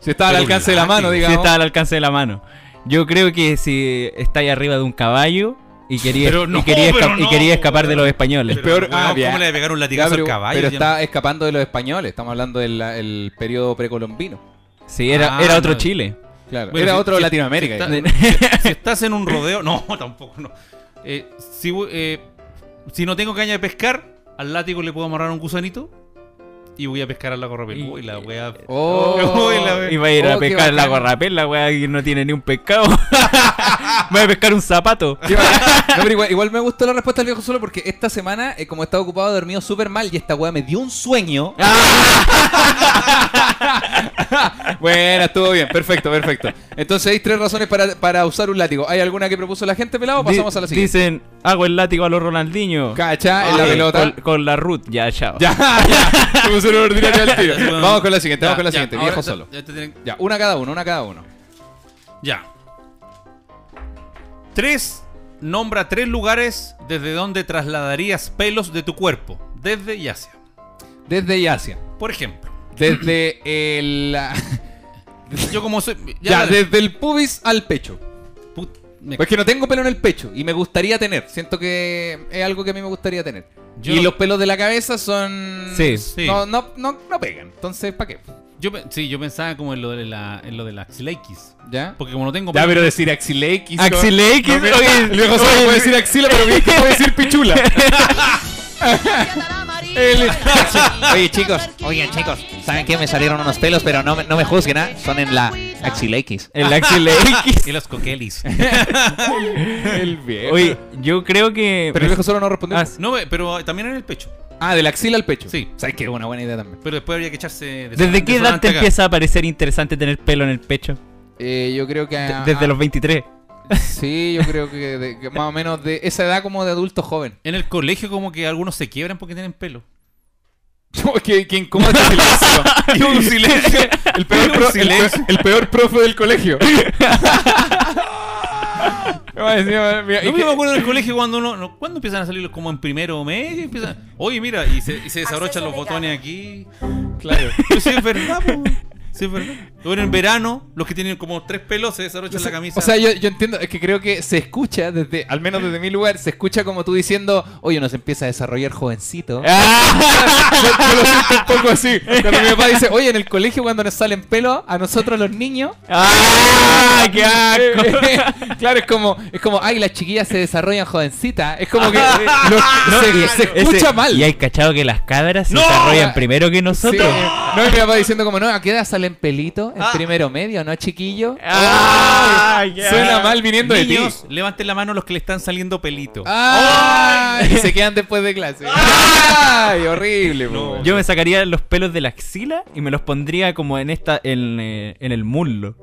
Si estaba al
Pero un
alcance de la mano,
látigo.
digamos.
Si está al alcance de la mano. Yo creo que si estáis arriba de un caballo y quería,
Pero no,
y quería,
pero
esca- y
no,
quería escapar de
weón.
los españoles.
Pero,
peor-
weón,
ah, bien.
¿Cómo le voy a pegar un
Ya,
latigazo
pero,
al caballo?
pero
Ya
está escapando de los españoles. Estamos hablando del el periodo precolombino.
Sí, era,
Ah,
era otro
no.
Chile.
Claro.
Bueno,
Era
si-
otro
si-
Latinoamérica.
si
*laughs* ya.
*laughs*
está- *laughs* si estás en un rodeo. No, *laughs* tampoco, no. Eh, si, voy- eh, si no tengo caña de pescar, al látigo le puedo amarrar un gusanito y voy a pescar al lago Rapel.
Y-
Uy, la wea. *laughs*
Oh.
Uy, la wea.
Iba a ir
Oh,
a
qué
pescar la
bacán.
*laughs* guarrapela, weá, que no tiene ni un pescado. voy a pescar un zapato.
Sí, vale. No, pero igual, igual me gustó la respuesta del viejo solo porque esta semana, eh, como estaba ocupado, he dormido súper mal y esta weá me dio un sueño. *laughs*
Bueno, estuvo bien, perfecto, perfecto.
Entonces hay tres razones para, para usar un látigo. ¿Hay alguna que propuso la gente, pelado? Pasamos
Di-
a la siguiente.
Dicen, hago el látigo a los Ronaldinho.
Cacha
Ah,
en la
Eh,
pelota.
Con, con la Ruth, ya, chao.
Ya,
*laughs*
ya. Fuimos un ordinario al tiro. Vamos con la siguiente, vamos con la
Ya,
siguiente.
ahora
Viejo
te-
solo.
Ya, te tienen-
Ya, una cada uno, una cada uno.
ya. Tres, nombra tres lugares desde donde trasladarías pelos de tu cuerpo, desde y hacia.
Desde y hacia.
Por ejemplo,
Desde *clears throat* el.
yo como
*laughs*
soy...
Ya,
dale.
desde el pubis al pecho.
Put- me-
Pues que no tengo pelo en el pecho y me gustaría tener. Siento que es algo que a mí me gustaría tener.
Yo
y
no-
los pelos de la cabeza son.
Sí,
sí.
No, no, no, no pegan. Entonces, ¿para qué?
yo pe- sí, yo pensaba como en lo de la, en lo de la Xlaikis.
¿Ya?
Porque como no tengo...
Ya,
pelo-
pero decir Axilex.
Axilex,
no, no, *laughs*
oye,
El
*laughs*
viejo solo
oye,
puede decir axila, pero bien que puede decir pichula. El-
*laughs* Oye, chicos. Oye, chicos. ¿Saben qué? Me salieron unos pelos, pero no, no me juzguen, ¿ah? Son en la axilex.
El Axilex.
Y los
*laughs*
coquelis.
El viejo.
Oye, yo creo que.
Eh, Pero el viejo solo no respondió.
Ah,
Ah,
sí.
No, eh, pero también en el pecho.
de la axila al pecho.
Sí.
¿Sabes qué? Una buena idea también.
Pero después habría que echarse...
¿Desde qué edad te
desodorante acá.
empieza a parecer interesante tener pelo en el pecho?
Eh, yo creo que. a-
Desde
a-
los 23.
*laughs* Sí, yo creo que, de- que más o menos de esa edad como de adulto joven.
En el colegio como que algunos se quiebran porque tienen pelo.
*laughs* Qué, qué incómodo este silencio.
Y un silencio.
El peor, pro- el,
silencio.
el peor profe del colegio. No, encima, mira, y
No,
que-
yo me acuerdo en el colegio cuando uno, no, cuando empiezan a salir los- como en primero medio, empiezan, oye mira, y se, y se desabrocha
Acceso
los
legal.
botones aquí. Claro. sí es verdad, po, sí es verdad. Luego en verano, los que tienen como tres pelos se desarrollan la camisa.
O sea, yo, yo entiendo, es que creo que se escucha desde, al menos desde mi lugar, se escucha como tú diciendo, oye, nos empieza a desarrollar jovencito.
Ah.
*laughs* yo, yo lo siento un poco así. Cuando mi papá dice, oye, en el colegio cuando nos salen pelos, a nosotros los niños.
¡Ah!
*laughs*
¡Qué
*laughs*
asco!
Eh, claro, es como, es como, ay, las chiquillas se desarrollan jovencitas. Es *laughs* como que lo- se, se escucha
Ese-
mal.
Y hay cachado que las cabras
¡No!
se desarrollan primero que
Sí.
nosotros.
No, y mi papá diciendo como, no, ¿a qué edad salen pelitos? En primero medio, ¿no, chiquillo?
¡Ah! ya.
Suena mal viniendo de ti.
Niños, levanten la mano los que le están saliendo pelito.
¡Ah! Y se quedan después de clase. ¡Ay, horrible! po.
Yo me sacaría los pelos de la axila y me los pondría como en esta en, eh, en el muslo.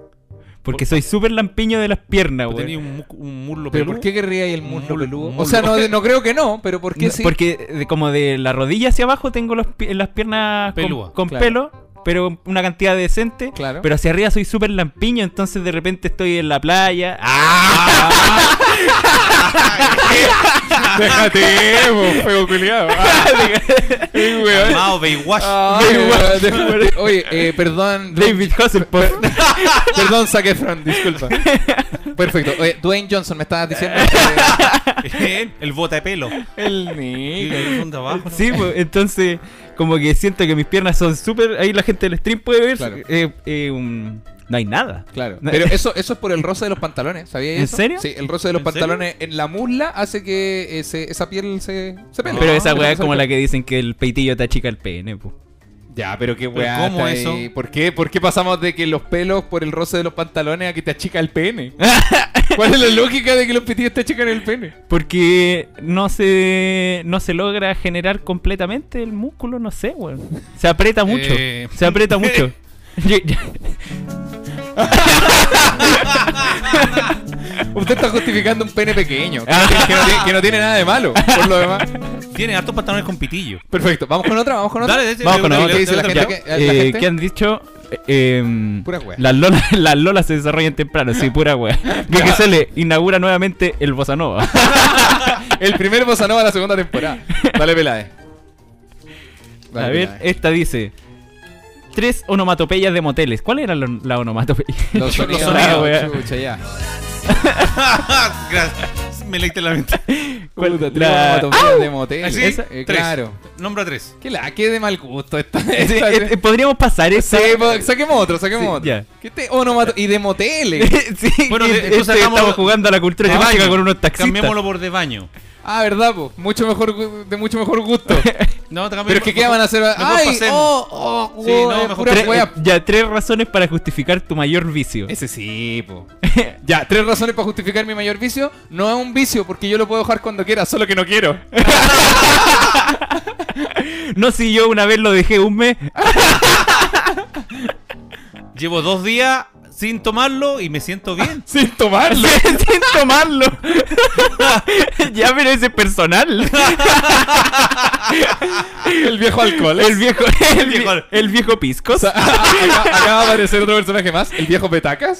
Porque soy súper lampiño de las piernas,
Pues
güey.
tenía un, mu- un muslo
¿Pero
peludo.
por qué querría el muslo
Mul-
peludo?
muslo.
O sea, no, no creo que no, pero ¿por qué
No,
sí?
*laughs*
Porque de- como de la rodilla hacia abajo tengo los pi- las piernas con-
Pelúa,
con,
claro.
pelo, pero una cantidad decente.
Claro.
Pero hacia arriba soy súper lampiño, entonces de repente estoy en la playa. *laughs* ¡Ah!
Déjate, po, feo *laughs* culiado. Ay, weón.
Mao
*laughs*
Baywatch.
Ay,
Ay,
weón.
Oye, eh,
*laughs*
perdón,
David Hasselhoff.
*laughs*
Perdón, saqué Fran, *laughs* disculpa.
perfecto. Oye, Dwayne Johnson, me estabas diciendo
*laughs*
que...
*laughs* el bota de pelo.
El
Y
niño.
el fondo abajo, ¿no?
Sí, pues, entonces como que siento que mis piernas son súper... Ahí la gente del stream puede ver.
Claro.
eh, eh, um, no hay nada.
Claro, pero eso, eso es por el roce de los pantalones, ¿sabías
¿En
eso?
serio?
Sí, el roce de los
¿En
pantalones en la musla hace que ese- esa piel se, se pele.
*laughs* Pero esa
Se
weá
le
es como
salga.
la que dicen que el peitillo te achica el pene, pues.
Ya, pero qué weá.
¿cómo
está ahí.
eso?
¿Por qué? ¿Por qué pasamos de que los pelos por el roce de los pantalones a que te achica
*laughs*
el pene? ¿Cuál es la lógica de que los pitillos te achican el pene?
Porque no se, no se logra generar completamente el músculo, no sé, weón. Se aprieta mucho.
Eh.
Se aprieta mucho. *laughs* Yo- yo-
Usted está justificando un pene pequeño, que, que no tiene, que no tiene nada de malo, por lo demás.
Tiene hartos pantalones con pitillo.
Perfecto, vamos
Vamos con otra, vamos con otra.
Dale, dale,
Vamos con
dale,
la
dale,
otra.
¿Qué dice la
dale,
gente?
dale. *laughs*
Ya,
que- la
eh,
gente-
¿Qué han dicho? Eh, em,
Pura wea.
las lolas, *laughs* las lolas se desarrollan temprano, sí,
*laughs*
pura wea. Que se le inaugura nuevamente el Bossa Nova.
El primer bossa nova de la segunda temporada. Dale, Peláez.
A *laughs*
Dale,
ver,
Peláez.
esta dice: Tres onomatopeyas de moteles. ¿Cuál era la, la onomatopeya? *laughs*
Los sonidos,
sonidos, wea.
chucha, ya.
Gracias. Me leíste la
*laughs*
mente.
¿Cuál-
Puta, tres
la-
onomatopeyas de motel.
Así,
Esa-
tres.
eh, claro.
Nombra tres.
Que la que de mal gusto
*laughs*
esta.
Sí,
esta-
eh, eh, Podríamos pasar esta.
Sí, po- saquemos otro, saquemos
Sí,
otro.
ya.
¿Qué te onomato- Y de moteles.
*laughs* sí,
Bueno,
que
de- entonces
este,
hagamos-
estamos jugando a la cultura
De
temática
baño.
con unos taxistas.
Cambiémoslo por de baño.
Ah, verdad, po. Mucho mejor, gu- de mucho mejor gusto.
No, te
Pero es que, ¿qué van a hacer? ¡Ay!
pasemos.
¡Oh! ¡Oh!
Sí,
oh,
no,
eh,
mejor
pura
tres-
wea.
Ya, tres razones para justificar tu mayor vicio.
Ese sí, po. ya, tres razones para justificar mi mayor vicio. No es un vicio, porque yo lo puedo dejar cuando quiera, solo que no quiero. *laughs*
No, si yo una vez lo dejé un mes.
Llevo dos días sin tomarlo y me siento bien.
Sin tomarlo.
sin
*laughs*
tomarlo. ya, pero ese
*laughs*
es personal.
El viejo alcohol.
*laughs* El
*laughs*
viejo, el,
viejo-
vie- el viejo
*laughs*
piscos.
acaba, acaba de aparecer otro personaje más, el viejo Petacas.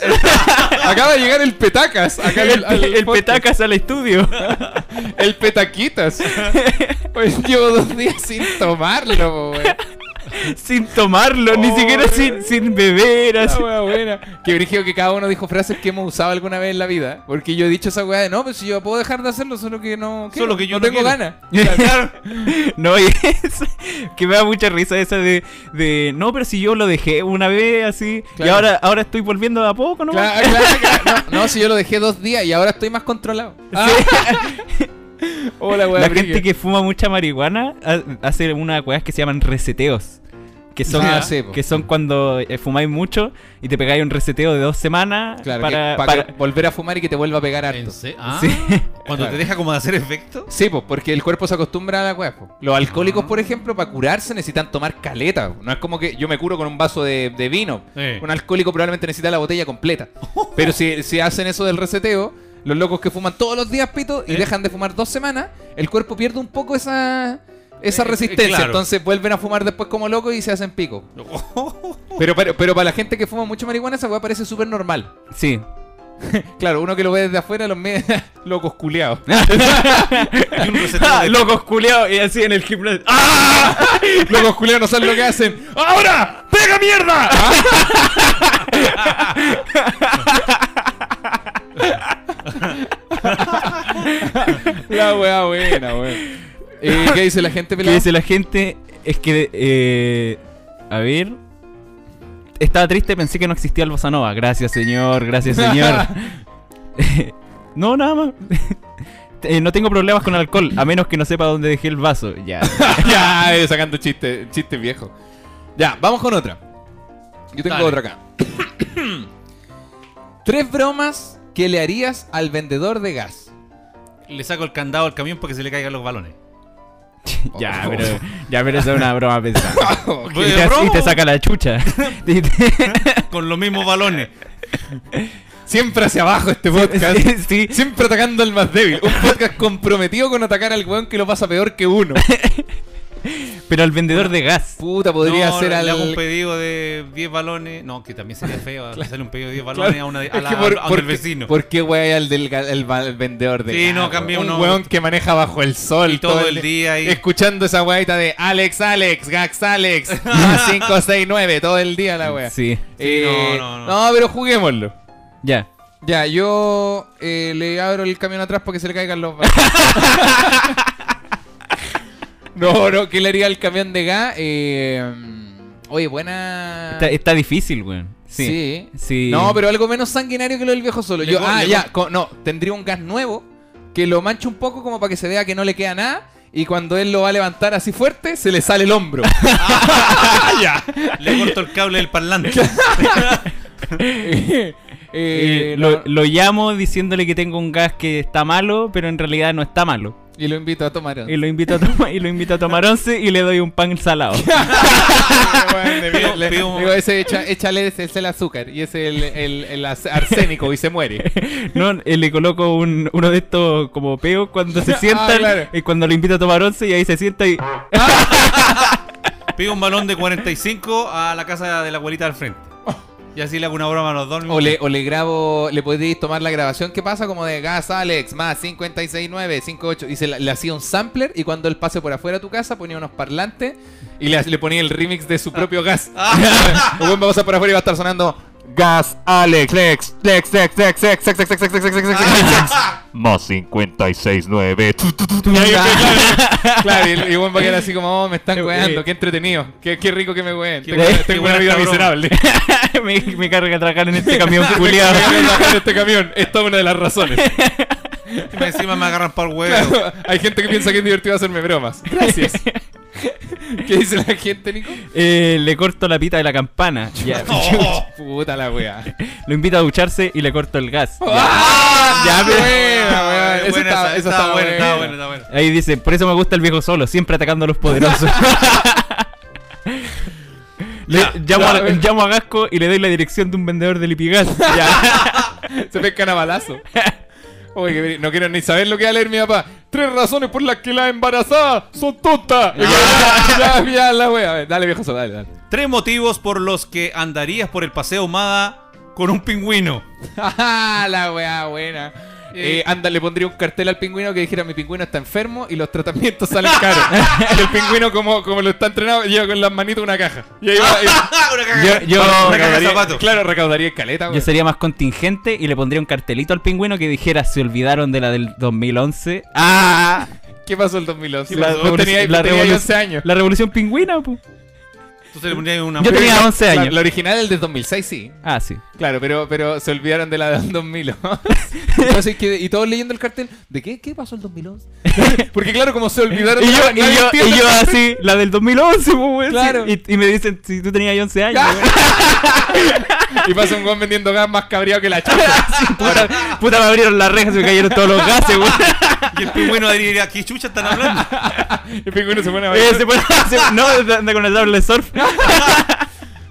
acaba de llegar el Petacas. Acá al-
el,
al
el
podcast.
petacas
*laughs*
al estudio.
El Petaquitas. Pues llevo dos días sin tomarlo, po, wey.
sin tomarlo, ni
Oh,
siquiera sin, sin beber.
La
así.
wea buena. Que brígido que cada uno dijo frases que hemos usado alguna vez en la vida. Porque yo he dicho esa weá de no, pues si yo puedo dejar de hacerlo, solo que no. quiero,
Solo que yo
no
no
tengo
quiero".
ganas.
*laughs* No, y es que me da mucha risa esa de, de no, pero si yo lo dejé una vez así y
Claro.
ahora, ahora estoy volviendo de a poco, ¿no?
ah, Claro, claro, claro. No, no, si yo lo dejé dos días y ahora estoy más controlado. Hola,
La gente que fuma mucha marihuana ha- hace unas weas que se llaman reseteos. Que son,
Ah, sí, po.
que son cuando eh, fumáis mucho y te pegáis un reseteo de dos semanas
Claro,
para,
que pa-
para-
volver a fumar y que te vuelva a pegar harto.
Ah,
*laughs* Sí.
Cuando
Claro.
te deja como de hacer
*laughs*
efecto.
Sí, pues, porque el cuerpo se acostumbra a la weá. po. Los
Ah.
alcohólicos, por ejemplo, para curarse necesitan tomar caleta. po. No es como que yo me curo con un vaso de, de vino.
Sí.
Un alcohólico probablemente necesita la
*laughs*
botella completa. Pero si, si hacen eso del reseteo, los locos que fuman todos los días pito y
Eh.
dejan de fumar dos semanas, el cuerpo pierde un poco esa, esa
Eh, eh,
resistencia.
claro.
Entonces vuelven a fumar después como locos y se
*laughs*
hacen pico. Pero, pero, pero para la gente que fuma mucho marihuana, esa weá parece súper normal.
Sí.
Claro, uno que lo ve desde afuera, los medios *laughs* locos culeados.
Y un reseteo
Ah,
de-
locos culiados y así en el gimnasio. ¡Ah!
Locos culeados no saben lo que hacen.
¡Ahora! ¡Pega mierda!
La weá buena, weón. Eh, ¿Qué dice la gente,
que
pelado?
dice la gente es que eh, a ver estaba triste pensé que no existía el bossa nova gracias señor
*laughs*
gracias señor *laughs* no nada más *laughs* Eh, no tengo problemas con el alcohol a menos que no sepa dónde dejé el vaso
*laughs*
ya
ya, eh, sacando chiste, chiste viejo. Ya, vamos con otra. Yo tengo
Dale.
otra acá. *coughs* Tres bromas que le harías al vendedor de *laughs* gas.
*laughs* Le saco el candado al camión para que se le caigan los balones.
Oh.
ya pero ya pero eso es una
*laughs*
broma pensada
Ok.
y, te, y te saca
*laughs*
la chucha Y te-
Con los mismos balones.
Siempre hacia abajo este podcast.
*laughs* sí,
Siempre atacando al más débil. Un podcast comprometido con atacar al weón que lo pasa peor que uno.
pero el vendedor de gas
Puta, podría
No,
ser
le
al.
hago un pedido de 10 balones. No, que también sería
*laughs*
feo hacerle un pedido de 10 balones a, una, de- a
Es
la-
que por-
a un
por-
del vecino. *laughs*
¿Por qué, güey, al del ga- el va- el vendedor de
Sí,
gas,
no,
güey?
cambié
Un
uno.
weón que maneja bajo el sol
Y todo el día ahí.
Escuchando esa weadita de Alex, Alex,
*laughs*
Gax, Alex, 569, todo el día la wea.
sí
Eh,
no, no,
no, pero juguémoslo.
ya
Ya, yo eh, le abro el camión atrás para que se le caigan
*laughs*
los... no, no, ¿qué le haría al camión de gas? Eh, oye, buena...
está, está difícil weón sí
Sí.
Sí.
No, pero algo menos sanguinario que lo del viejo solo.
Le
Yo,
co-
ah,
le
ya, co- no, tendría un gas nuevo que lo manche un poco como para que se vea que no le queda nada. Y cuando él lo va a levantar así fuerte, se le sale el hombro.
*laughs*
Le corto el cable del
*laughs*
parlante.
Eh,
Eh,
no,
lo, lo llamo diciéndole que tengo un gas que está malo, pero en realidad no está malo.
y lo invito a tomar. *laughs*
Y lo invito a, toma- y lo invito a tomar once y le doy un pan salado.
Ah,
*laughs*
Le
Pido-
le-
pido-
digo, ese, echa- échale ese, ese el azúcar y ese el, el- el as- arsénico y se muere.
No, eh, le coloco un- uno de estos como peos cuando se sienta
*laughs* Ah, claro. Ah,
y cuando lo invito a tomar once y ahí se sienta y
Pido un balón de 45 a la casa de la abuelita al frente. Y así le hago una broma a los dos. al mismo
O le, o le grabo, le podéis tomar la grabación que pasa como de gas Alex más 569, 58. Y se la- le hacía un sampler y cuando él pase por afuera de tu casa ponía unos parlantes y le, le ponía el remix de su propio gas. O bueno, vamos a por afuera y va a estar sonando
Gas Alex Lex Lex Lex Lex Lex Lex Lex Lex Lex Lex Lex Lex Lex Lex Más 56 9
Claro, y, el- y bueno, va a quedar así como, oh, me están weando, qué entretenido, qué, qué rico que me ween. Tengo,
eh,
bueno,
tengo
qué
una
buena
vida
esta broma.
miserable.
*laughs* me,
*laughs*
me carga a trabajar en este camión
Tengo una
culiado.
vida miserable en este camión, esta es una de las razones.
Y más encima me agarran para el huevo. *laughs*
Hay gente que piensa que es divertido hacerme bromas. Gracias. ¿Qué dice la gente, Nico?
Eh, le corto la pita de la campana. Ya.
Oh,
*laughs* Puta la weá.
Lo invito a ducharse y le corto el gas.
¡Ah!
Ya, pero-
Buena, weá. Esa
buena,
estaba-
esa- estaba
esa
buena,
estaba buena.
estaba buena, estaba buena.
Ahí dice, por eso me gusta el viejo solo, siempre atacando a los
*laughs*
poderosos. Le- llamo, a, llamo a Gasco y le doy la dirección de un vendedor
*laughs*
de lipigas. Ya.
Se pescan a balazo. Oye, que no quiero ni saber lo que va a leer mi papá. Tres razones por las que la embarazada son tontas. Ya, ya, la wea. A ver, Dale, viejo, solo, dale, dale.
Tres motivos por los que andarías por el paseo Mada con un pingüino.
Ah, la weá buena. Eh, anda, le pondría un cartel al pingüino que dijera mi pingüino está enfermo y los tratamientos salen caros. *laughs* y el pingüino como, como lo está entrenado lleva con las manitos una caja. Y ahí va, y- Oh,
una caja,
Yo- yo
*laughs* una caja de
agarraría-
zapatos.
claro, recaudaría escaleta,
Yo
weón.
sería más contingente y le pondría un cartelito al pingüino que dijera, se olvidaron de la del 2011. Ah,
¿Qué pasó el 2011?
la,
Vos tenías-
la
vos tenías
revolución-
11 años.
la revolución pingüina. po.
Entonces le pondría una
Yo tenía 11
La-
años.
La, original, el de 2006, sí.
Ah, sí.
Claro, pero, pero se olvidaron de la del
*laughs*
2011. Entonces, que- y todos leyendo el cartel, ¿de qué, qué pasó el 2011? *laughs* Porque claro, como se olvidaron
Y
de
yo,
la-
y
nadie
yo,
entiende
y
el
yo
cartel.
así, la del 2011, po, weón, sí.
Claro.
Y, y me dicen, si tú tenías 11 años. weón.
*laughs* Y pasa un gón vendiendo gas más cabreado que la chucha.
puta, puta, me abrieron las rejas y me cayeron todos los gases,
*laughs*
weón. *laughs*
Y el pingüino diría, ¿qué chucha están hablando?
El pingüino se pone a
Eh,
bailar.
se pone- se- no, anda con el *laughs* sable de surf.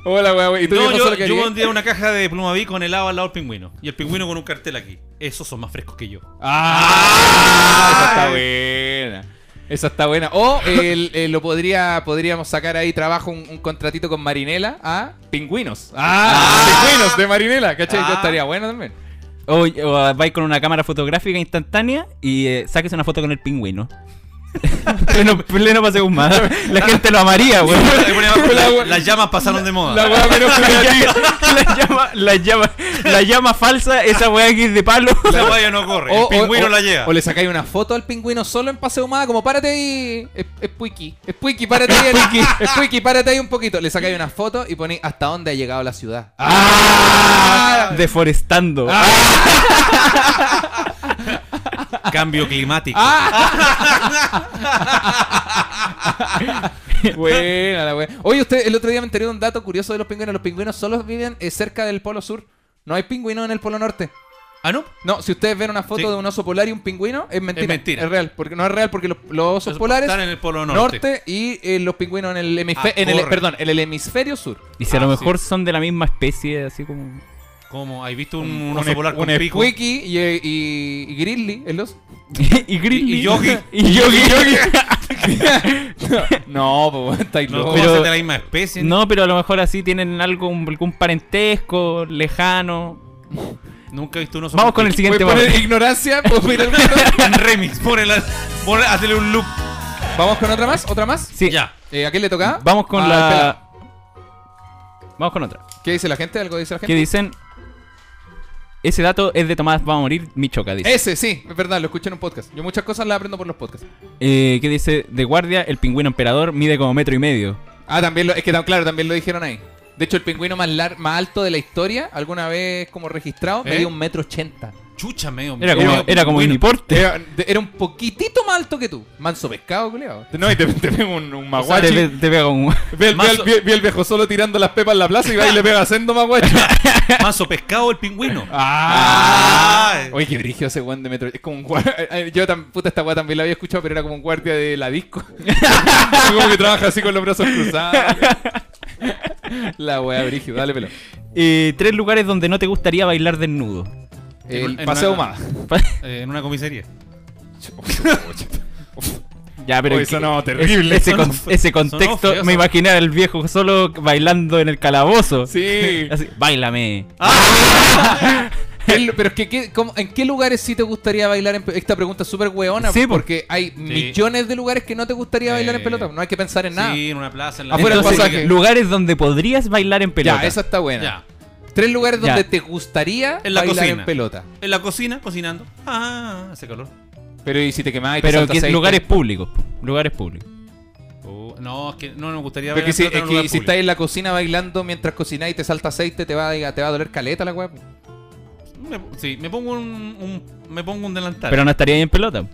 Hola, weá, weá. ¿Y tú
No,
viejo
yo,
solo qué
yo
harías?
pondría una caja de plumaví con helado al lado del pingüino. Y el pingüino con un cartel aquí. Esos son más frescos que yo.
Ah, esa está buena. Esa está buena. O el- eh, lo podría, podríamos sacar ahí trabajo un, un contratito con Marinela a pingüinos. Ah, pingüinos de Marinela, ¿cachai? Yo estaría bueno también.
O, o vais con una cámara fotográfica instantánea y eh, saques una foto con el pingüino. *laughs* pleno, pleno paseo humada. La gente lo amaría, weón.
Le ponía abajo,
La
"La-
wea-
Las llamas pasaron de
La
moda. *laughs*
weá menos creativa.
*laughs* La llama, la llama, la llama falsa, esa weá que es de palo.
La valla no corre. El
O-
pingüino
o-
la lleva.
O le sacáis una foto al pingüino solo en paseo humada, como párate ahí. Es, es Puiki. Es Puiki,
*laughs*
párate ahí. Es Puiki, párate ahí un poquito. Le sacáis una foto y ponéis hasta dónde ha llegado la ciudad.
Ah.
Deforestando.
Cambio climático.
*laughs* Buena la wea. Oye, usted el otro día me enteré de un dato curioso de los pingüinos. Los pingüinos solo viven eh, cerca del polo sur. No hay pingüinos en el polo norte.
¿Ah, no?
No, si ustedes ven una foto
Sí.
de un oso polar y un pingüino, es mentira.
mentira.
real. Porque no es real porque los, los osos
Los
polares.
Están en el polo norte.
norte. y eh, los pingüinos en el hemisferio.
Ah,
en el,
corre.
perdón, en el hemisferio sur.
Y si a lo mejor son de la misma especie, así como.
¿Cómo? ¿Has visto un, un oso polar con
es-
pico?
Wiki y, y- y Grizzly, el oso.
y Grizzly.
Y- y Yogi.
Y Yogi. *laughs*
no, pues estáis
No,
locos.
¿cómo
pero-
son de la misma especie?
No, pero a lo mejor así tienen algo, un- algún parentesco lejano.
Nunca he visto un oso
Vamos con el
Voy a
siguiente.
poner
vamos.
ignorancia, pues, mira,
*laughs* En remix, ponela, ponela, hazle un loop.
*laughs* Vamos con otra más, otra más.
Sí.
Ya.
Eh, ¿A quién le toca?
Vamos con
Ah, espera.
la. Vamos con otra.
¿Qué dice la gente? ¿Algo dice la
Que
gente?
dicen. Ese dato es de Tomás va a morir, Michoca, dice.
Ese, sí, es verdad, lo escuché en un podcast. Yo muchas cosas las aprendo por los podcasts.
Eh, que dice, de guardia, el pingüino emperador mide como metro y medio.
Ah, también lo, es que tan claro, también lo dijeron ahí. De hecho, el pingüino más, lar- más alto de la historia, alguna vez como registrado,
¿Eh?
medía un metro ochenta.
Chucha, medio.
Era como,
medio-
era como un
bueno.
uniporte.
Era, de- era un poquitito más alto que tú. Manso pescado, culiao.
No, y te, te pego un, un
Ah,
O sea,
maguachi.
te, ve- te pega *laughs* como-
Vi el,
Manso-
vi el- vi el viejo solo tirando las pepas en la plaza y va y le pega haciendo más *laughs* guacho.
Mazo pescado el pingüino.
Ah.
Ah.
Oye, qué brígido ese weón de metro. Es como un guardia. Yo, tam- puta, esta weá también la había escuchado, pero era como un guardia de la *laughs* disco. como que trabaja así con los brazos cruzados. la weá, brígido. Dale pelo.
Eh, tres lugares donde no te gustaría bailar desnudo.
El
En- en
paseo
una-
más.
Eh, en una comisaría.
ya,
Oh,
pero
Oye,
es que-
sonó terrible.
Ese,
Sonó
con-
fe-
ese
sonó
contexto
feo,
me
sonó-
imaginé al viejo solo bailando en el calabozo.
*laughs* Sí.
Así, bailame.
El- pero es que, ¿qué- cómo- ¿en qué lugares sí te gustaría bailar en pe- Esta pregunta es súper weona.
Sí, po.
porque hay millones de lugares que no te gustaría bailar en
Eh,
pelota. No hay que pensar en nada.
Sí, en una plaza. En la
Afuera del
Entonces,
pasaje.
lugares donde podrías bailar en pelota.
Ya, esa está buena.
Ya.
Tres lugares
Ya.
donde te gustaría
En la
bailar en
cocina.
pelota.
En la cocina, cocinando. Ah, hace calor.
Pero y si te quemáis, te
Pero
salta
que
aceite?
lugares públicos. po, Lugares públicos.
Oh, no, es que no me gustaría
Pero que si,
pelota
es
en un
que
lugar
si
público.
estás en la cocina bailando mientras cocináis y te salta aceite, te va, a- te va a doler caleta la weá. po.
Me, sí, me pongo un, un- me pongo un delantal.
Pero no estaría ahí en pelota.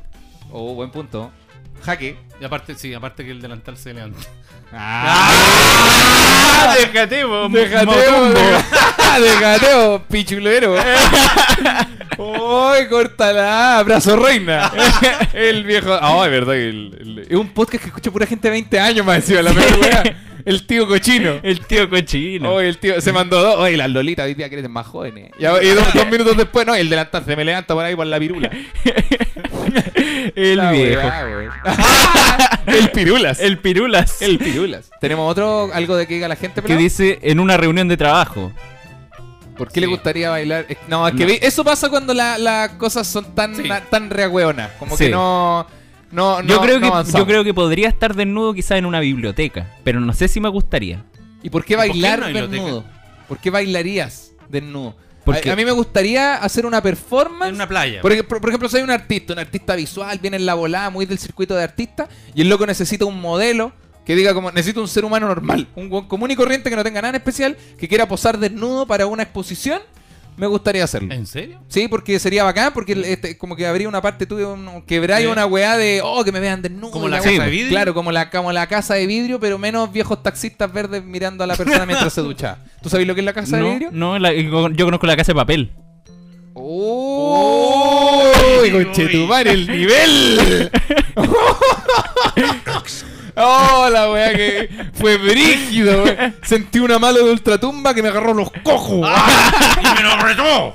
Oh, buen punto. Jaque.
Y aparte, sí, aparte que el delantal se levanta.
*laughs*
*laughs* ¡Ah! Déjate, vos.
Degateo, *laughs* deja- degateo, pichulero. ¡Uy, córtala! ¡Abrazo reina! *laughs* El viejo. Ah, es verdad. que el- el- es un podcast que escucha pura gente de 20 años más encima, la peor wea. El tío cochino.
El tío cochino.
Oye, el tío se mandó dos. Oye, las lolitas hoy día crecen más jóvenes. Y, y dos, dos minutos después, no, el delantal se me levanta por ahí por la *laughs* pirula.
el
La
viejo.
weá, *laughs* wey. el pirulas.
El pirulas.
el pirulas. Tenemos otro, algo de que diga la gente,
que
pelado?
dice en una reunión de trabajo.
¿Por qué le gustaría bailar? Es- No, es que vi- eso pasa cuando la- las cosas son tan,
Sí.
na- tan reagüeonas. Como que
Sí.
no. No, no.
yo, creo
no
que,
avanzamos.
yo creo que podría estar desnudo quizá en una biblioteca, pero no sé si me gustaría.
¿Y por qué
por qué
bailar
en una biblioteca?
desnudo? ¿Por qué bailarías desnudo?
Porque-
A, a mí me gustaría hacer una performance.
En una playa.
Por, ej- por- por ejemplo, soy un artista, un artista visual, viene en la volada, muy del circuito de artistas, y el loco necesita un modelo que diga como, necesito un ser humano normal, un weón común y corriente que no tenga nada en especial, que quiera posar desnudo para una exposición, me gustaría hacerlo.
¿En serio?
Sí, porque sería bacán, porque este, como que habría una parte tuya, un, quebráis
Sí.
una weá de, oh, que me vean desnudo.
Como
y
la
weá.
casa de vidrio.
Claro, como la, como la casa de vidrio, pero menos viejos taxistas verdes mirando a la persona mientras se ducha. ¿Tú sabes lo que es la casa de
No,
vidrio?
no la- eh, yo yo conozco la casa de papel.
¡Oh!
Uy,
conchetumare, el nivel! *laughs* ¡Oh, la weá que fue brígido! weá. Sentí una mala de ultratumba que me agarró los cojos.
Ah,
*laughs*
¡Y me lo apretó!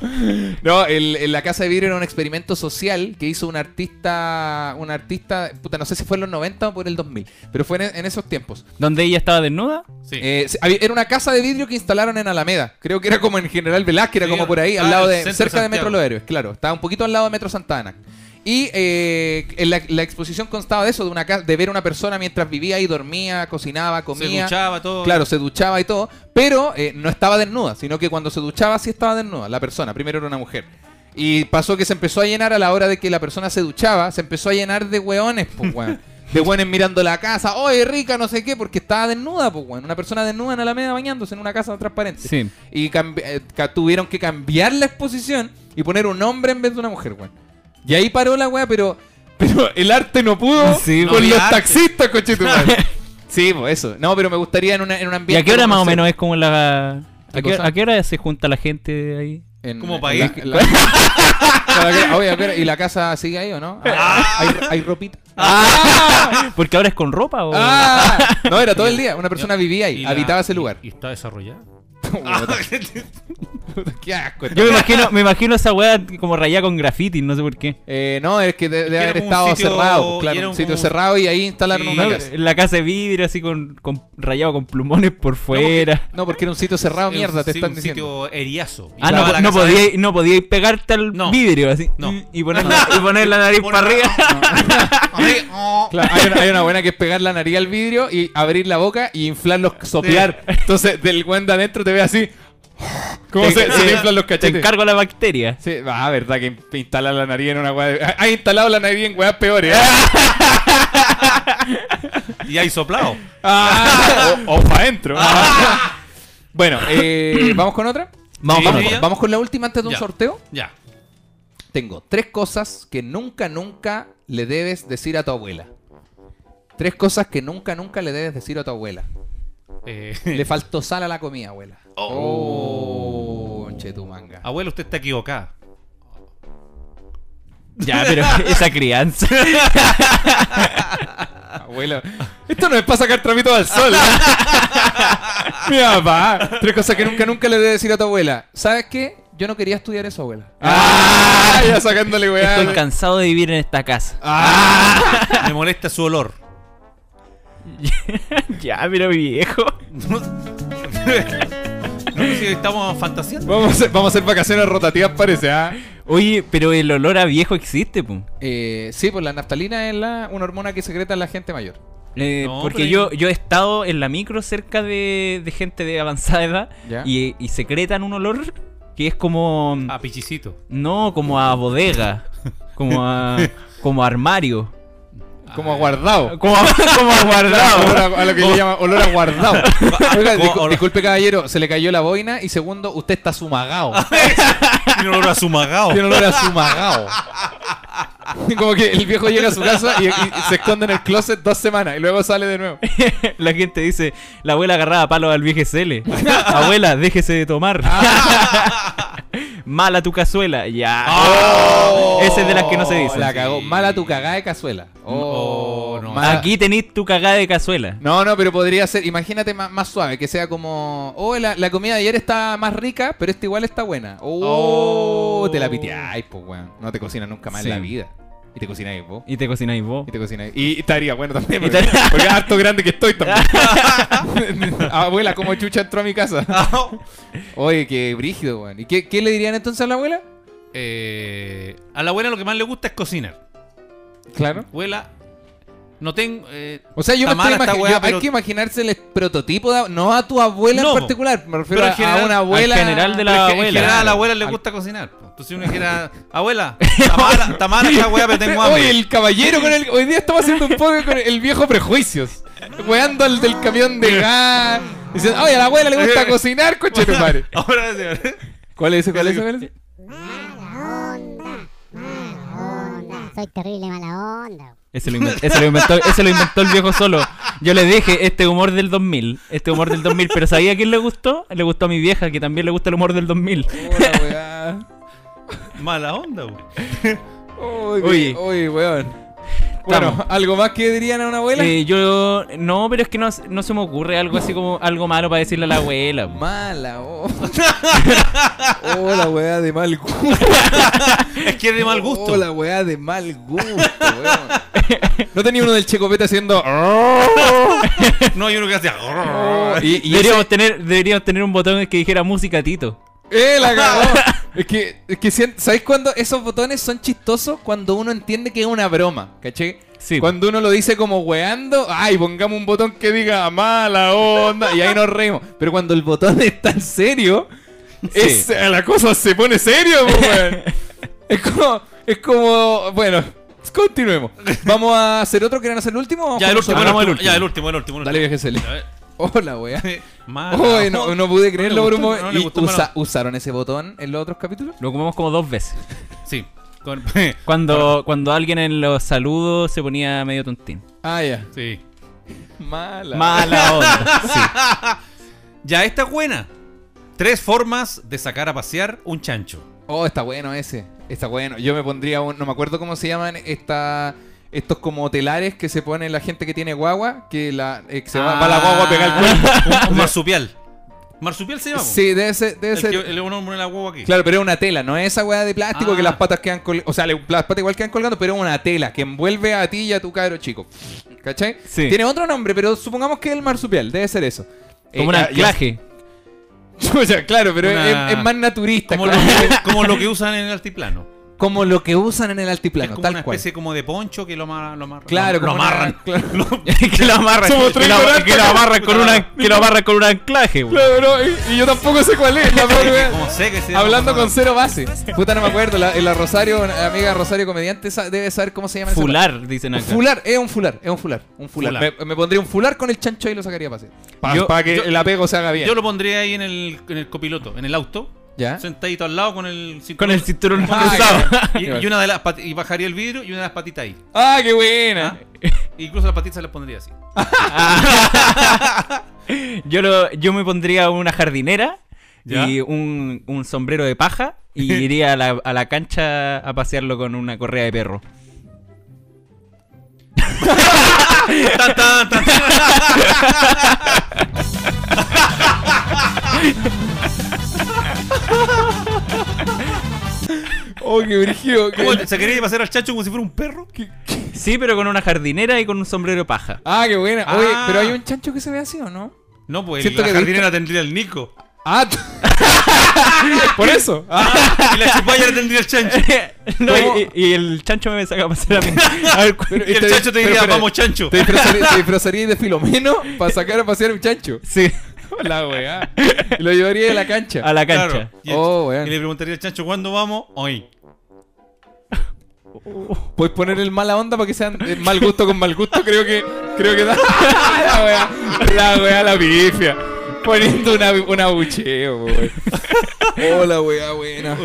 No, el, el La Casa de Vidrio era un experimento social que hizo un artista, un artista, puta, no sé si fue en los 90 o por el 2000, pero fue en, en esos tiempos.
Donde ella estaba desnuda.
Sí.
Eh, se- había- era una casa de vidrio que instalaron en Alameda, creo que era como en General Velázquez, era
Sí,
como por ahí,
ah,
al lado
el
de,
centro de
cerca de Metro
Santiago.
Los Héroes, claro, estaba un poquito al lado de Metro Santa Ana. Y eh, en la, la exposición constaba de eso, de, una, ca- de ver a una persona mientras vivía y dormía, cocinaba,
se
comía.
duchaba todo.
Claro, se duchaba y todo, pero eh, no estaba desnuda, sino que cuando se duchaba sí estaba desnuda, la persona, primero era una mujer. Y pasó que se empezó a llenar a la hora de que la persona se duchaba, se empezó a llenar de hueones, pues, weón. De hueones mirando la casa, oye, rica, no sé qué, porque estaba desnuda, pues, weón. Una persona desnuda en Alameda bañándose en una casa transparente.
Sí.
Y cambi- eh, ca- tuvieron que cambiar la exposición y poner un hombre en vez de una mujer, weón. Y ahí paró la weá, pero, pero el arte no pudo
*laughs* Sí,
con
no
los
había arte.
taxistas,
*laughs*
cochetumare. Sí, pues eso. No, pero me gustaría en, una, en un
¿Y
ambiente.
a qué hora
como,
más o
no sé,
menos es como la...
¿Qué
¿A qué,
cosa?
a qué hora se junta la gente ahí?
en-
Como
en
pa'
la-
ir.
*laughs* la- la- Oye, a qué hora- ¿y la casa sigue ahí o no?
*laughs*
Ah, ¿Hay, hay ropita?
Ah.
Porque ahora es con ropa o...
Ah, no, era todo el día. Una persona vivía
Y
ahí,
la-
habitaba ese lugar.
Y, y está desarrollada.
*laughs* qué asco.
Yo me imagino, me imagino esa weá como rayada con graffiti, no sé por qué.
Eh, no, es que de- debe
era
haber
como un
estado
sitio-
cerrado.
y
Claro,
era
un
un-
sitio cerrado y ahí instalaron
Sí,
una
no,
casa.
La casa de vidrio así con, con rayado con plumones por fuera.
No, porque era un sitio cerrado,
Es un-
Ah, mierda, te
sí,
están
un
diciendo.
sitio eriazo. Y
Ah,
estaba
no,
la
no
casa
podía, no podía ir pegarte al
No.
vidrio así.
No.
Y poner, la- y poner la
*laughs*
nariz
Poner-
para arriba.
de-
*laughs*
Oh.
Claro, hay, una, hay una buena que es pegar la nariz al vidrio y abrir la boca y inflarlos,
*laughs*
soplar. Entonces, del buen de adentro te ve así. ¿Cómo se, se le inflan los
Te
cachetes?
encargo la bacteria.
Sí, ah, verdad que in- instalar la nariz en una weá. de- Ha instalado la nariz en
*laughs*
weas peores. ¿eh?
Y ahí soplado.
Ah, o para adentro. *laughs* Bueno, eh, ¿vamos con otra?
Ah. Vamos con
con
otra.
otra. Vamos con la última antes de un
Ya.
sorteo.
Ya.
Tengo tres cosas que nunca, nunca le debes decir a tu abuela. Tres cosas que nunca, nunca le debes decir a tu *laughs* abuela.
Eh, *laughs*
Le faltó sal a la comida, abuela. Oh, che tu manga.
abuelo, usted está equivocada.
*laughs* Ya, pero esa crianza.
*laughs* Abuela, esto no es para sacar trapito al *laughs* sol. ¿eh? Mi papá. Tres cosas que nunca, nunca le debes decir a tu abuela. ¿Sabes qué? Yo no quería estudiar eso, abuela. ¡Ah! Ya sacándole, weá. Ah.
Estoy cansado de vivir en esta casa.
*laughs* Me molesta su olor.
*laughs* Ya, pero viejo.
No, no sé si estamos fantaseando.
Vamos a, hacer, vamos a hacer vacaciones rotativas, parece, ¿ah?
Oye, pero el olor a viejo existe, pum.
Eh, sí, pues la naftalina es la, una hormona que secreta la gente mayor.
Eh,
No,
porque
pero-
yo, yo he estado en la micro cerca de, de gente de avanzada edad
Ya.
y, y secretan un olor que es como.
A pichicito.
*laughs* No, como a bodega. Como a. como a armario.
Como guardado.
*laughs* Como, *laughs* como
Olor
guardado.
a, a lo que le llaman olor a guardado. Oiga,
Como
discu-
olor-
disculpe caballero, se le cayó la boina y segundo, usted está sumagado.
Tiene olor a sumagao.
Tiene olor a sumagado. Y Como que el viejo llega a su casa y, y se esconde en el closet dos semanas y luego sale de nuevo.
*laughs* La gente dice, la abuela agarraba palo al viejo *laughs* Cele. abuela, déjese de tomar. *laughs* Mala tu cazuela. Ya. Ese es de las que no se
Oh,
dicen.
La cagó. Mala tu cagada de cazuela. Oh,
no.
mala-
Aquí tenéis tu cagada de cazuela.
No, no, pero podría ser, imagínate más, más suave, que sea como, oh, la, la comida de ayer está más rica, pero esta igual está buena. Oh,
Oh.
te la piteáis, pues, weón. No te cocinas nunca más
Sí.
en la vida. Y te cocináis vos.
Y te cocináis vos.
Y te cocináis. Y estaría bueno también,
Y
porque,
estaría-
porque es harto grande que estoy también. *laughs* abuela, como chucha entró a mi casa. Oye, qué brígido, weón. ¿Y qué, qué le dirían entonces a la abuela?
Eh, a la abuela lo que más le gusta es cocinar.
Claro.
Abuela, no tengo. eh,
O sea, yo
está
me
mala
estoy
esta
imagi-
weá,
yo-
pero-
Hay que imaginarse el prototipo de... No a tu abuela
No,
en
po.
particular, me refiero
Pero en
a,
general-
una
al
abuela...
general de la
pero es que
abuela.
En general, a la abuela le
Al-
gusta cocinar. po. Entonces uno dijera,
*laughs*
abuela, está mala, está mala esta weá, pero tengo hambre.
Oye, el caballero
*laughs*
con el. Hoy día estamos haciendo un poco con el viejo prejuicios. Weando al del
*laughs*
camión de gas. Dicen, oye, a la abuela le gusta cocinar, coche tu madre.
Ahora sí.
¿Cuál es ese? ¿Cuál es ese? ¿Cuál es ese?
Mala onda, mala onda. Soy terrible mala onda.
Ese lo, inven- ese lo inventó, ese lo inventó el viejo solo. Yo le dije, este humor del 2000, este humor del 2000, pero ¿sabía a quién le gustó? Le gustó a mi vieja, que también le gusta el humor del 2000.
Hola, weá.
Mala onda, weón.
Uy, uy, weón. Bueno,
Estamos.
¿algo más que dirían a una abuela?
Eh, yo, no, pero es que no, no se me ocurre algo así como algo malo para decirle a la abuela. po.
*laughs*
Mala, oh. Hola, weá, de mal gusto.
Es que es de mal gusto.
Hola, weá, de mal gusto, weón. ¿No tenía uno del Checopete haciendo. "Oh".
*laughs* No hay uno que hace.
y, y
*laughs* deberíamos, tener, deberíamos tener un botón que dijera música Tito.
¡Eh, la
*laughs*
cagó! es que, es que sien- ¿sabes cuando esos botones son chistosos? Cuando uno entiende que es una broma, ¿caché?
Sí.
Cuando uno lo dice como weando, ay, pongamos un botón que diga mala onda, y ahí nos reímos. Pero cuando el botón está en serio, es- eh, la cosa se pone serio, po,
*laughs*
weón. es como, es como, bueno, continuemos. Vamos a hacer otro que no ser el último. ¿Vamos
Ya,
con
el
los
último,
otros?
el último. Ya, el último, el último. el
Dale,
último.
viaje Cele.
A ver.
Hola, wea.
Mala
Oye, no,
onda.
no pude creerlo
Ah, No le
por un
gustó,
momento.
no le
¿Y
gustó, mala
usa-
onda.
usaron ese botón en los otros capítulos?
Lo ocupamos como dos veces.
Sí. Con- *laughs*
Cuando, cuando alguien en los saludos se ponía medio tontín.
Ah, ya.
Sí.
Mala. *laughs*
Mala onda. Sí.
Ya, esta es buena. Tres formas de sacar a pasear un chancho.
Oh, está bueno ese. Está bueno. Yo me pondría un. No me acuerdo cómo se llaman esta, estos como telares que se ponen la gente que tiene guagua. Que la, eh, que se va, va
Ah.
la guagua a
*laughs*
pegar el cuerpo.
Un, un marsupial. ¿Marsupial se llama? po?
Sí, debe ser. Debe
El
ser.
que el uno pone la huevo aquí.
Claro, pero es una tela, no es esa weá de plástico
Ah.
que las patas quedan colgando. O sea, le- las patas igual quedan colgando, pero es una tela que envuelve a ti y a tu cabro chico. ¿Cachai?
Sí.
Tiene otro nombre, pero supongamos que es el marsupial, debe ser eso.
Como un
Eh, ya-
anclaje.
*laughs* O sea, claro, pero
Una-
es, es más naturista.
Como
claro.
lo,
Como,
que, como lo que usan en el altiplano.
lo, que usan en el
Es
altiplano,
como una
tal cual.
especie como de poncho que lo, ama- lo amarran.
Claro,
lo, lo
como una-
amarran.
*laughs* claro.
*laughs* que lo amarran.
Somos
que lo-
ignorantes.
que lo amarran con una- que lo amarran con un anclaje, güey.
Claro, no, y, y yo tampoco sé cuál es. *laughs* la pobre wea.
Como sé que se-
Hablando con cero base. Puta, no me acuerdo. La, la Rosario, una amiga Rosario Comediante, sa- debe saber cómo se llama ese
Fular, dicen
pa-
acá.
Fular, es un fular, es un fular, un fular.
Fular.
Me, me pondría un fular con el chancho y lo sacaría a pasear. Para
Yo-
que
yo-
el apego se haga bien.
Yo lo pondría ahí en el, en el copiloto, en el auto.
¿Ya?
Sentadito al lado con el
Con el cinturón
Ah,
cruzado.
*laughs* ya.
Y, y una de las pat- y bajaría el vidrio y una de las patitas ahí.
¡Ah, qué buena!
Incluso las patitas las pondría
*laughs*
así.
Yo, lo, yo me pondría una jardinera
Ya.
y un, un sombrero de paja
*laughs*
y iría a la, a la cancha a pasearlo con una correa de perro.
Tan, tan, tan, tan.
¡Oh, qué brígido! qué-
¿Cómo? ¿Se quería pasar al chacho como si fuera un perro?
Sí, pero con una jardinera y con un sombrero de paja. *laughs*
¡Ah, qué buena! Oye,
Ah.
pero hay un chancho que se ve así, ¿o no?
No, pues
Siento
la
que
jardinera tendría el Nico.
¡Ah! t- *laughs* Por eso.
Ah, y la chupalla la tendría el
*laughs*
chancho.
No,
¿Cómo?
y, y el chancho me saca a pasear a *laughs* mí. A ver, cu-
Pero-
Y el
Pero
chancho te diría,
espera,
vamos chancho.
Te disfrazaría, *laughs* te disfrazaría de Filomeno para sacar a pasear a un chancho.
sí,
La weá. Lo llevaría a la cancha.
a la cancha.
Y, el-
Oh, weón.
y le preguntaría al chancho, ¿cuándo vamos? Hoy.
Puedes poner el mala onda para que sean eh, mal gusto con mal gusto. Creo que. Creo que da. *laughs* la wea, la wea, la pifia. Poniendo una, un abucheo, wey. Hola, wea, buena.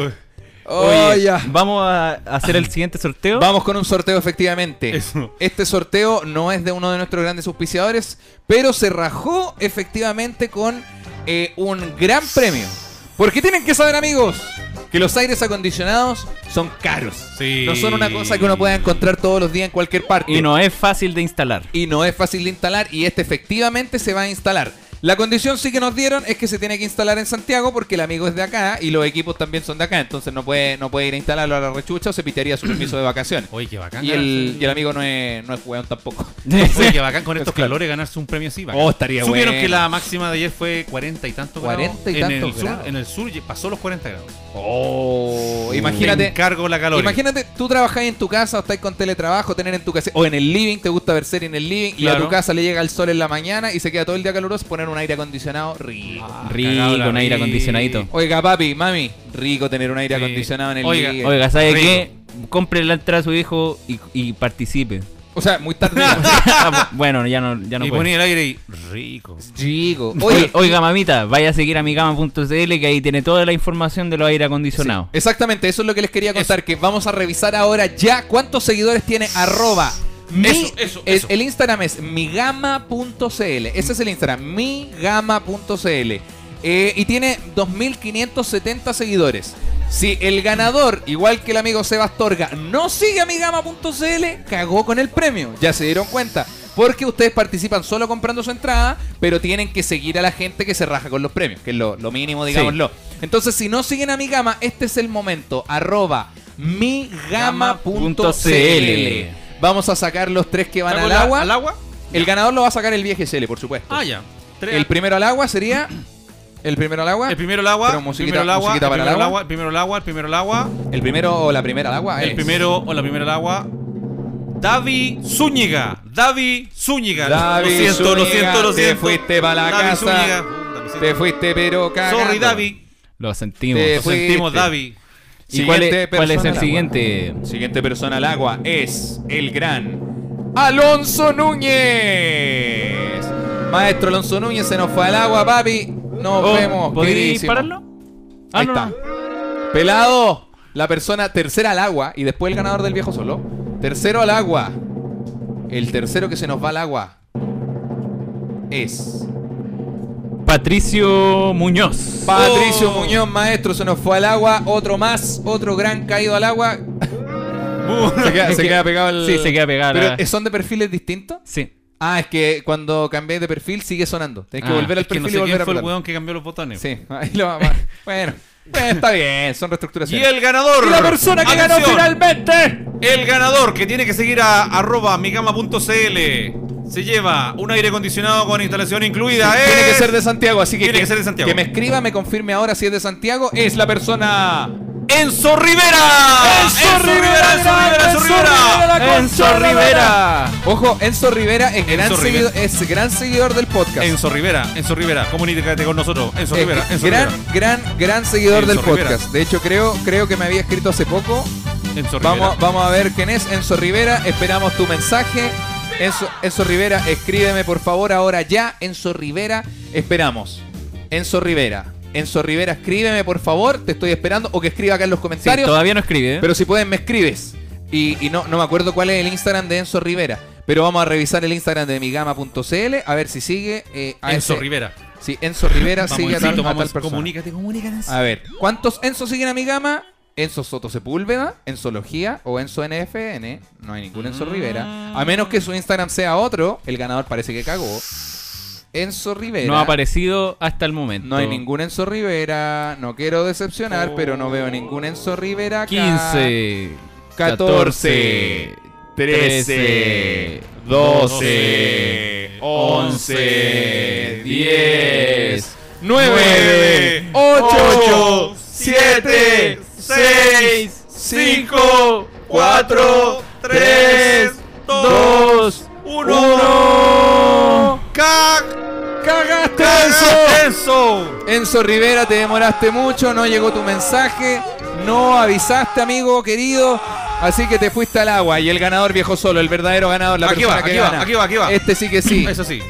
Oh,
Oye,
ya.
Vamos a hacer el siguiente sorteo.
Vamos con un sorteo, efectivamente.
Eso.
Este sorteo no es de uno de nuestros grandes auspiciadores, pero se rajó efectivamente con eh, un gran premio. Porque tienen que saber, amigos, que los aires acondicionados son caros.
Sí.
No son una cosa que uno pueda encontrar todos los días en cualquier parte.
Y no es fácil de instalar.
Y no es fácil de instalar y este efectivamente se va a instalar. La condición sí que nos dieron es que se tiene que instalar en Santiago porque el amigo es de acá y los equipos también son de acá, entonces no puede, no puede ir a instalarlo a la rechucha o se pitearía su permiso de vacaciones.
Oye, qué bacán.
Y el,
ganarse-
y el amigo no es, no es weón tampoco.
Oye, qué bacán con estos
*laughs* Es claro.
calores ganarse un premio así. bacán.
Oh, estaría
Supieron
bueno.
que la máxima de ayer fue 40 y tantos
40 y
grados. en,
tantos
el sur,
grados.
en el sur ye- pasó los 40 grados.
Oh,
Te
imagínate.
encargo la calor.
Imagínate, tú trabajas en tu casa o estás con teletrabajo, tener en tu casa o en el living, te gusta ver serie en el living y a
Claro.
tu casa le llega el sol en la mañana y se queda todo el día caluroso, poner un aire acondicionado rico.
Ah, cagado
Rico,
la
con aire
rico.
acondicionadito.
Oiga, papi, mami, rico tener un aire
Sí.
acondicionado en el
Oiga,
living.
Oiga, ¿sabe
rico.
qué? Compre la entrada a su hijo y, y *laughs* participe.
O sea,
*laughs*
muy tarde.
Ah, bu- bueno, ya no, ya no
y
puedo.
ponía el aire y rico.
Chico.
Oye, Oiga, mamita, vaya a seguir a micama.cl que ahí tiene toda la información de los aire acondicionados.
Exactamente, eso es lo que les quería contar, que vamos a revisar ahora ya cuántos seguidores tiene arroba. Mi,
Eso, eso,
es-
eso.
El Instagram es migama.cl. Ese es el Instagram, migama.cl. Eh, y tiene 2.570 seguidores. Si el ganador, igual que el amigo Sebastorga, no sigue a migama.cl, cagó con el premio. Ya se dieron cuenta. Porque ustedes participan solo comprando su entrada, pero tienen que seguir a la gente que se raja con los premios, que es lo, lo mínimo, digámoslo. Entonces, si no siguen a mi gama, este es el momento. Arroba migama.cl. Vamos a sacar los tres que van
¿Saco
al
la-
agua.
¿Al agua?
El ganador lo va a sacar el viaje CL, por supuesto.
Ah, ya. Tres-
el primero al agua sería. El primero al agua.
el primero el agua,
Pero
el
musiquita-
primero el agua, el
musiquita para
primero
el
el
agua.
agua, el primero el agua, el primero el agua,
El primero o la primera al agua.
el
es-
primero o la primera el agua. David Zúñiga, David Zúñiga.
David
lo siento, lo
Zúñiga,
siento, lo
te
siento.
fuiste pa' la
David
casa.
Zúñiga. Puta, lo
Te
siento.
fuiste, pero cagando.
Sorry, David.
Lo sentimos.
Te
Lo sentimos,
fuiste. *laughs*
David.
¿Y cuál es,
Eh, Siguiente
cuál es
este persona pues. al
el
agua.
siguiente?
Siguiente persona al agua es el gran Alonso Núñez. Maestro Alonso Núñez se nos fue al agua, papi. Nos
Oh,
vemos.
¿Podéis
queridísimo.
pararlo? Ah,
Ahí
no,
está.
no.
Pelado, la persona tercera al agua y después el ganador del viejo solo. Tercero al agua. El tercero que se nos va al agua es
Patricio Muñoz.
Patricio
Oh.
Oh.
Muñoz, maestro, se nos fue al agua. Otro más, otro gran caído al agua.
*laughs*
se queda, se queda pegado el.
Sí, se queda pegado,
¿Pero
la-
eh, son de perfiles distintos?
Sí.
Ah, es que cuando cambié de perfil sigue sonando. Tenés que
Ah,
volver al
Es que
perfil
no
y
sé
volver
quién
a
fue el
apretar.
weón que cambió los botones.
Sí, *laughs* ahí lo vamos. a-
*laughs*
bueno, eh, está bien, son
Y
reestructuraciones.
el ganador.
Y la persona que ganó
Atención.
finalmente.
El ganador que tiene que seguir a arroba migama.cl se lleva un aire acondicionado con instalación incluida.
Tiene que
es-
ser de Santiago, así
Eh,
que
Tiene que ser de Santiago.
que me escriba, me confirme ahora si es de Santiago. Es la persona.
Enzo Rivera. Enzo Rivera, Enzo Rivera.
Enzo Rivera. Ojo, Enzo Rivera es, gran,
Rivera.
seguido- es gran seguidor del podcast.
Enzo Rivera, Enzo Rivera, comunícate con nosotros. Enzo
Eh,
Rivera, Enzo
gran,
Rivera.
gran, gran seguidor
Enzo
del
Rivera.
podcast. De hecho, creo, creo que me había escrito hace poco.
Enzo
Vamos,
Rivera.
vamos a ver quién es Enzo Rivera. Esperamos tu mensaje. Enzo, Enzo Rivera, escríbeme por favor ahora ya. Enzo Rivera, esperamos. Enzo Rivera. Enzo Rivera, escríbeme por favor. Te estoy esperando. O que escriba acá en los
Sí,
comentarios.
todavía no escribe. ¿eh?
pero si pueden, me escribes. Y, y no, no me acuerdo cuál es el Instagram de Enzo Rivera. Pero vamos a revisar el Instagram de migama.cl a ver si sigue. eh, a
Enzo
ese-
Rivera.
Sí, Enzo Rivera sigue a
Encito,
tal, a tal
vamos,
persona.
comunícate, comunícate. Enzo.
A ver, ¿cuántos Enzo siguen a mi gama? Enzo Soto Sepúlveda, Enzología o Enzo NFN. No hay ningún Enzo Rivera. A menos que su Instagram sea otro, el ganador parece que cagó. Enzo Rivera.
No ha aparecido hasta el momento.
No hay ningún Enzo Rivera. No quiero decepcionar, pero no veo ningún Enzo Rivera. acá.
15,
14,
14, 13, 12, 11, 10, 9, 8, 7, 6, 5, 4, 3, 2, 1.
¡Cagaste
Enzo. Enzo.
Enzo Rivera, te demoraste mucho, no llegó tu mensaje, no avisaste, amigo querido. Así que te fuiste al agua y el ganador viejo solo, el verdadero ganador, la
Aquí
persona
va,
que
aquí va,
gana.
aquí va, aquí va.
Este sí que sí. Este
Eso sí.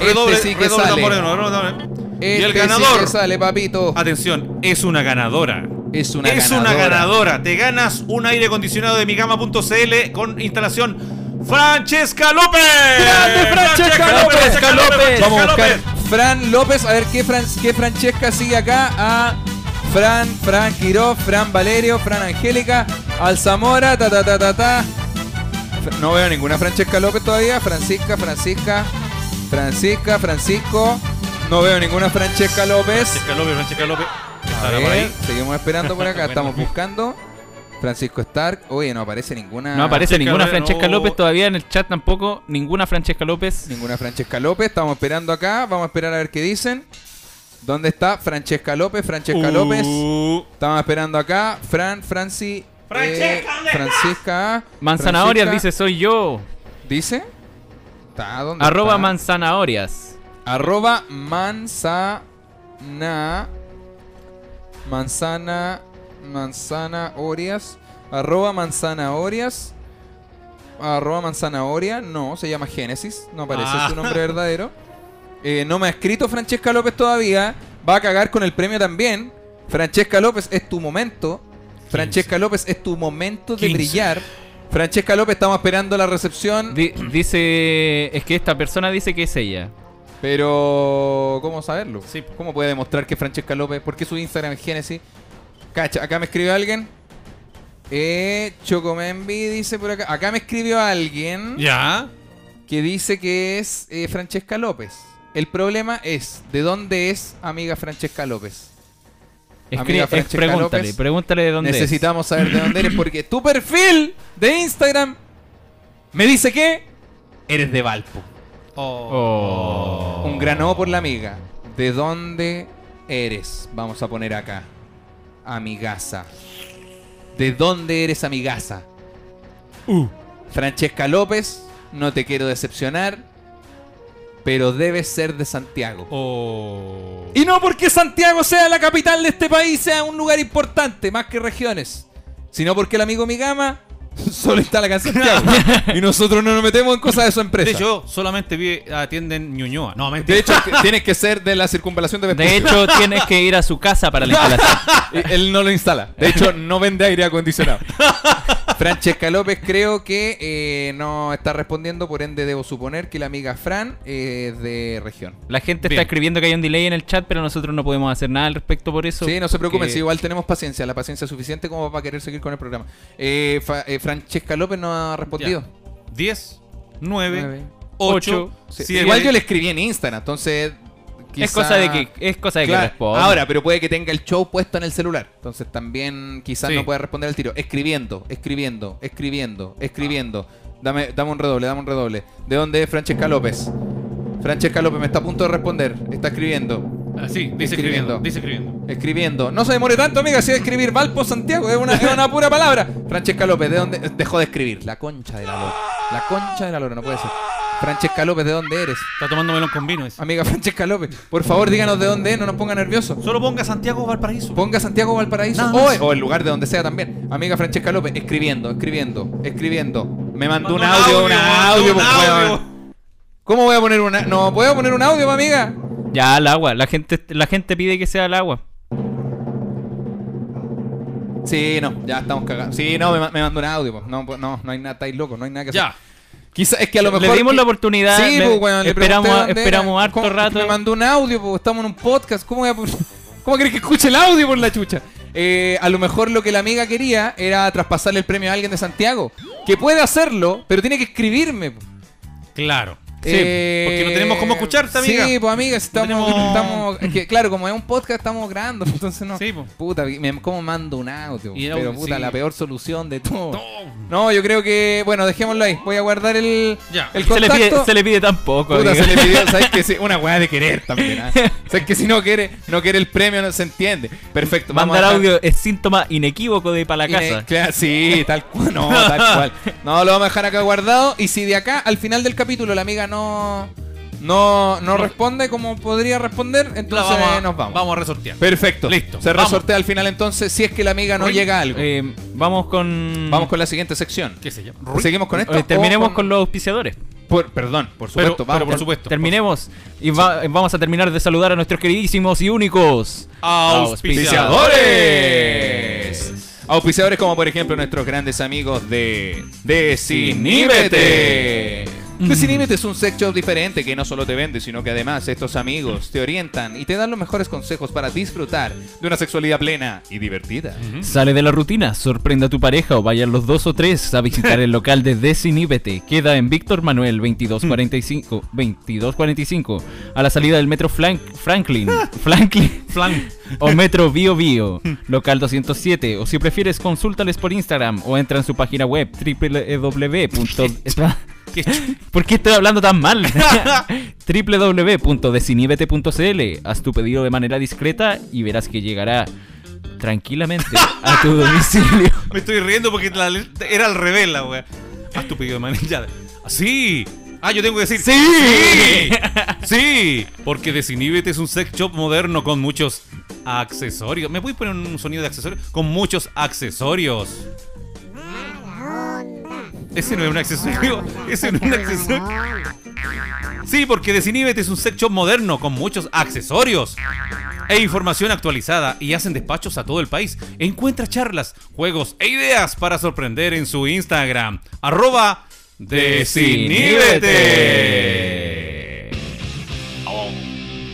Redoble,
sí que
redoble
sale.
tambores, no, redoble tambores. y
Este
el
sí
ganador,
que sale, papito.
atención, es una ganadora.
Es una
es
ganadora.
una ganadora. Te ganas un aire acondicionado de migama.cl con instalación Francesca López.
¡Grande Francesca López!
Francesca López.
Vamos a buscar
Francesca López.
Fran López, a ver qué, Fran, qué Francesca sigue acá. A Fran, Fran Quiroz, Fran Valerio, Fran Angélica, Alzamora, ta ta ta ta ta. Fr- No veo ninguna Francesca López todavía. Francisca, Francisca, Francisca, Francisco. No veo ninginguna Francesca López.
Francesca López, Francesca López.
A
Estará
ver,
por ahí.
seguimos esperando
*laughs*
por acá, estamos buscando. Francisco Stark, oye, no aparece ninguna.
No aparece
Francesca
ninguna
López,
Francesca
no.
López todavía en el chat tampoco. Ninguna Francesca López.
Ninguna Francesca López, estamos esperando acá, vamos a esperar a ver qué dicen. ¿Dónde está Francesca López? Francesca López.
Uh,
Estamos esperando acá. Fran, Franci. eh, Francisca.
Manzanahorias
Francisca.
dice soy yo.
¿Dice? Está, ¿dónde
Arroba
está?
manzanahorias.
Arroba manzana. Manzana. Manzana Orias. Arroba manzana Orias. Arroba manzana Oria. No, se llama Génesis. No aparece
Ah.
su nombre verdadero. Eh, no me ha escrito Francesca López todavía. Va a cagar con el premio también. Francesca López es tu momento. Francesca López es tu momento de
15.
brillar. Francesca López, estamos esperando la recepción.
Di- dice. Es que esta persona dice que es ella.
Pero, ¿cómo saberlo?
Sí.
¿Cómo puede demostrar que es Francesca López? ¿Por qué su Instagram es Génesis? Cacha, acá me escribe alguien. Eh, Chocomembi dice por acá. Acá me escribió alguien
ya.
que dice que es eh, Francesca López. El problema es, ¿de dónde es amiga Francesca López?
Escribe,
Amiga Francesca
pregúntale,
López.
pregúntale de dónde es.
Necesitamos saber de dónde eres porque tu perfil de Instagram me dice que eres de Valpo.
Oh.
Un gran O por la amiga. ¿De dónde eres? Vamos a poner acá. Amigaza. ¿De dónde eres, amigaza? Francesca López, no te quiero decepcionar, pero debes ser de Santiago.
Oh.
Y no porque Santiago sea la capital de este país, sea un lugar importante, más que regiones, sino porque el amigo Migama *laughs* solo instala acá en Santiago. y nosotros no nos metemos en cosas de su empresa.
De hecho, solamente vive- atienden Ñuñoa. No, mentira.
De hecho, t- tienes que ser de la circunvalación de
De
Vespucio.
hecho, tienes que ir a su casa para la instalación.
*laughs* Y Él no lo instala. De hecho, no vende aire acondicionado. Francesca López creo que eh, no está respondiendo, por ende debo suponer que la amiga Fran eh, es de región.
La gente
Bien.
está escribiendo que hay un delay en el chat, pero nosotros no podemos hacer nada al respecto por eso.
Sí, no se preocupen,
porque-
si igual tenemos paciencia, la paciencia es suficiente como para querer seguir con el programa. Eh, Fa- eh, Francesca López no ha respondido.
10, 9,
Nueve,
8,
ocho,
Sí,
7.
igual yo le escribí en Instagram, entonces...
Es
quizá-
cosa de que, es cosa de
Claro,
que responda.
Ahora, pero puede que tenga el show puesto en el celular. Entonces también quizás
Sí.
no pueda responder al tiro. Escribiendo, escribiendo, escribiendo, escribiendo. Dame, dame un redoble, dame un redoble. ¿De dónde es Francesca López? Francesca López me está a punto de responder. Está escribiendo.
Ah, sí, dice
Escribiendo.
escribiendo. Dice escribiendo.
Escribiendo. No se demore tanto, amiga, si es escribir Valpo Santiago. Es una, es una pura palabra. Francesca López, ¿de dónde? Dejó de escribir. La concha de la lora. La concha de la lora, no puede ser. Francesca López, ¿de dónde eres?
Está tomando melón con vino. ese.
Amiga *laughs* Francesca López, por favor díganos de dónde es, no nos ponga nerviosos.
Solo ponga Santiago o Valparaíso.
Ponga Santiago Valparaíso
Nada
o,
más.
o el lugar de donde sea también. Amiga Francesca López, escribiendo, escribiendo, escribiendo. Me mandó un
Mandó
audio, un audio,
mandó un
pues,
audio.
weón. ¿Cómo voy a poner una? No, ¿puedo poner un audio, pues, amiga?
Ya al agua, la gente, la gente pide que sea al agua.
Sí, no, ya estamos cagados. Sí, no, me, ma- me mandó un audio, pues. No, pues, no, no hay nada, estáis loco, no hay nada que
Ya.
hacer. Quizás es que a lo mejor.
le dimos
que-
la oportunidad,
Sí,
le-
pues, weón, le
esperamos,
pregunté dónde
esperamos
era.
harto
¿Cómo?
rato.
Me mandó un audio, pues, estamos en un podcast. ¿Cómo, voy a poner- *laughs* cómo querés que escuche el audio por la chucha? Eh, a lo mejor lo que la amiga quería era traspasarle el premio a alguien de Santiago. Que puede hacerlo, pero tiene que escribirme. pues.
Claro. Sí,
Eh,
porque no tenemos cómo escucharte, amiga.
Sí, pues amiga, si
No
estamos,
tenemos-
estamos- es que, claro, como es un podcast, estamos grabando, entonces no.
Sí, pues.
Puta, me- ¿cómo mando un audio?
Y el
Pero
audio,
puta,
sí.
la peor solución de todo. No.
No.
yo creo que, bueno, dejémoslo ahí. Voy a guardar el,
Ya.
el
se, le
contacto.
pide, se le pide tampoco.
Puta,
amigo.
se le pidió, ¿sabes que sí? Una weá de querer
*laughs*
también. ¿ah? ¿Sabes que si no quiere, no quiere el premio, no se entiende. Perfecto, vamos
*laughs* Mandar
a dejar-
audio es síntoma inequívoco de ir para la
Ine-
casa.
Claro, sí, tal cual. No,
*laughs*
tal cual. No, lo vamos a dejar acá guardado. Y si de acá, al final del capítulo, la amiga no, no, no responde como podría responder,
La
entonces
vamos a-
nos vamos.
Vamos a resortear.
Perfecto.
Listo,
Se
vamos.
resortea al final entonces si es que la amiga no
Oye,
llega a algo.
Eh, vamos con.
mm.
Vamos con la siguiente sección.
¿Qué se llama? Ruiz.
¿Seguimos con esto?
Eh, terminemos
o
con los auspiciadores.
por- perdón, por
Pero,
supuesto.
pero
vamos
por
con-
supuesto.
Terminemos. Y va- eh, vamos a terminar de saludar a nuestros queridísimos y únicos.
auspiciadores. Auspiciadores como por ejemplo nuestros grandes amigos de Desiníbete. Desiníbete es un sex shop diferente que no solo te vende, sino que además estos amigos te orientan y te dan los mejores consejos para disfrutar de una sexualidad plena y divertida.
Sale de la rutina, sorprenda a tu pareja o vayan los dos o tres a visitar el local de Desiníbete. Queda en Víctor Manuel 2245, 2245, a la salida del metro Flan- Franklin, Franklin, o metro Bio Bio, local 207. O si prefieres, consúltales por Instagram o entra en su página web www.
¿Qué?
¿Por qué estoy hablando tan mal? *laughs* www.desiníbete.cl Haz tu pedido de manera discreta y verás que llegará tranquilamente a tu domicilio.
*laughs* Me estoy riendo porque la letra era al revés la Ah, wea. Haz tu pedido de *laughs* manera. Así. Ah, yo tengo que decir. ¡Sí! ¡Sí! Porque Desinhibete es un sex shop moderno con muchos accesorios. ¿Me puedes poner un sonido de accesorios? Con muchos accesorios. Ese no es un accesorio. Ese no es un accesorio. Sí, porque Desiníbete es un sex shop moderno con muchos accesorios e información actualizada y hacen despachos a todo el país. Encuentra charlas, juegos e ideas para sorprender en su Instagram. Arroba Desiníbete.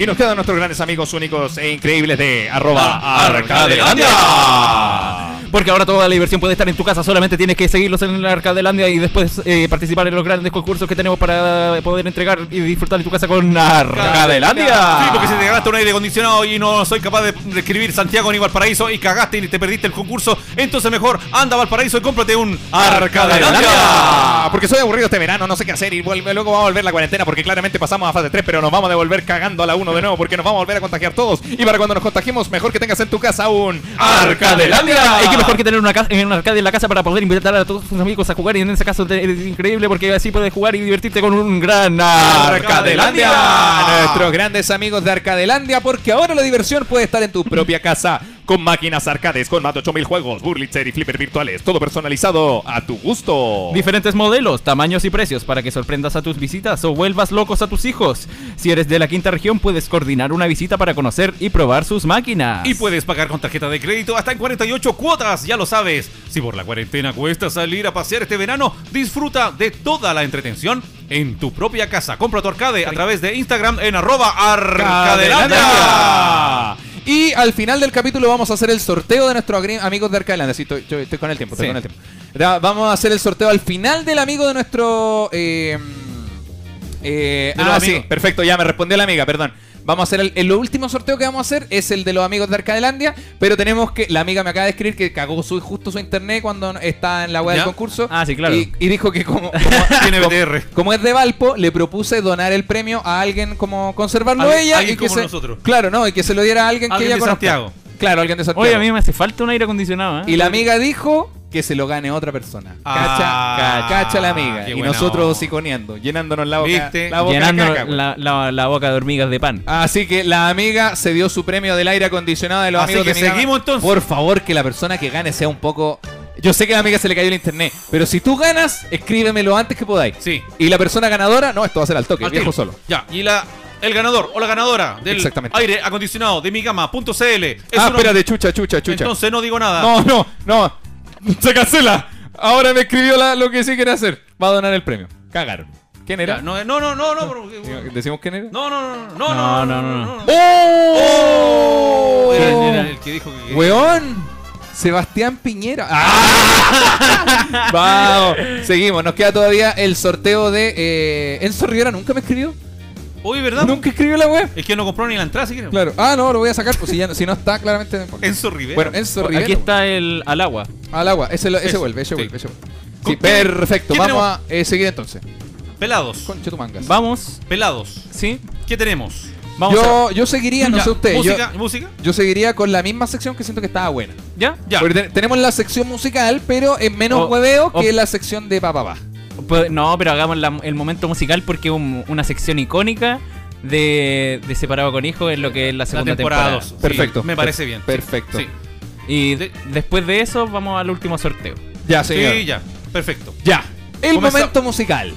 Y nos quedan nuestros grandes amigos únicos e increíbles de
Ah,
arroba
Arcadelandia.
Porque ahora toda la diversión puede estar en tu casa, solamente tienes que seguirlos en la Arcadelandia y después eh, participar en los grandes concursos que tenemos para poder entregar y disfrutar en tu casa con Arcadelandia.
Sí, porque si te ganaste un aire acondicionado y no soy capaz de describir Santiago ni Valparaíso y cagaste y te perdiste el concurso, entonces mejor anda a Valparaíso y cómprate un
Arcadelandia.
Arcadelandia.
Porque soy aburrido este verano, no sé qué hacer y vuelve, luego vamos a volver la cuarentena porque claramente pasamos a fase 3, pero nos vamos a devolver cagando a la 1 de nuevo porque nos vamos a volver a contagiar todos. Y para cuando nos contagiemos, mejor que tengas en tu casa un
Y que mejor que tener una casa, en un arcade en la casa para poder invitar a todos tus amigos a jugar. Y en ese caso te- es increíble porque así puedes jugar y divertirte con un gran
Arcadelandia.
Arcadelandia.
Nuestros grandes amigos de Arcadelandia, porque ahora la diversión puede estar en tu propia casa. Con máquinas arcades, con más de 8000 juegos, burlitzer y flipper virtuales, todo personalizado a tu gusto.
Diferentes modelos, tamaños y precios para que sorprendas a tus visitas o vuelvas locos a tus hijos. Si eres de la quinta región, puedes coordinar una visita para conocer y probar sus máquinas.
Y puedes pagar con tarjeta de crédito hasta en 48 cuotas, ya lo sabes. Si por la cuarentena cuesta salir a pasear este verano, disfruta de toda la entretención en tu propia casa. Compra tu arcade a través de Instagram en arroba arcadelandia.
Y al final del capítulo vamos a hacer el sorteo de nuestros agri- amigos de Arcadelandia. Sí, estoy, yo estoy con el tiempo, estoy
Sí.
con el tiempo. Ya, Vamos a hacer el sorteo al final del amigo de nuestro... eh, eh,
De los
ah,
amigos.
sí, perfecto, ya me respondió la amiga, perdón. Vamos a hacer el, el último sorteo que vamos a hacer es el de los amigos de Arcadelandia, pero tenemos que la amiga me acaba de escribir que cagó su, justo su internet cuando está en la web del
Ya.
concurso.
Ah, sí, claro.
Y, y dijo
*laughs*
que como,
Tiene
como,
BTR.
como es de Valpo, le propuse donar el premio a alguien como conservarlo
Alguien-
ella
alguien
y que
como
se,
nosotros.
Claro, no, y que se lo diera a alguien,
Alguien
que ella
de
conozca.
Santiago.
Claro, alguien de Santiago.
Oye, a mí me hace falta un aire acondicionado, ¿eh?
Y la amiga dijo que se lo gane otra persona. Cacha,
Ah,
ca- cacha la amiga.
qué
Y
buena
nosotros
onda.
hociconeando, llenándonos la boca.
¿Viste?
La boca de
Llenando
caca, güey. Ah,
la, la- la boca de hormigas de pan.
Así que la amiga se dio su premio del aire acondicionado de los
Así
amigos
que
de mi gama.
seguimos, entonces.
Por favor, que la persona que gane sea un poco. Yo sé que a la amiga se le cayó el internet, pero si tú ganas, escríbemelo antes que podáis.
Sí.
Y la persona ganadora, no, esto va a ser al toque,
Al
viejo
tiro.
solo.
Ya, y la... El ganador o la ganadora del
Exactamente.
aire acondicionado de migama.cl. Es
ah,
una-
espérate, chucha, chucha, chucha.
Entonces no digo nada.
No, no, no. Se cancela. Ahora me escribió la- lo que sí quería hacer. Va a donar el premio. Cagaron. ¿Quién era?
Ya, no, no, no, no, no, porque-
¿Decimos quién era?
no, no, no, no, no, no, no, no, no.
¡Oh!
Era- era el que dijo que-
¡Weón! Sebastián Piñera. ¡Ah! *laughs* Vamos, seguimos. Nos queda todavía el sorteo de. eh, Enzo Rivera nunca me escribió.
Oye, ¿verdad?
Nunca escribió la web.
Es que no compró ni la entrada, si quieren.
Claro. Ah, no, lo voy a sacar. Pues si, ya, no- si no está, claramente.
*laughs*
no importa.
Enzo Rivera.
Bueno, eh, Enzo Rivera.
Aquí está el al agua.
Al agua. Ese, lo- ese
Ese,
vuelve, ese
sí.
vuelve, ese vuelve.
¿Con qué-
Sí, perfecto.
qué
Vamos a eh, seguir entonces.
Pelados.
Concha tu mangas.
Vamos,
Pelados.
sí.
¿Qué tenemos?
Vamos a-
yo, yo seguiría, no
Ya,
sé usted, yo,
¿Música? ¿Música?
yo seguiría con la misma sección que siento que estaba buena.
¿Ya?
Ya. Oh,
Porque te- tenemos la sección musical, pero es menos
O-
hueveo
o-
que la sección de papá.
Pues, no, pero hagamos la- el momento musical porque es un- una sección icónica de, de Separado con Hijo es lo que es la
La
segunda
temporada
temporada.
dos, sí,
Perfecto.
me parece bien. sí,
Perfecto.
Sí,
Y de- después de eso vamos al último sorteo.
Ya,
Sí,
señor.
ya. Perfecto.
Ya.
El
Comenzó-
momento musical.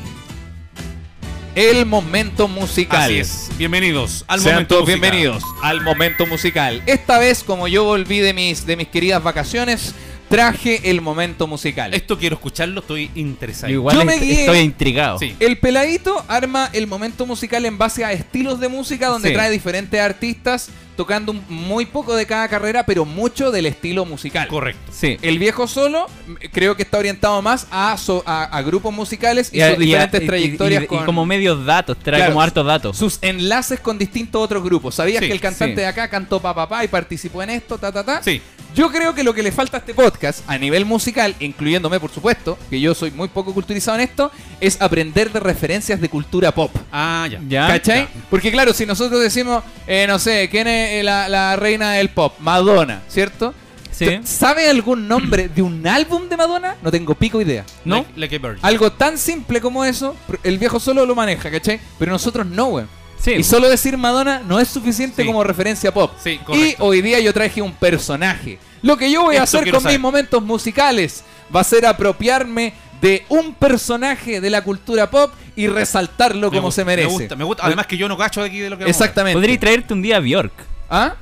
El momento musical.
Así es. Bienvenidos al
Sean
momento
todos
musical.
bienvenidos al momento musical.
Esta vez, como yo volví de mis, de mis queridas vacaciones, traje el momento musical.
Esto quiero escucharlo, estoy interesado.
Igual
Yo me
est-
guié-
estoy intrigado.
Sí.
El peladito arma el momento musical en base a estilos de música donde
Sí.
trae diferentes artistas tocando un- muy poco de cada carrera, pero mucho del estilo musical.
Correcto.
Sí.
El viejo solo m- creo que está orientado más a, so- a, a grupos musicales y,
a-
sus
a-
diferentes
y- y-
trayectorias
y, y
con
como medios datos, trae
Claro.
como hartos datos.
sus enlaces con distintos otros grupos. Sabías
Sí,
que el cantante
sí.
de acá cantó papá pa, pa, y participó en esto, ta ta ta.
Sí.
Yo creo que lo que le falta a este podcast, a nivel musical, incluyéndome por supuesto, que yo soy muy poco culturizado en esto, es aprender de referencias de cultura pop.
Ah, ya.
Ya.
¿Cachai? Porque claro, si nosotros decimos, eh, no sé, ¿quién es eh, la, la reina del pop? Madonna, ¿cierto?
Sí.
¿Sabe algún nombre de un álbum de Madonna? No tengo pico idea.
¿No?
Like, Like a Virgin.
Algo tan simple como eso, pr- el viejo solo lo maneja, ¿cachai? Pero nosotros no, weón.
Sí.
Y solo decir Madonna no es suficiente
Sí.
como referencia pop.
Sí,
y
correcto.
hoy día yo traje un personaje. Lo que yo voy a
Esto
hacer
quiero
con
saber.
mis momentos musicales va a ser apropiarme de un personaje de la cultura pop y resaltarlo
Me
como
gusta,
se merece.
Me gusta, me gusta. Además que yo no cacho de aquí de lo que vamos a hablar.
Exactamente.
Podría traerte un día a Bjork.
¿Ah?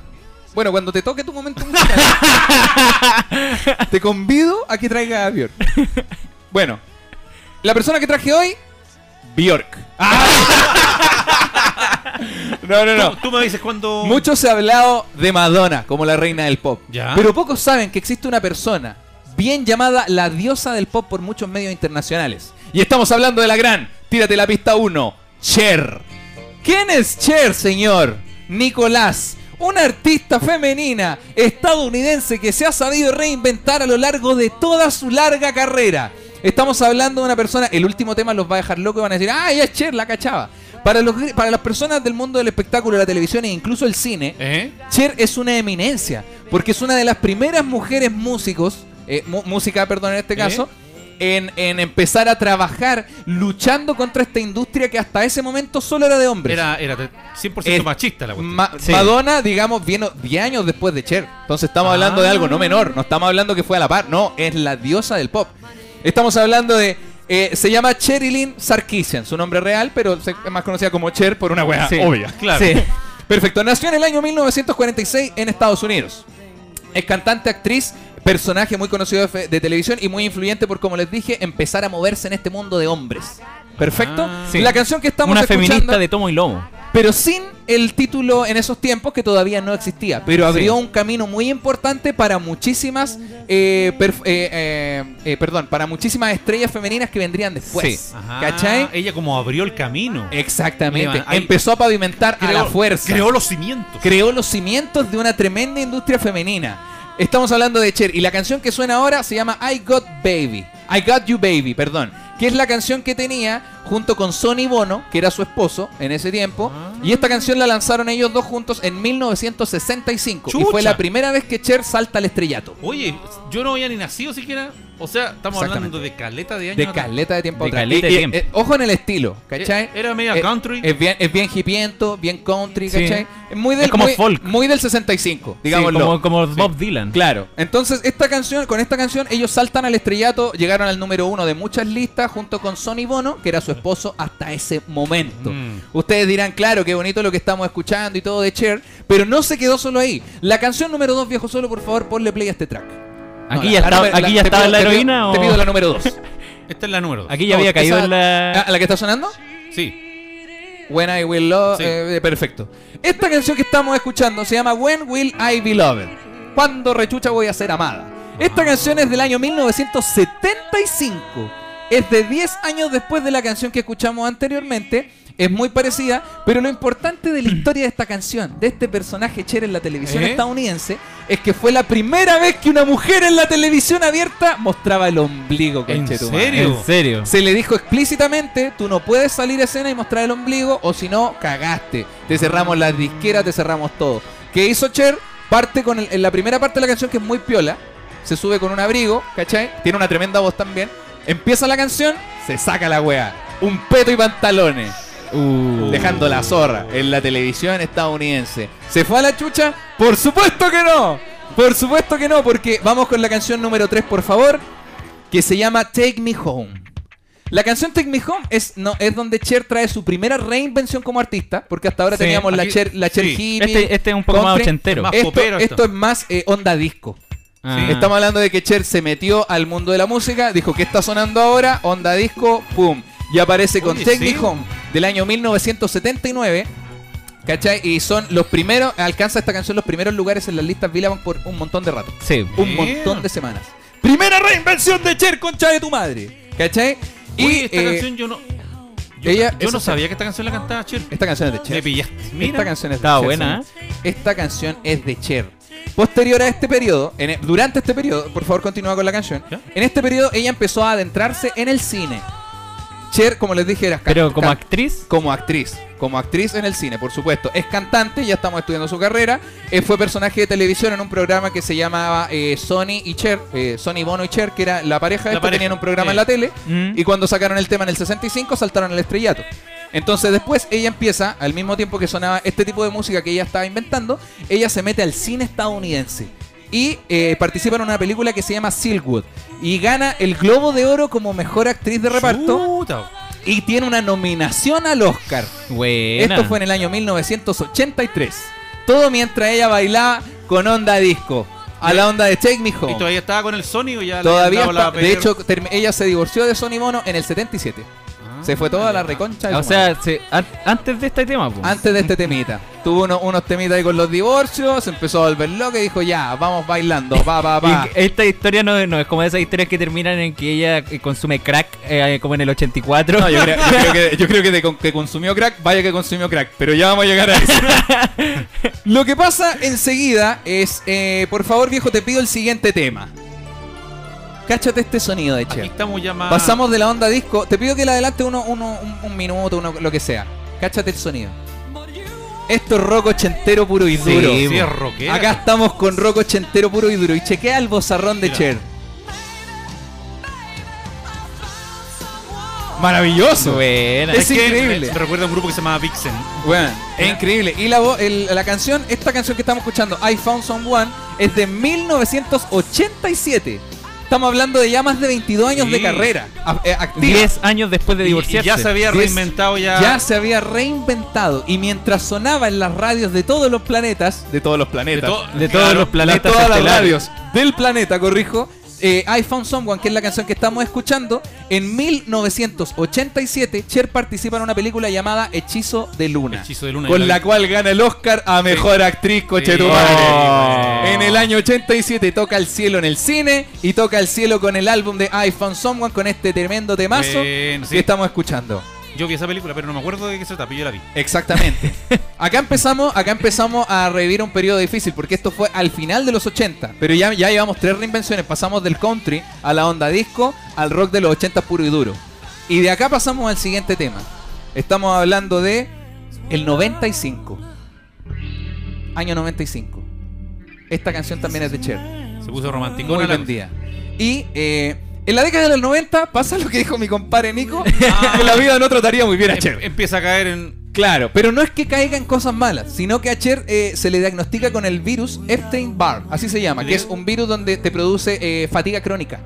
Bueno, cuando te toque tu *laughs* momento musical, te convido a que traiga a Bjork. Bueno, la persona que traje hoy, Bjork. no, no, no.
Tú, tú me dices cuando.
Mucho se ha hablado de Madonna como la reina del pop.
Ya.
Pero pocos saben que existe una persona bien llamada la diosa del pop por muchos medios internacionales. Y estamos hablando de la gran, tírate la pista 1, Cher. ¿Quién es Cher, señor? Nicolás. Una artista femenina estadounidense que se ha sabido reinventar a lo largo de toda su larga carrera. Estamos hablando de una persona, el último tema los va a dejar locos y van a decir, ah, ya es Cher, la cachaba. Para, los, gr- para las personas del mundo del espectáculo, la televisión e incluso el cine,
¿Eh?
Cher es una eminencia, porque es una de las primeras mujeres músicos, eh, mu- música, perdón, en
Eh.
este caso, en, en empezar a trabajar luchando contra esta industria que hasta ese momento solo era de hombres.
Era, era de- 100%
Eh,
machista la cuestión.
Ma-
Sí.
Madonna, digamos, vino 10 años después de Cher. Entonces estamos hablando de algo no menor. No estamos hablando que fue a la par. No, es la diosa del pop. Estamos hablando de. eh, se llama Cherilyn Sarkisian, su nombre real, pero se- es más conocida como Cher por una wea
Sí.
Obvia.
claro.
Sí. Perfecto. Nació en el año 1946 en Estados Unidos. Es cantante, actriz, personaje muy conocido de, fe- de televisión y muy influyente por, como les dije, empezar a moverse en este mundo de hombres. Perfecto.
Ah.
Sí.
La canción que estamos
Una
escuchando,
feminista de tomo y lomo.
pero sin el título en esos tiempos que todavía no existía, pero abrió un camino muy importante para muchísimas, eh, perf- eh, eh, eh, perdón, para muchísimas estrellas femeninas que vendrían después.
Sí.
Pues, Ajá.
¿Cachai?
Ella como abrió el camino.
Exactamente.
Mira, ahí-
Empezó a pavimentar a la fuerza.
Creó los cimientos.
creó los cimientos de una tremenda industria femenina. Estamos hablando de Cher y la canción que suena ahora se llama I Got Baby. I Got You Baby, perdón. Que es la canción que tenía junto con Sonny Bono, que era su esposo en ese tiempo. Y esta canción la lanzaron ellos dos juntos en 1965. Y fue
Chucha.
la primera vez que Cher salta al estrellato.
Oye, yo no había ni nacido siquiera. O sea, estamos hablando de caleta de años.
De
atrás.
caleta de tiempo
De
atrás.
caleta de
Y- y-
tiempo.
eh, ojo en el estilo, ¿cachai?
Eh, era media
Eh,
country.
Es bien, es bien hipiento, bien country,
Sí.
¿cachai? Es Muy del,
Es como
muy-
folk.
Muy del 65,
Sí,
digámoslo.
como como Bob Dylan.
Claro. Entonces, esta canción, con esta canción, ellos saltan al estrellato, llegaron al número uno de muchas listas junto con Sonny Bono, que era su esposo hasta ese momento.
Mm.
Ustedes dirán, claro, qué bonito lo que estamos escuchando y todo de Cher, pero no se quedó solo ahí. La canción número dos, viejo solo, por favor, ponle play a este track.
Aquí
No, la-
ya
la
estaba-
número-
aquí ya
te
estaba
pido-
la
te pido-
heroína,
Te
o-
pido la número dos.
Esta es la número dos.
*laughs* Aquí ya
No,
había caído
esa-
en la.
Ah, ¿La que está sonando?
Sí.
When I Will Love.
Sí.
eh, perfecto. Esta canción que estamos escuchando se llama When Will I Be Loved. ¿Cuándo rechucha voy a ser amada? Esta canción es del año 1975. Es de 10 años después de la canción que escuchamos anteriormente. Es muy parecida, pero lo importante de la historia de esta canción, de este personaje Cher en la televisión
¿Eh?
estadounidense, es que fue la primera vez que una mujer en la televisión abierta mostraba el ombligo.
¿En
conchetumare.
serio?
En serio.
Se le dijo explícitamente, tú no puedes salir a escena y mostrar el ombligo, o si no, cagaste. Te cerramos las disqueras, te cerramos todo. ¿Qué hizo Cher? Parte con el- en la primera parte de la canción, que es muy piola. Se sube con un abrigo, ¿cachai? Tiene una tremenda voz también. Empieza la canción se saca la weá. Un peto y pantalones.
Uh.
Dejando la zorra en la televisión estadounidense. ¿Se fue a la chucha? Por supuesto que no. Por supuesto que no, porque vamos con la canción número 3, por favor, que se llama Take Me Home. La canción Take Me Home es, no, es donde Cher trae su primera reinvención como artista, porque hasta ahora
Sí,
teníamos la
aquí-
Cher, la Cher
sí.
hippie,
Este, este es un poco más
country.
ochentero.
Más
Esto,
popero esto.
esto es más eh, onda disco.
Ah.
Estamos hablando de que Cher se metió al mundo de la música, dijo que está sonando ahora, onda disco, pum. Y aparece con
Oye,
Take
sí.
Me Home del año 1979. ¿Cachai? Y son los primeros, alcanza esta canción los primeros lugares en las listas Billboard por un montón de rato.
Sí.
Un
Bien.
montón de semanas. Primera reinvención de Cher, concha de tu madre. ¿Cachai?
Y
y
esta
eh,
canción yo no. Yo,
ella-
yo
esa-
no sabía que esta canción la cantaba Cher.
esta canción es de
Me
Cher.
pillaste. Mira.
Esta canción es
Estaba
de Cher,
buena,
señor. ¿eh? Esta canción es de Cher. Posterior a este periodo, en el- durante este periodo, por favor continúa con la canción.
¿Ya?
En este periodo ella empezó a adentrarse en el cine. Cher, como les dije, era can-
Pero como
can-
actriz,
como actriz. Como actriz en el cine, por supuesto. Es cantante, ya estamos estudiando su carrera. Eh, fue personaje de televisión en un programa que se llamaba eh, Sony y Cher. eh, Sony Bono y Cher, que era la pareja,
La
estos
pareja,
tenían un
sí.
programa en la tele.
Mm.
Y cuando sacaron el tema en el 65, saltaron al estrellato. Entonces después ella empieza, al mismo tiempo que sonaba este tipo de música que ella estaba inventando, ella se mete al cine estadounidense y eh, participa en una película que se llama Silkwood y gana el Globo de Oro como mejor actriz de reparto
Chuta.
y tiene una nominación al Oscar.
buena.
Esto fue en el año 1983. Todo mientras ella bailaba con onda disco, a la onda de Take Me
¿Y
Home.
todavía estaba con el Sony o ya le
Todavía,
habían dado
está-
la
de
pelea?
hecho, termi- ella se divorció de Sony Mono en el 77.
Ah,
Se fue toda la
ya.
reconcha. de
Ah, O
su madre.
sea, se- an- antes de este tema, po.
antes de este temita, tuvo uno- unos temitas ahí con los divorcios, se empezó a volver loca y dijo, ya, vamos bailando, va, va, va.
Y esta historia no, no es como esas historias que terminan en que ella eh, consume crack eh, como en el 84.
No, yo creo, yo creo que, yo creo que de con- que consumió crack, vaya que consumió crack, pero ya vamos a llegar a eso. Lo que pasa enseguida es, eh, por favor viejo, te pido el siguiente tema. Cáchate este sonido de
Aquí
Cher.
estamos ya más.
Pasamos de la onda disco. Te pido que la adelante uno, uno, un, un minuto, uno, lo que sea. Cáchate el sonido. Esto es rock ochentero puro y
Sí,
duro.
sí, es rockera.
Acá estamos con rock ochentero puro y duro. Y chequea el bozarrón de
Mira.
Cher. Maravilloso.
*laughs*
*laughs*
Buena.
Es
que
increíble.
me- Me recuerda a un grupo que se llamaba Vixen.
Bueno, es increíble. Y la, vo- el- la canción, esta canción que estamos escuchando, I Found Someone, es de 1987. Estamos hablando de ya más de 22 años
Sí.
de carrera. a- eh, activa.
10 años después de
Y-
divorciarse.
Y ya se había
Diez-
reinventado ya.
ya se había reinventado y mientras sonaba en las radios de todos los planetas, de todos los
de,
planetas,
to-
De todos
claro,
los planetas
de todas las
estelares.
radios del planeta, corrijo, eh, I Found Someone, que es la canción que estamos escuchando, en 1987 Cher participa en una película llamada Hechizo de Luna,
Hechizo de Luna, yo
con
la
la
vi.
cual gana el Oscar a Mejor Actriz Cochetumare.
Oh.
En el año 87 toca el cielo en el cine y toca el cielo con el álbum de I Found Someone con este tremendo temazo
Bueno, sí.
que estamos escuchando.
Yo vi esa película, pero no me acuerdo de qué se trata, pero yo la vi.
Exactamente. Acá empezamos, acá empezamos a revivir un periodo difícil, porque esto fue al final de los 80, pero ya, ya llevamos tres reinvenciones, pasamos del country a la onda disco, al rock de los 80 puro y duro. Y de acá pasamos al siguiente tema. Estamos hablando de el 95. Año 95. Esta canción también es de Cher.
Se puso romántico.
Muy buen día. Y eh, en la década de los 90 pasa lo que dijo mi compadre Nico, que la vida no trataría muy bien a Cher.
Empieza a caer en.
Claro, pero no es que caiga en cosas malas, sino que a Cher eh, se le diagnostica con el virus Epstein-Barr, así se llama, que es un virus donde te produce eh, fatiga crónica.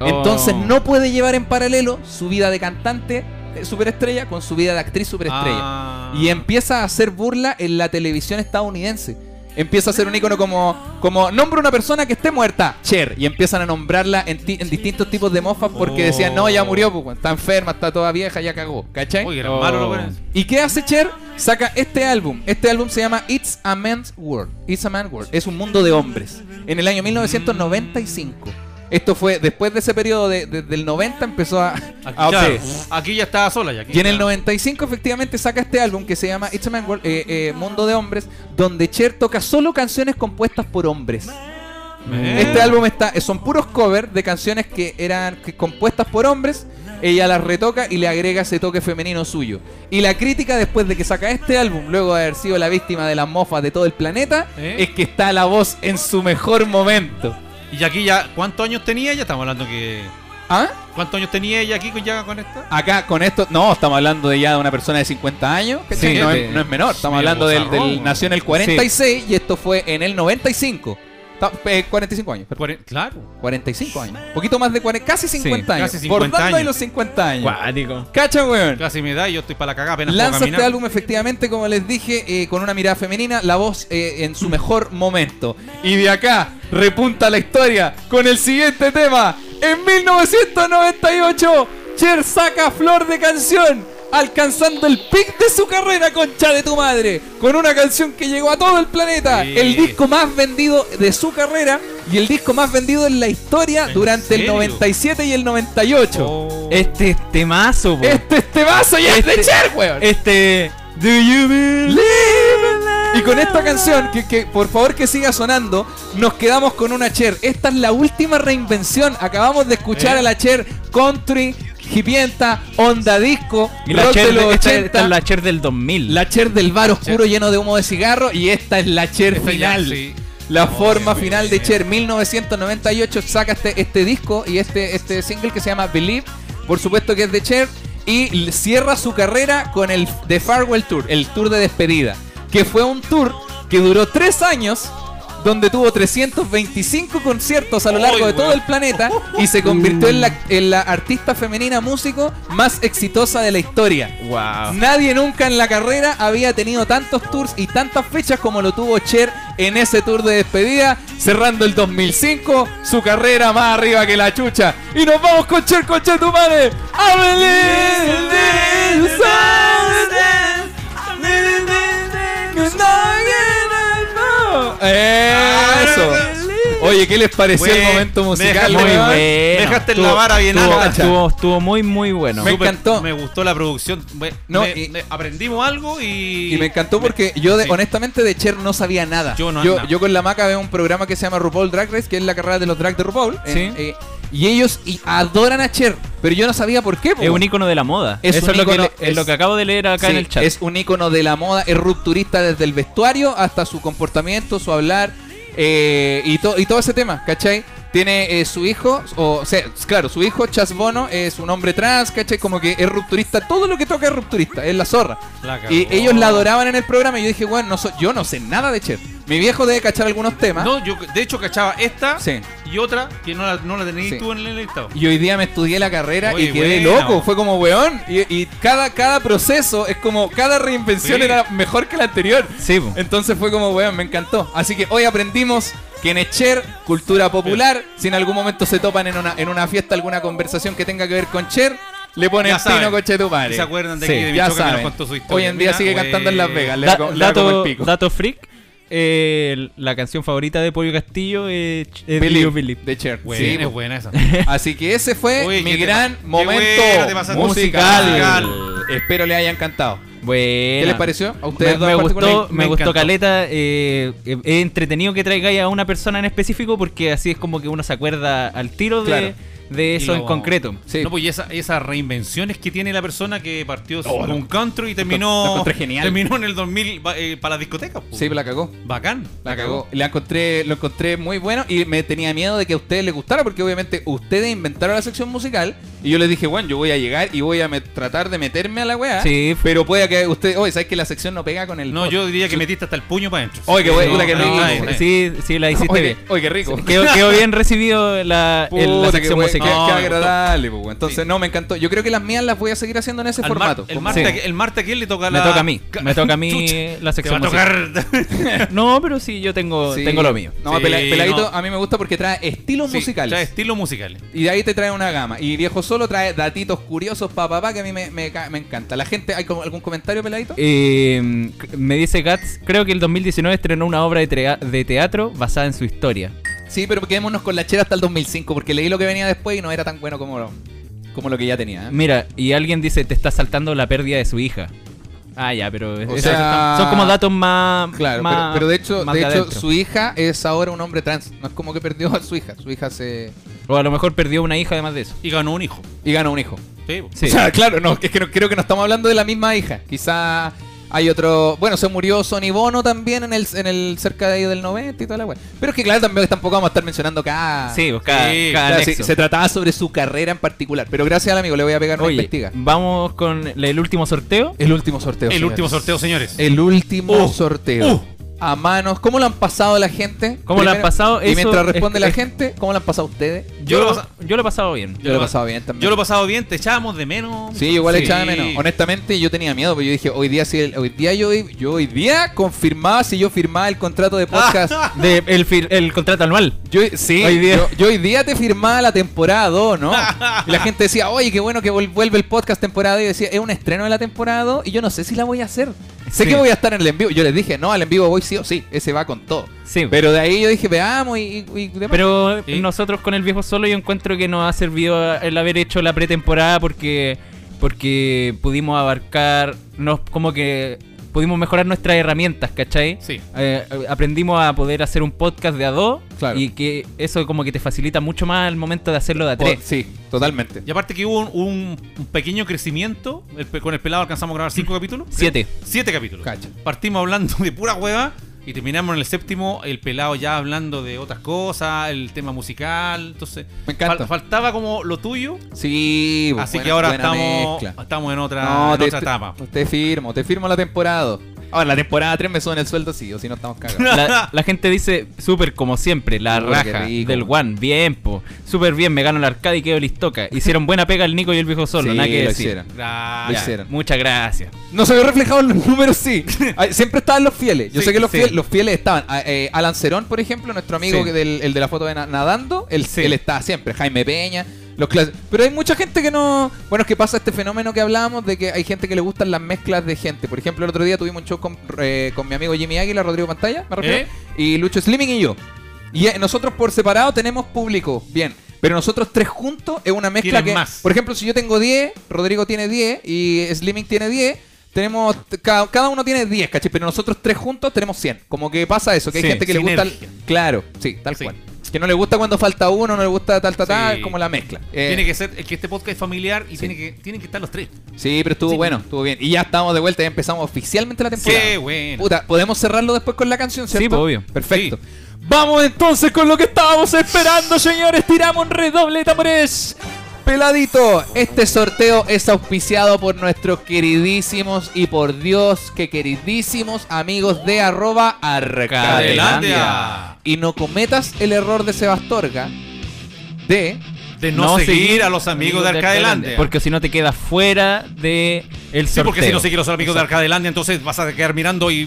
Entonces no puede llevar en paralelo su vida de cantante eh, superestrella con su vida de actriz superestrella.
Ah.
Y empieza a hacer burla en la televisión estadounidense. Empieza a ser un icono como, como nombra una persona que esté muerta, Cher, y empiezan a nombrarla en, ti- en distintos tipos de mofas porque
Oh.
decían, no, ya murió, pues, está enferma, está toda vieja, ya cagó, ¿cachai?
Uy, era
Oh.
malo lo bueno.
¿Y qué hace Cher? Saca este álbum. Este álbum se llama It's a Man's World. It's a Man's World. Es un mundo de hombres. En el año 1995. Esto fue después de ese periodo de, de- del 90 empezó a...
Aquí,
a-
claro,
sí.
aquí ya estaba sola. Ya, aquí
Ah, Y en el
ya-
95 efectivamente saca este álbum que se llama It's a Man's World, eh, eh, Mundo de Hombres, donde Cher toca solo canciones compuestas por hombres.
Eh.
Este álbum está, son puros covers de canciones que eran que- compuestas por hombres. Ella las retoca y le agrega ese toque femenino suyo. Y la crítica después de que saca este álbum, luego de haber sido la víctima de las mofas de todo el planeta,
¿Eh?
es que está la voz en su mejor momento.
Y aquí ya, ¿cuántos años tenía? Ya estamos hablando que.
¿Ah?
¿Cuántos años tenía ella aquí con- ya con esto?
Acá con esto, no, estamos hablando de ya de una persona de 50 años, ¿cachai?
Sí,
no,
de-
es, no es menor, estamos
este medio
hablando del,
bozarrón,
del-
weón.
nació en el 46 y esto fue en el 95. Ta- eh, 45 años, perdón.
Cuaren- Claro.
45 años. poquito más de 40, casi 50 años.
casi 50
bordando ahí
años.
los 50 años.
Cuático.
Cacha, weón.
Casi me da y yo estoy para la cagada apenas puedo
Lanza este
caminar.
álbum efectivamente, como les dije, eh, con una mirada femenina, la voz eh, en su mejor momento. Y de acá repunta la historia con el siguiente tema. En 1998, Cher saca flor de canción, alcanzando el pic de su carrera, concha de tu madre, con una canción que llegó a todo el planeta.
Sí.
El disco más vendido de su carrera y el disco más vendido en la historia
¿En
durante el
serio?
97 y el 98.
Oh.
Este es temazo, po.
Este es temazo y es de Cher, weón.
Este. Do you believe?
Y con esta canción, que, que por favor que siga sonando, nos quedamos con una Cher. Esta es la última reinvención. Acabamos de
Eh.
escuchar a la Cher country, hipienta, onda disco,
Y la
rock
Cher,
de los
de- este esta,
80.
esta es la Cher del 2000.
la Cher del bar oscuro lleno de humo de cigarro y esta es la Cher
Esta ya,
final.
sí.
La
Oh,
forma
qué
final de
buena.
Cher, 1998, saca este, este disco y este, este single que se llama Believe, por supuesto que es de Cher, y l- cierra su carrera con el The Farewell Tour, el tour de despedida, que fue un tour que duró tres años, donde tuvo 325 conciertos a lo largo
Ay,
de todo
weón.
el planeta y se convirtió en la, en la artista femenina músico más exitosa de la historia.
Wow.
Nadie nunca en la carrera había tenido tantos tours y tantas fechas como lo tuvo Cher en ese tour de despedida, cerrando el 2005, su carrera más arriba que la chucha. Y nos vamos con Cher, con Cher, tu madre. I believe in sunshine. Eso. Oye, ¿qué les pareció el
Buen-
momento
me
musical?
dejaste-
muy
weón?
bueno.
Me dejaste en la
Estuvo-
vara bien
Estuvo,
alta.
estuvo, estuvo muy, muy bueno.
Ah, Me
Súper-
encantó.
Me gustó la producción. Me-
No,
me-
y-
me- aprendimos algo y.
Y me encantó porque yo, de-
Sí.
honestamente, de Cher no sabía nada.
Yo no-
yo,
nada.
yo con la maca veo un programa que se llama RuPaul Drag Race, que es la carrera de los drag de RuPaul.
Sí.
Eh, eh, y ellos y- adoran a Cher, pero yo no sabía por qué. po.
Es un icono de la moda.
Es
Eso
un
es lo, que,
ícono-
le- es
es-
lo que acabo de leer acá
Sí,
en el chat.
Es un ícono de la moda, es rupturista desde el vestuario hasta su comportamiento, su hablar eh, y, to- y todo ese tema, ¿cachai? Tiene eh, su hijo, o, sea, claro, su hijo Chas Bono es un hombre trans, ¿cachai? Como que es rupturista, todo lo que toca es rupturista, es la zorra.
La cagó.
Y ellos la adoraban en el programa y yo dije, bueno, no so- yo no sé nada de Cher. Mi viejo debe cachar algunos temas.
No, yo de hecho cachaba esta
Sí.
y otra que no la, no la tenías
Sí.
tú en el listado.
Y hoy día me estudié la carrera
Oye,
y quedé
buena,
loco.
weón.
Fue como, weón. Y, y cada, cada proceso es como, cada reinvención
Sí.
era mejor que la anterior.
Sí, po.
Entonces fue como, weón, me encantó. Así que hoy aprendimos que en Cher, cultura popular, si en algún momento se topan en una, en una fiesta, alguna conversación que tenga que ver con Cher, le ponen
Ya saben.
pino coche tu padre.
¿Se acuerdan de
Sí,
aquí de
ya
Michoacán que nos
saben.
contó su
Hoy
historia?
en día
Mira,
sigue cantando en Las
güey.
Vegas. Le,
Da-
hago- le hago
dato,
el pico.
dato freak. eh, la canción favorita de Pollo Castillo es Ch- es
Believe,
Dio Believe.
de Cher.
Buena,
Sí, pues,
es buena
*laughs*
esa.
Así que ese fue
Oye,
mi
qué
gran
tema- qué
momento
buena, te pasaste.
musical.
Musical.
Espero le haya encantado.
Buena.
¿Qué les pareció? ¿A ustedes
Me,
dos
me
en
gustó,
particular?
me,
Me
gustó
encantó.
Caleta. eh, eh, es entretenido que traigáis a una persona en específico porque así es como que uno se acuerda al tiro de,
Claro.
de
Y
eso en
lo-
concreto.
Sí.
No, pues y esa- esas reinvenciones que tiene la persona que partió con un country y terminó,
Oh, encontré genial.
terminó en el 2000 ba- eh, para la discoteca. po.
Sí, la cagó.
Bacán.
Uh. La cagó. La encontré, lo encontré muy bueno y me tenía miedo de que a ustedes les gustara porque obviamente ustedes inventaron la sección musical y yo les dije, bueno, yo voy a llegar y voy a me- tratar de meterme a la weá.
Sí.
Pero puede que ustedes, oye, ¿sabes que la sección no pega con el...
No, yo diría que metiste hasta el puño para adentro.
Oye, qué
Sí,
bueno,
no,
qué
no,
rico.
ay, ay.
Sí, sí, la hiciste
Oye,
bien.
oye, qué rico.
Quedó, quedó bien recibido la, el- la
*laughs* Puta, qué
sección
buen- qué-
musical.
qué
No, me gustó.
agradable, po, weón. Entonces, no, me encantó. Yo creo que las mías las voy a seguir haciendo en ese
Al mar-
formato.
el,
Como-
Marte,
Sí.
aquel- el Marte aquel le toca
Me
la...
toca a mí. Me toca a mí
*laughs* Chucha,
la
Te va a
sección musical.
tocar...
*laughs*
No, pero sí, yo tengo,
Sí.
tengo lo mío.
No,
Sí,
pela- peladito
no.
a mí me gusta porque trae estilos
Sí,
musicales.
trae estilos musicales.
Y de ahí te trae una gama. Y viejo solo trae datitos curiosos pa papá que a mí me, me ca- me encanta. La gente, ¿hay como algún comentario peladito?
Eh, me dice Gats, creo que el 2019 estrenó una obra de, trea- de teatro basada en su historia.
Sí, pero quedémonos con la chera hasta el 2005 porque leí lo que venía después y no era tan bueno como lo, como lo que ya tenía. ¿eh?
Mira, y alguien dice, te está saltando la pérdida de su hija. Ah, ya, pero esos
sea-
están- son como datos más...
Claro,
más-
pero, pero de hecho,
más
de hecho
adentro.
su hija es ahora un hombre trans. No es como que perdió a su hija. Su hija se...
O a lo mejor perdió una hija además de eso.
Y ganó un hijo.
y ganó un hijo.
Sí, po.
Sí.
O sea, claro, no, es que no, creo que no estamos hablando de la misma hija. Quizá Hay otro. Bueno, se murió Sonny Bono también en el, en el cerca de ahí del 90 y toda la weá. Pero es que claro, también tampoco vamos a estar mencionando cada.
Sí, pues cada,
Sí,
cada
Claro, sí,
anexo.
se trataba sobre su carrera en particular. Pero gracias al amigo, le voy a pegar una
Oye,
investiga.
vamos con la- el último sorteo.
El último sorteo.
El
señores. Eh,
último sorteo, señores.
El último
Uh,
sorteo.
uh.
A manos. ¿Cómo lo han pasado la gente?
¿Cómo lo han pasado?
Y
Eso
mientras responde
es-
la
es-
gente, ¿cómo lo han pasado ustedes?
Yo lo he pas-
yo lo he pasado bien.
Yo lo he pasado bien también.
yo lo he pasado bien, te echábamos de menos.
Sí, igual
Sí.
echaba menos. Honestamente, yo tenía miedo, porque yo dije, hoy día sí, el- hoy día yo, yo hoy día confirmaba si yo firmaba el contrato de
*laughs*
podcast.
De el, fir- el contrato anual.
Yo, sí,
Hoy día.
Yo, yo hoy día te firmaba la temporada 2, ¿no? Y la gente decía, oye, qué bueno que vol- vuelve el podcast temporada 2. Y decía, es un estreno de la temporada 2 y yo no sé si la voy a hacer. Sé
Sí.
que voy a estar en el en vivo. Yo les dije, no, al en vivo voy sí o sí, ese va con todo.
Sí. Pero,
Pero de ahí yo dije, veamos y, y- y demás.
pero
Sí.
nosotros con el viejo solo yo encuentro que nos ha servido el haber hecho la pretemporada porque porque pudimos abarcar, nos, como que pudimos mejorar nuestras herramientas, ¿cachai?
Sí.
Eh, eh, aprendimos a poder hacer un podcast de a dos
Claro.
y que eso como que te facilita mucho más el momento de hacerlo de a
Po-
tres.
sí, totalmente.
Y aparte que hubo un, un- un pequeño crecimiento. el pe- con el pelado alcanzamos a grabar cinco capítulos.
Siete.
Siete capítulos.
Cacha.
Partimos hablando de pura hueva y terminamos en el séptimo, el pelado ya hablando de otras cosas, el tema musical. Entonces,
Me encanta.
fal- faltaba como lo tuyo.
Sí, pues,
así
buena-
que ahora
buena
estamos,
mezcla.
estamos en otra,
No,
en
te,
otra etapa.
te- te firmo, te firmo la temporada. dos. Ahora, la temporada 3 me suben el sueldo, sí, o si no estamos
*laughs*
cagados.
*laughs*
La, la gente dice, súper como siempre, la
Oh, qué
raja
rico.
del One, bien, po. Súper bien, me gano el arcade y quedo listoca. Hicieron buena pega el Nico y el viejo solo,
Sí,
nada que
lo
decir.
hicieron.
Gra-
Lo
ya.
hicieron.
Muchas gracias.
No se vio reflejado en los números, sí. *laughs* Ay, Siempre estaban los fieles. Yo
Sí,
sé que los,
sí.
fieles, los fieles estaban. Ah, eh, Alan Cerón, por ejemplo, nuestro amigo
Sí.
que del- el de la foto de na- nadando, él,
Sí.
él está siempre. Jaime Peña, los clas- Pero hay mucha gente que no. Bueno, es que pasa este fenómeno que hablábamos de que hay gente que le gustan las mezclas de gente. Por ejemplo, el otro día tuvimos un show con, eh, con mi amigo Jimmy Águila, Rodrigo Pantalla, me refiero,
¿Eh?
y Lucho Slimming y yo. Y eh, nosotros por separado tenemos público, bien. Pero nosotros tres juntos es una mezcla
Tienen
que.
más.
Por ejemplo, si yo tengo 10, Rodrigo tiene 10 y Slimming tiene 10, tenemos. Cada, cada uno tiene 10, ¿cachai? Pero nosotros tres juntos tenemos 100. Como que pasa eso, que hay
Sí,
gente que le gusta. el-
sinergia.
claro, sí, tal
Sí.
cual. Que no le gusta cuando falta uno, no le gusta tal, tal, tal,
Sí.
como la mezcla. Eh,
Tiene que ser es que este podcast es familiar y tiene que, tienen que estar los tres.
Sí, pero estuvo
Sí.
bueno, estuvo bien. Y ya estamos de vuelta, ya empezamos oficialmente la temporada.
Qué bueno.
Puta, podemos cerrarlo después con la canción, ¿cierto?
pues, obvio.
Perfecto. Vamos entonces con lo que estábamos esperando, señores. Tiramos un redoble de tambores. Peladito, este sorteo es auspiciado por nuestros queridísimos y por Dios que queridísimos amigos de arroba
Adelante.
Arcadelandia. Y no cometas el error de Sebastorga de
De no, seguir, a los amigos de Arcadelandia.
Porque si no te quedas fuera de el
Sí,
sorteo.
porque si no sigues a los amigos de Arcadelandia, entonces vas a quedar mirando y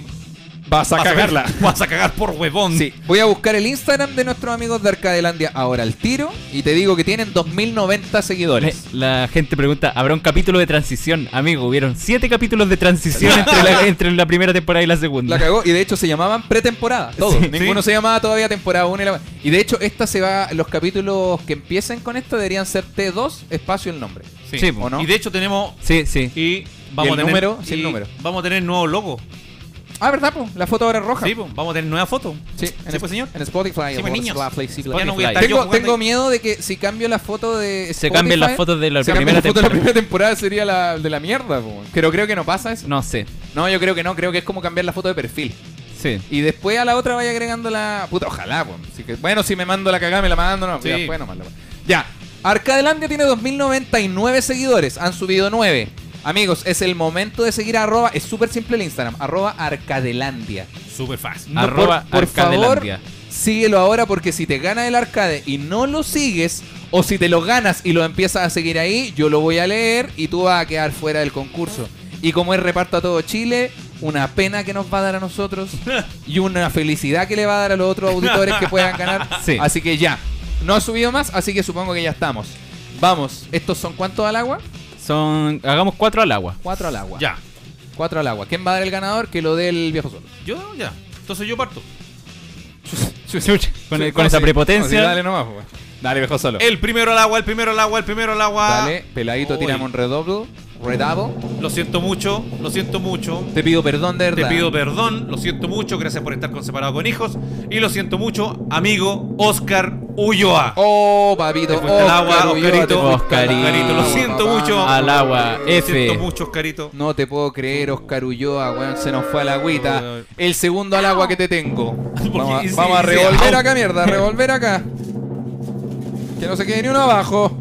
vas
vas a *laughs* Vas a cagar por huevón.
Sí, voy a buscar el Instagram de nuestros amigos de Arcadelandia ahora al tiro y te digo que tienen 2090
Le-
seguidores.
La gente pregunta, ¿habrá un capítulo de transición? Amigo, hubieron siete capítulos de transición entre la, entre la primera temporada y la segunda.
La cagó y de hecho se llamaban pretemporada. Todos.
Sí,
Ninguno
sí.
se llamaba todavía temporada 1 y la- Y de hecho, esta se va. Los capítulos que empiecen con esta deberían ser T2, espacio el nombre.
Sí.
Sí, po.
¿O no?
Y de hecho tenemos
Sí, sí.
y vamos
el
a tener
número? Sí, el
y
número.
Vamos a tener nuevo logo.
Ah, ¿verdad? po? La foto ahora es roja.
Sí, po, vamos a tener nueva foto.
Sí, en,
pues, señor. *laughs*
en Spotify.
Sí,
o
pues, niños.
Spotify, sí,
Ya no voy a
Spotify.
estar yo
tengo,
jugando
tengo
ahí.
miedo de que si cambio la foto de
Se cambian las fotos de la
se cambia
primera
la foto de la
temporada.
primera temporada sería la de la mierda, po. pero creo que no pasa eso.
No sé.
No, yo creo que no, creo que es como cambiar la foto de perfil.
Sí.
Y después a la otra vaya agregando la. Puta, ojalá, pues. Así que, bueno, si me mando la cagada, me la mando, no.
Sí.
Ya, después nomás la- Ya. Arcadelandia tiene 2099 seguidores. Han subido 9. Amigos, es el momento de seguir a arroba. Es súper simple el Instagram. Arroba Arcadelandia.
Súper fácil.
No,
Arroba
por, por favor,
Arcadelandia.
síguelo ahora porque si te gana el arcade y no lo sigues, o si te lo ganas y lo empiezas a seguir ahí, yo lo voy a leer y tú vas a quedar fuera del concurso. Y como es reparto a todo Chile, una pena que nos va a dar a nosotros y una felicidad que le va a dar a los otros auditores que puedan ganar.
*laughs*
Sí.
Así que ya, no ha subido más, así que supongo que ya estamos. Vamos, ¿estos son cuántos al agua?
Son. Hagamos cuatro al agua.
Cuatro al agua.
Ya.
Cuatro al agua. ¿Quién va a dar el ganador? Que lo dé el viejo solo.
Yo ya. Entonces yo parto.
Sí, no,
Con, con
sí.
esa
No, sí,
prepotencia.
dale nomás, pues. Dale, viejo solo.
El primero al agua, el primero al agua, el primero al agua.
Dale, peladito,
Uy.
tiramos un redoblo. Redouble.
Lo siento mucho, lo siento mucho.
Te pido perdón de
Te
verdad.
pido perdón, lo siento mucho, gracias por estar con Separado con Hijos. Y lo siento mucho, amigo Oscar Ulloa.
Oh, papito.
Te fuiste al agua,
Oscar Ulloa,
Oscarito.
te fuiste al
Oscarito,
Carito, lo
agua,
siento
papá.
mucho.
Al agua,
Lo
F.
siento mucho, Carito.
No te puedo creer, Oscar Ulloa, weón, se nos fue a la agüita. El segundo al agua que te
*laughs*
tengo. Vamos,
Porque
a- vamos a
sí, sí,
revolver
au.
acá,
*laughs*
mierda, revolver acá. Que no se quede ni uno abajo.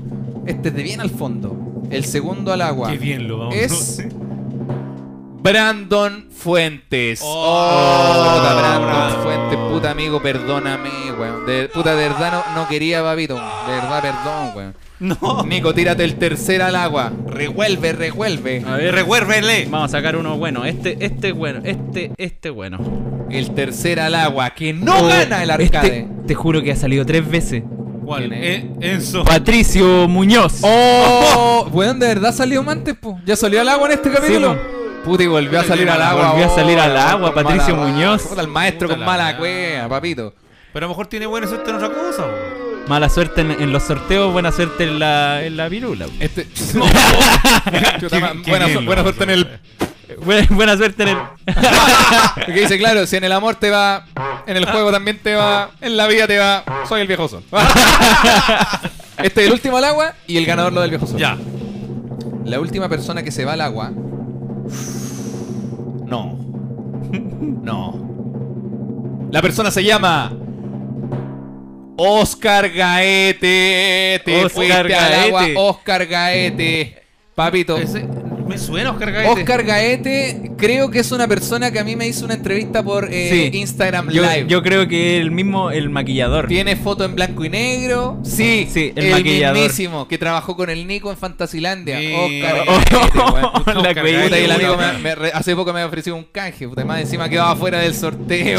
Este es de bien al fondo. El segundo al agua.
Qué bien lo vamos.
Es-
Brandon Fuentes.
Oh,
Puta, Brandon
bravo.
Fuentes, puta amigo, perdóname, weón. De, puta, de verdad no, no quería, papito. De verdad, perdón, weón.
*laughs* No.
Nico, tírate el tercer al agua. Revuelve, revuelve.
A ver,
Revuélvele.
vamos a sacar uno bueno. Este, este bueno, este, este bueno.
El tercer al agua, que no
Oh,
gana el arcade.
este, te juro que ha salido tres veces.
¿Cuál?
¿Quién es?
Eh, Enzo.
Patricio Muñoz.
Oh, weón, de verdad salió antes, po. Ya salió al agua en este capítulo. Puta, y volvió a salir al agua.
Volvió a salir al
ahora,
agua,
con
Patricio
mala-
Muñoz.
Puta, el maestro
Puta
con
la
mala
weá.
cueva, papito.
Pero a lo mejor tiene buena suerte en otra cosa. bo.
Mala suerte en, en los sorteos, buena suerte en la, en la virula.
Este. *laughs*
Qué-
Chuta,
qué
buena,
bien
su-
lo
buena
vamos
suerte en
a
el. *laughs*
hacer.
Buena, buena suerte en el.
Porque dice, claro, si en el amor te va, en el juego también te *laughs* va, en la vida te va. Soy el viejo *laughs* sol. este es el último al agua y el ganador lo del viejo sol.
Ya.
La última persona que se va al agua. No. No. La persona se llama.
Oscar Gaete. Te
Oscar
fuiste al
Al agua,
agua.
Oscar Gaete. Papito.
Ese- me suena Oscar Gaete.
Oscar Gaete, creo que es una persona que a mí me hizo una entrevista por eh,
Sí.
Instagram
Yo,
Live.
yo creo que el mismo, el maquillador. *laughs*
Tiene foto en blanco y negro. Sí,
Sí, el
el,
maquillador.
mismísimo que trabajó con el Nico en Fantasilandia.
Sí.
*laughs* Oscar.
Oh,
Gaete, weón.
Puta,
*laughs* la
Oscar
cuello.
Gaete,
Puta, y el amigo
puta.
me-
*laughs*
me re- hace poco me ofreció un canje, puta, más encima quedaba fuera del sorteo.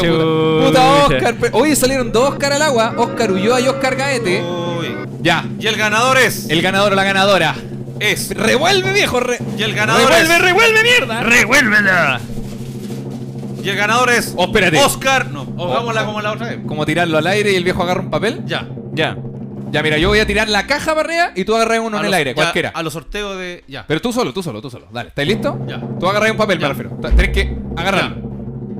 Puta,
Chucha.
Puta, Oscar. pe- Oye, salieron dos Oscar al agua, Oscar Ulloa y Oscar Gaete.
Uy.
Ya,
Y el ganador es.
el ganador o la ganadora.
Es.
Revuelve, viejo, re-
Y el ganador
Revuelve,
es.
revuelve, mierda.
¡Revuélvela!
Y el ganador es.
Oh, espérate.
Oscar. No, hagámosla
Oh, oh.
como la otra vez.
Como tirarlo al aire y el viejo agarra un papel.
Ya.
Ya.
Ya, mira, yo voy a tirar la caja para arriba y tú agarras uno
A
en
los-
el aire,
ya,
cualquiera.
A los sorteos de. Ya.
Pero tú solo, tú solo, tú solo. Dale, ¿estás listo?
Ya.
Tú agarras un papel,
Ya.
me refiero. Ta- Tenés que agarrar.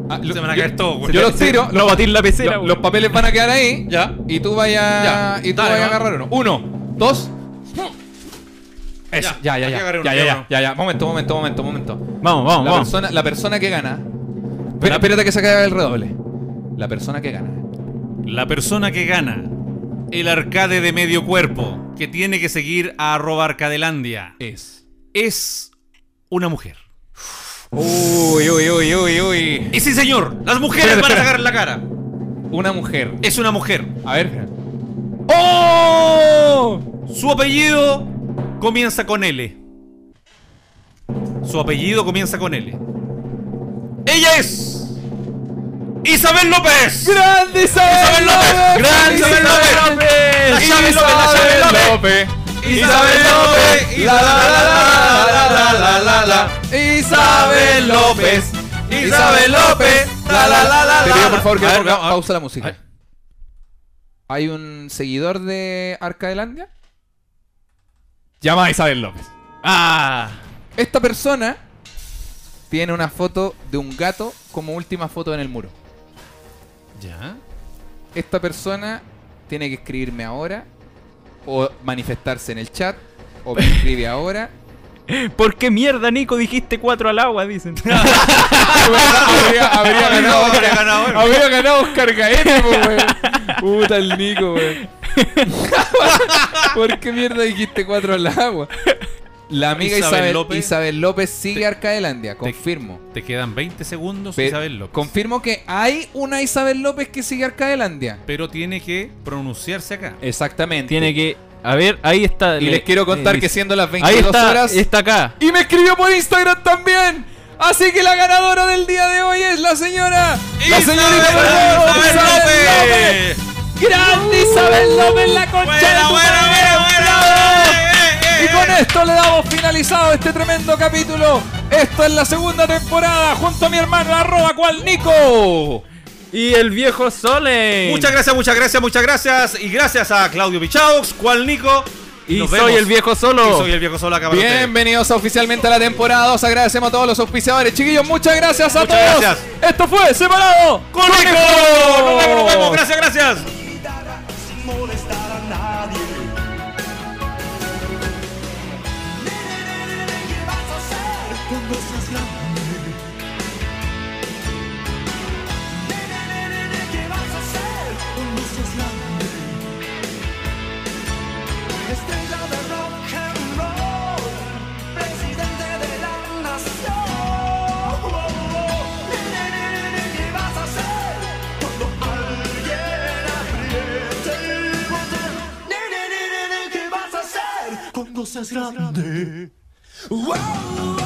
Ah, lo-
Se van a
yo-
caer todos, güey.
Yo los tiro,
Lo batí en la pecera.
Lo- los papeles van a quedar ahí.
Ya.
Y tú vayas.
Ya.
Y tú
Dale,
vayas a
¿no?
agarrar uno. Uno, dos. Eso,
Ya.
ya, ya,
Aquí
ya.
agarré
Ya,
uno,
ya,
yo
ya,
no.
ya, ya. Momento, momento, momento, momento.
Vamos, vamos,
La
vamos.
persona, la persona que gana. Espera, espérate que se caiga el redoble. La persona que gana.
La persona que gana el arcade de medio cuerpo que tiene que seguir a arroba arcadelandia
Es.
es una mujer.
Uy, uy, uy, uy, uy.
Y sí, señor, las mujeres
Espera,
van a
espera.
sacar la cara.
Una mujer.
Es una mujer.
A ver. ¡Oh!
Su apellido comienza con L. Su apellido comienza con L. Ella es Isabel López.
¡Grande Isabel López!
¡Grande Isabel López! ¡Isabel López! ¡Isabel López!
López!
Isabel López.
La la la la la la la la la. Isabel López. Isabel López. La la la la. Te pido por favor que
A ver,
ponga
no, a-
pausa la música. Hay un seguidor de Arcadelandia.
Llama a Isabel López.
Ah.
Esta persona tiene una foto de un gato como última foto en el muro.
Ya.
Esta persona tiene que escribirme ahora o manifestarse en el chat o me escribe *laughs* ahora.
¿Por qué mierda, Nico, dijiste cuatro al agua?
*laughs*
Dicen. Ah,
habría, habría *laughs* ganado.
Habría ganado, bueno.
Ah, Habría ganado Oscar Gaete, po, weón. Puta el Nico, weón. *laughs* ¿Por qué mierda dijiste cuatro al agua? La amiga
Isabel
Isabel, Isabel
López.
López, sigue Arcadelandia, confirmo.
Te quedan 20 segundos,
Pe-
Isabel López.
Confirmo que hay una Isabel López que sigue Arcadelandia.
Pero tiene que pronunciarse acá.
Exactamente.
Tiene que. A ver, ahí está. eh,
Y les quiero contar que siendo las
Ahí
22
está,
horas.
está acá.
Y me escribió por Instagram también. Así que la ganadora del día de hoy es la señora. La señorita Isabel
Isabel
López.
López.
Grande Isabel López, la concha de
Buena, buena,
tu madre.
buena, Eh, buena.
Y con esto le damos finalizado este tremendo capítulo. Esto es la segunda temporada junto a mi hermano arroba cual Nico.
Y el viejo Sole.
Muchas gracias, muchas gracias, muchas gracias. Y gracias a Claudio Bichaux, Juan Nico.
Y
Nos
soy
vemos.
el viejo
Y
solo.
soy el viejo solo acá para ustedes.
Bienvenidos oficialmente a la temporada 2. Agradecemos a todos los auspiciadores. Chiquillos, muchas gracias a
Muchas
todos.
gracias.
Esto fue Separado
¡Con Nico! Nos vemos, nos vemos. Gracias, gracias.
gritará sin molestar.
grande. ¡Wow!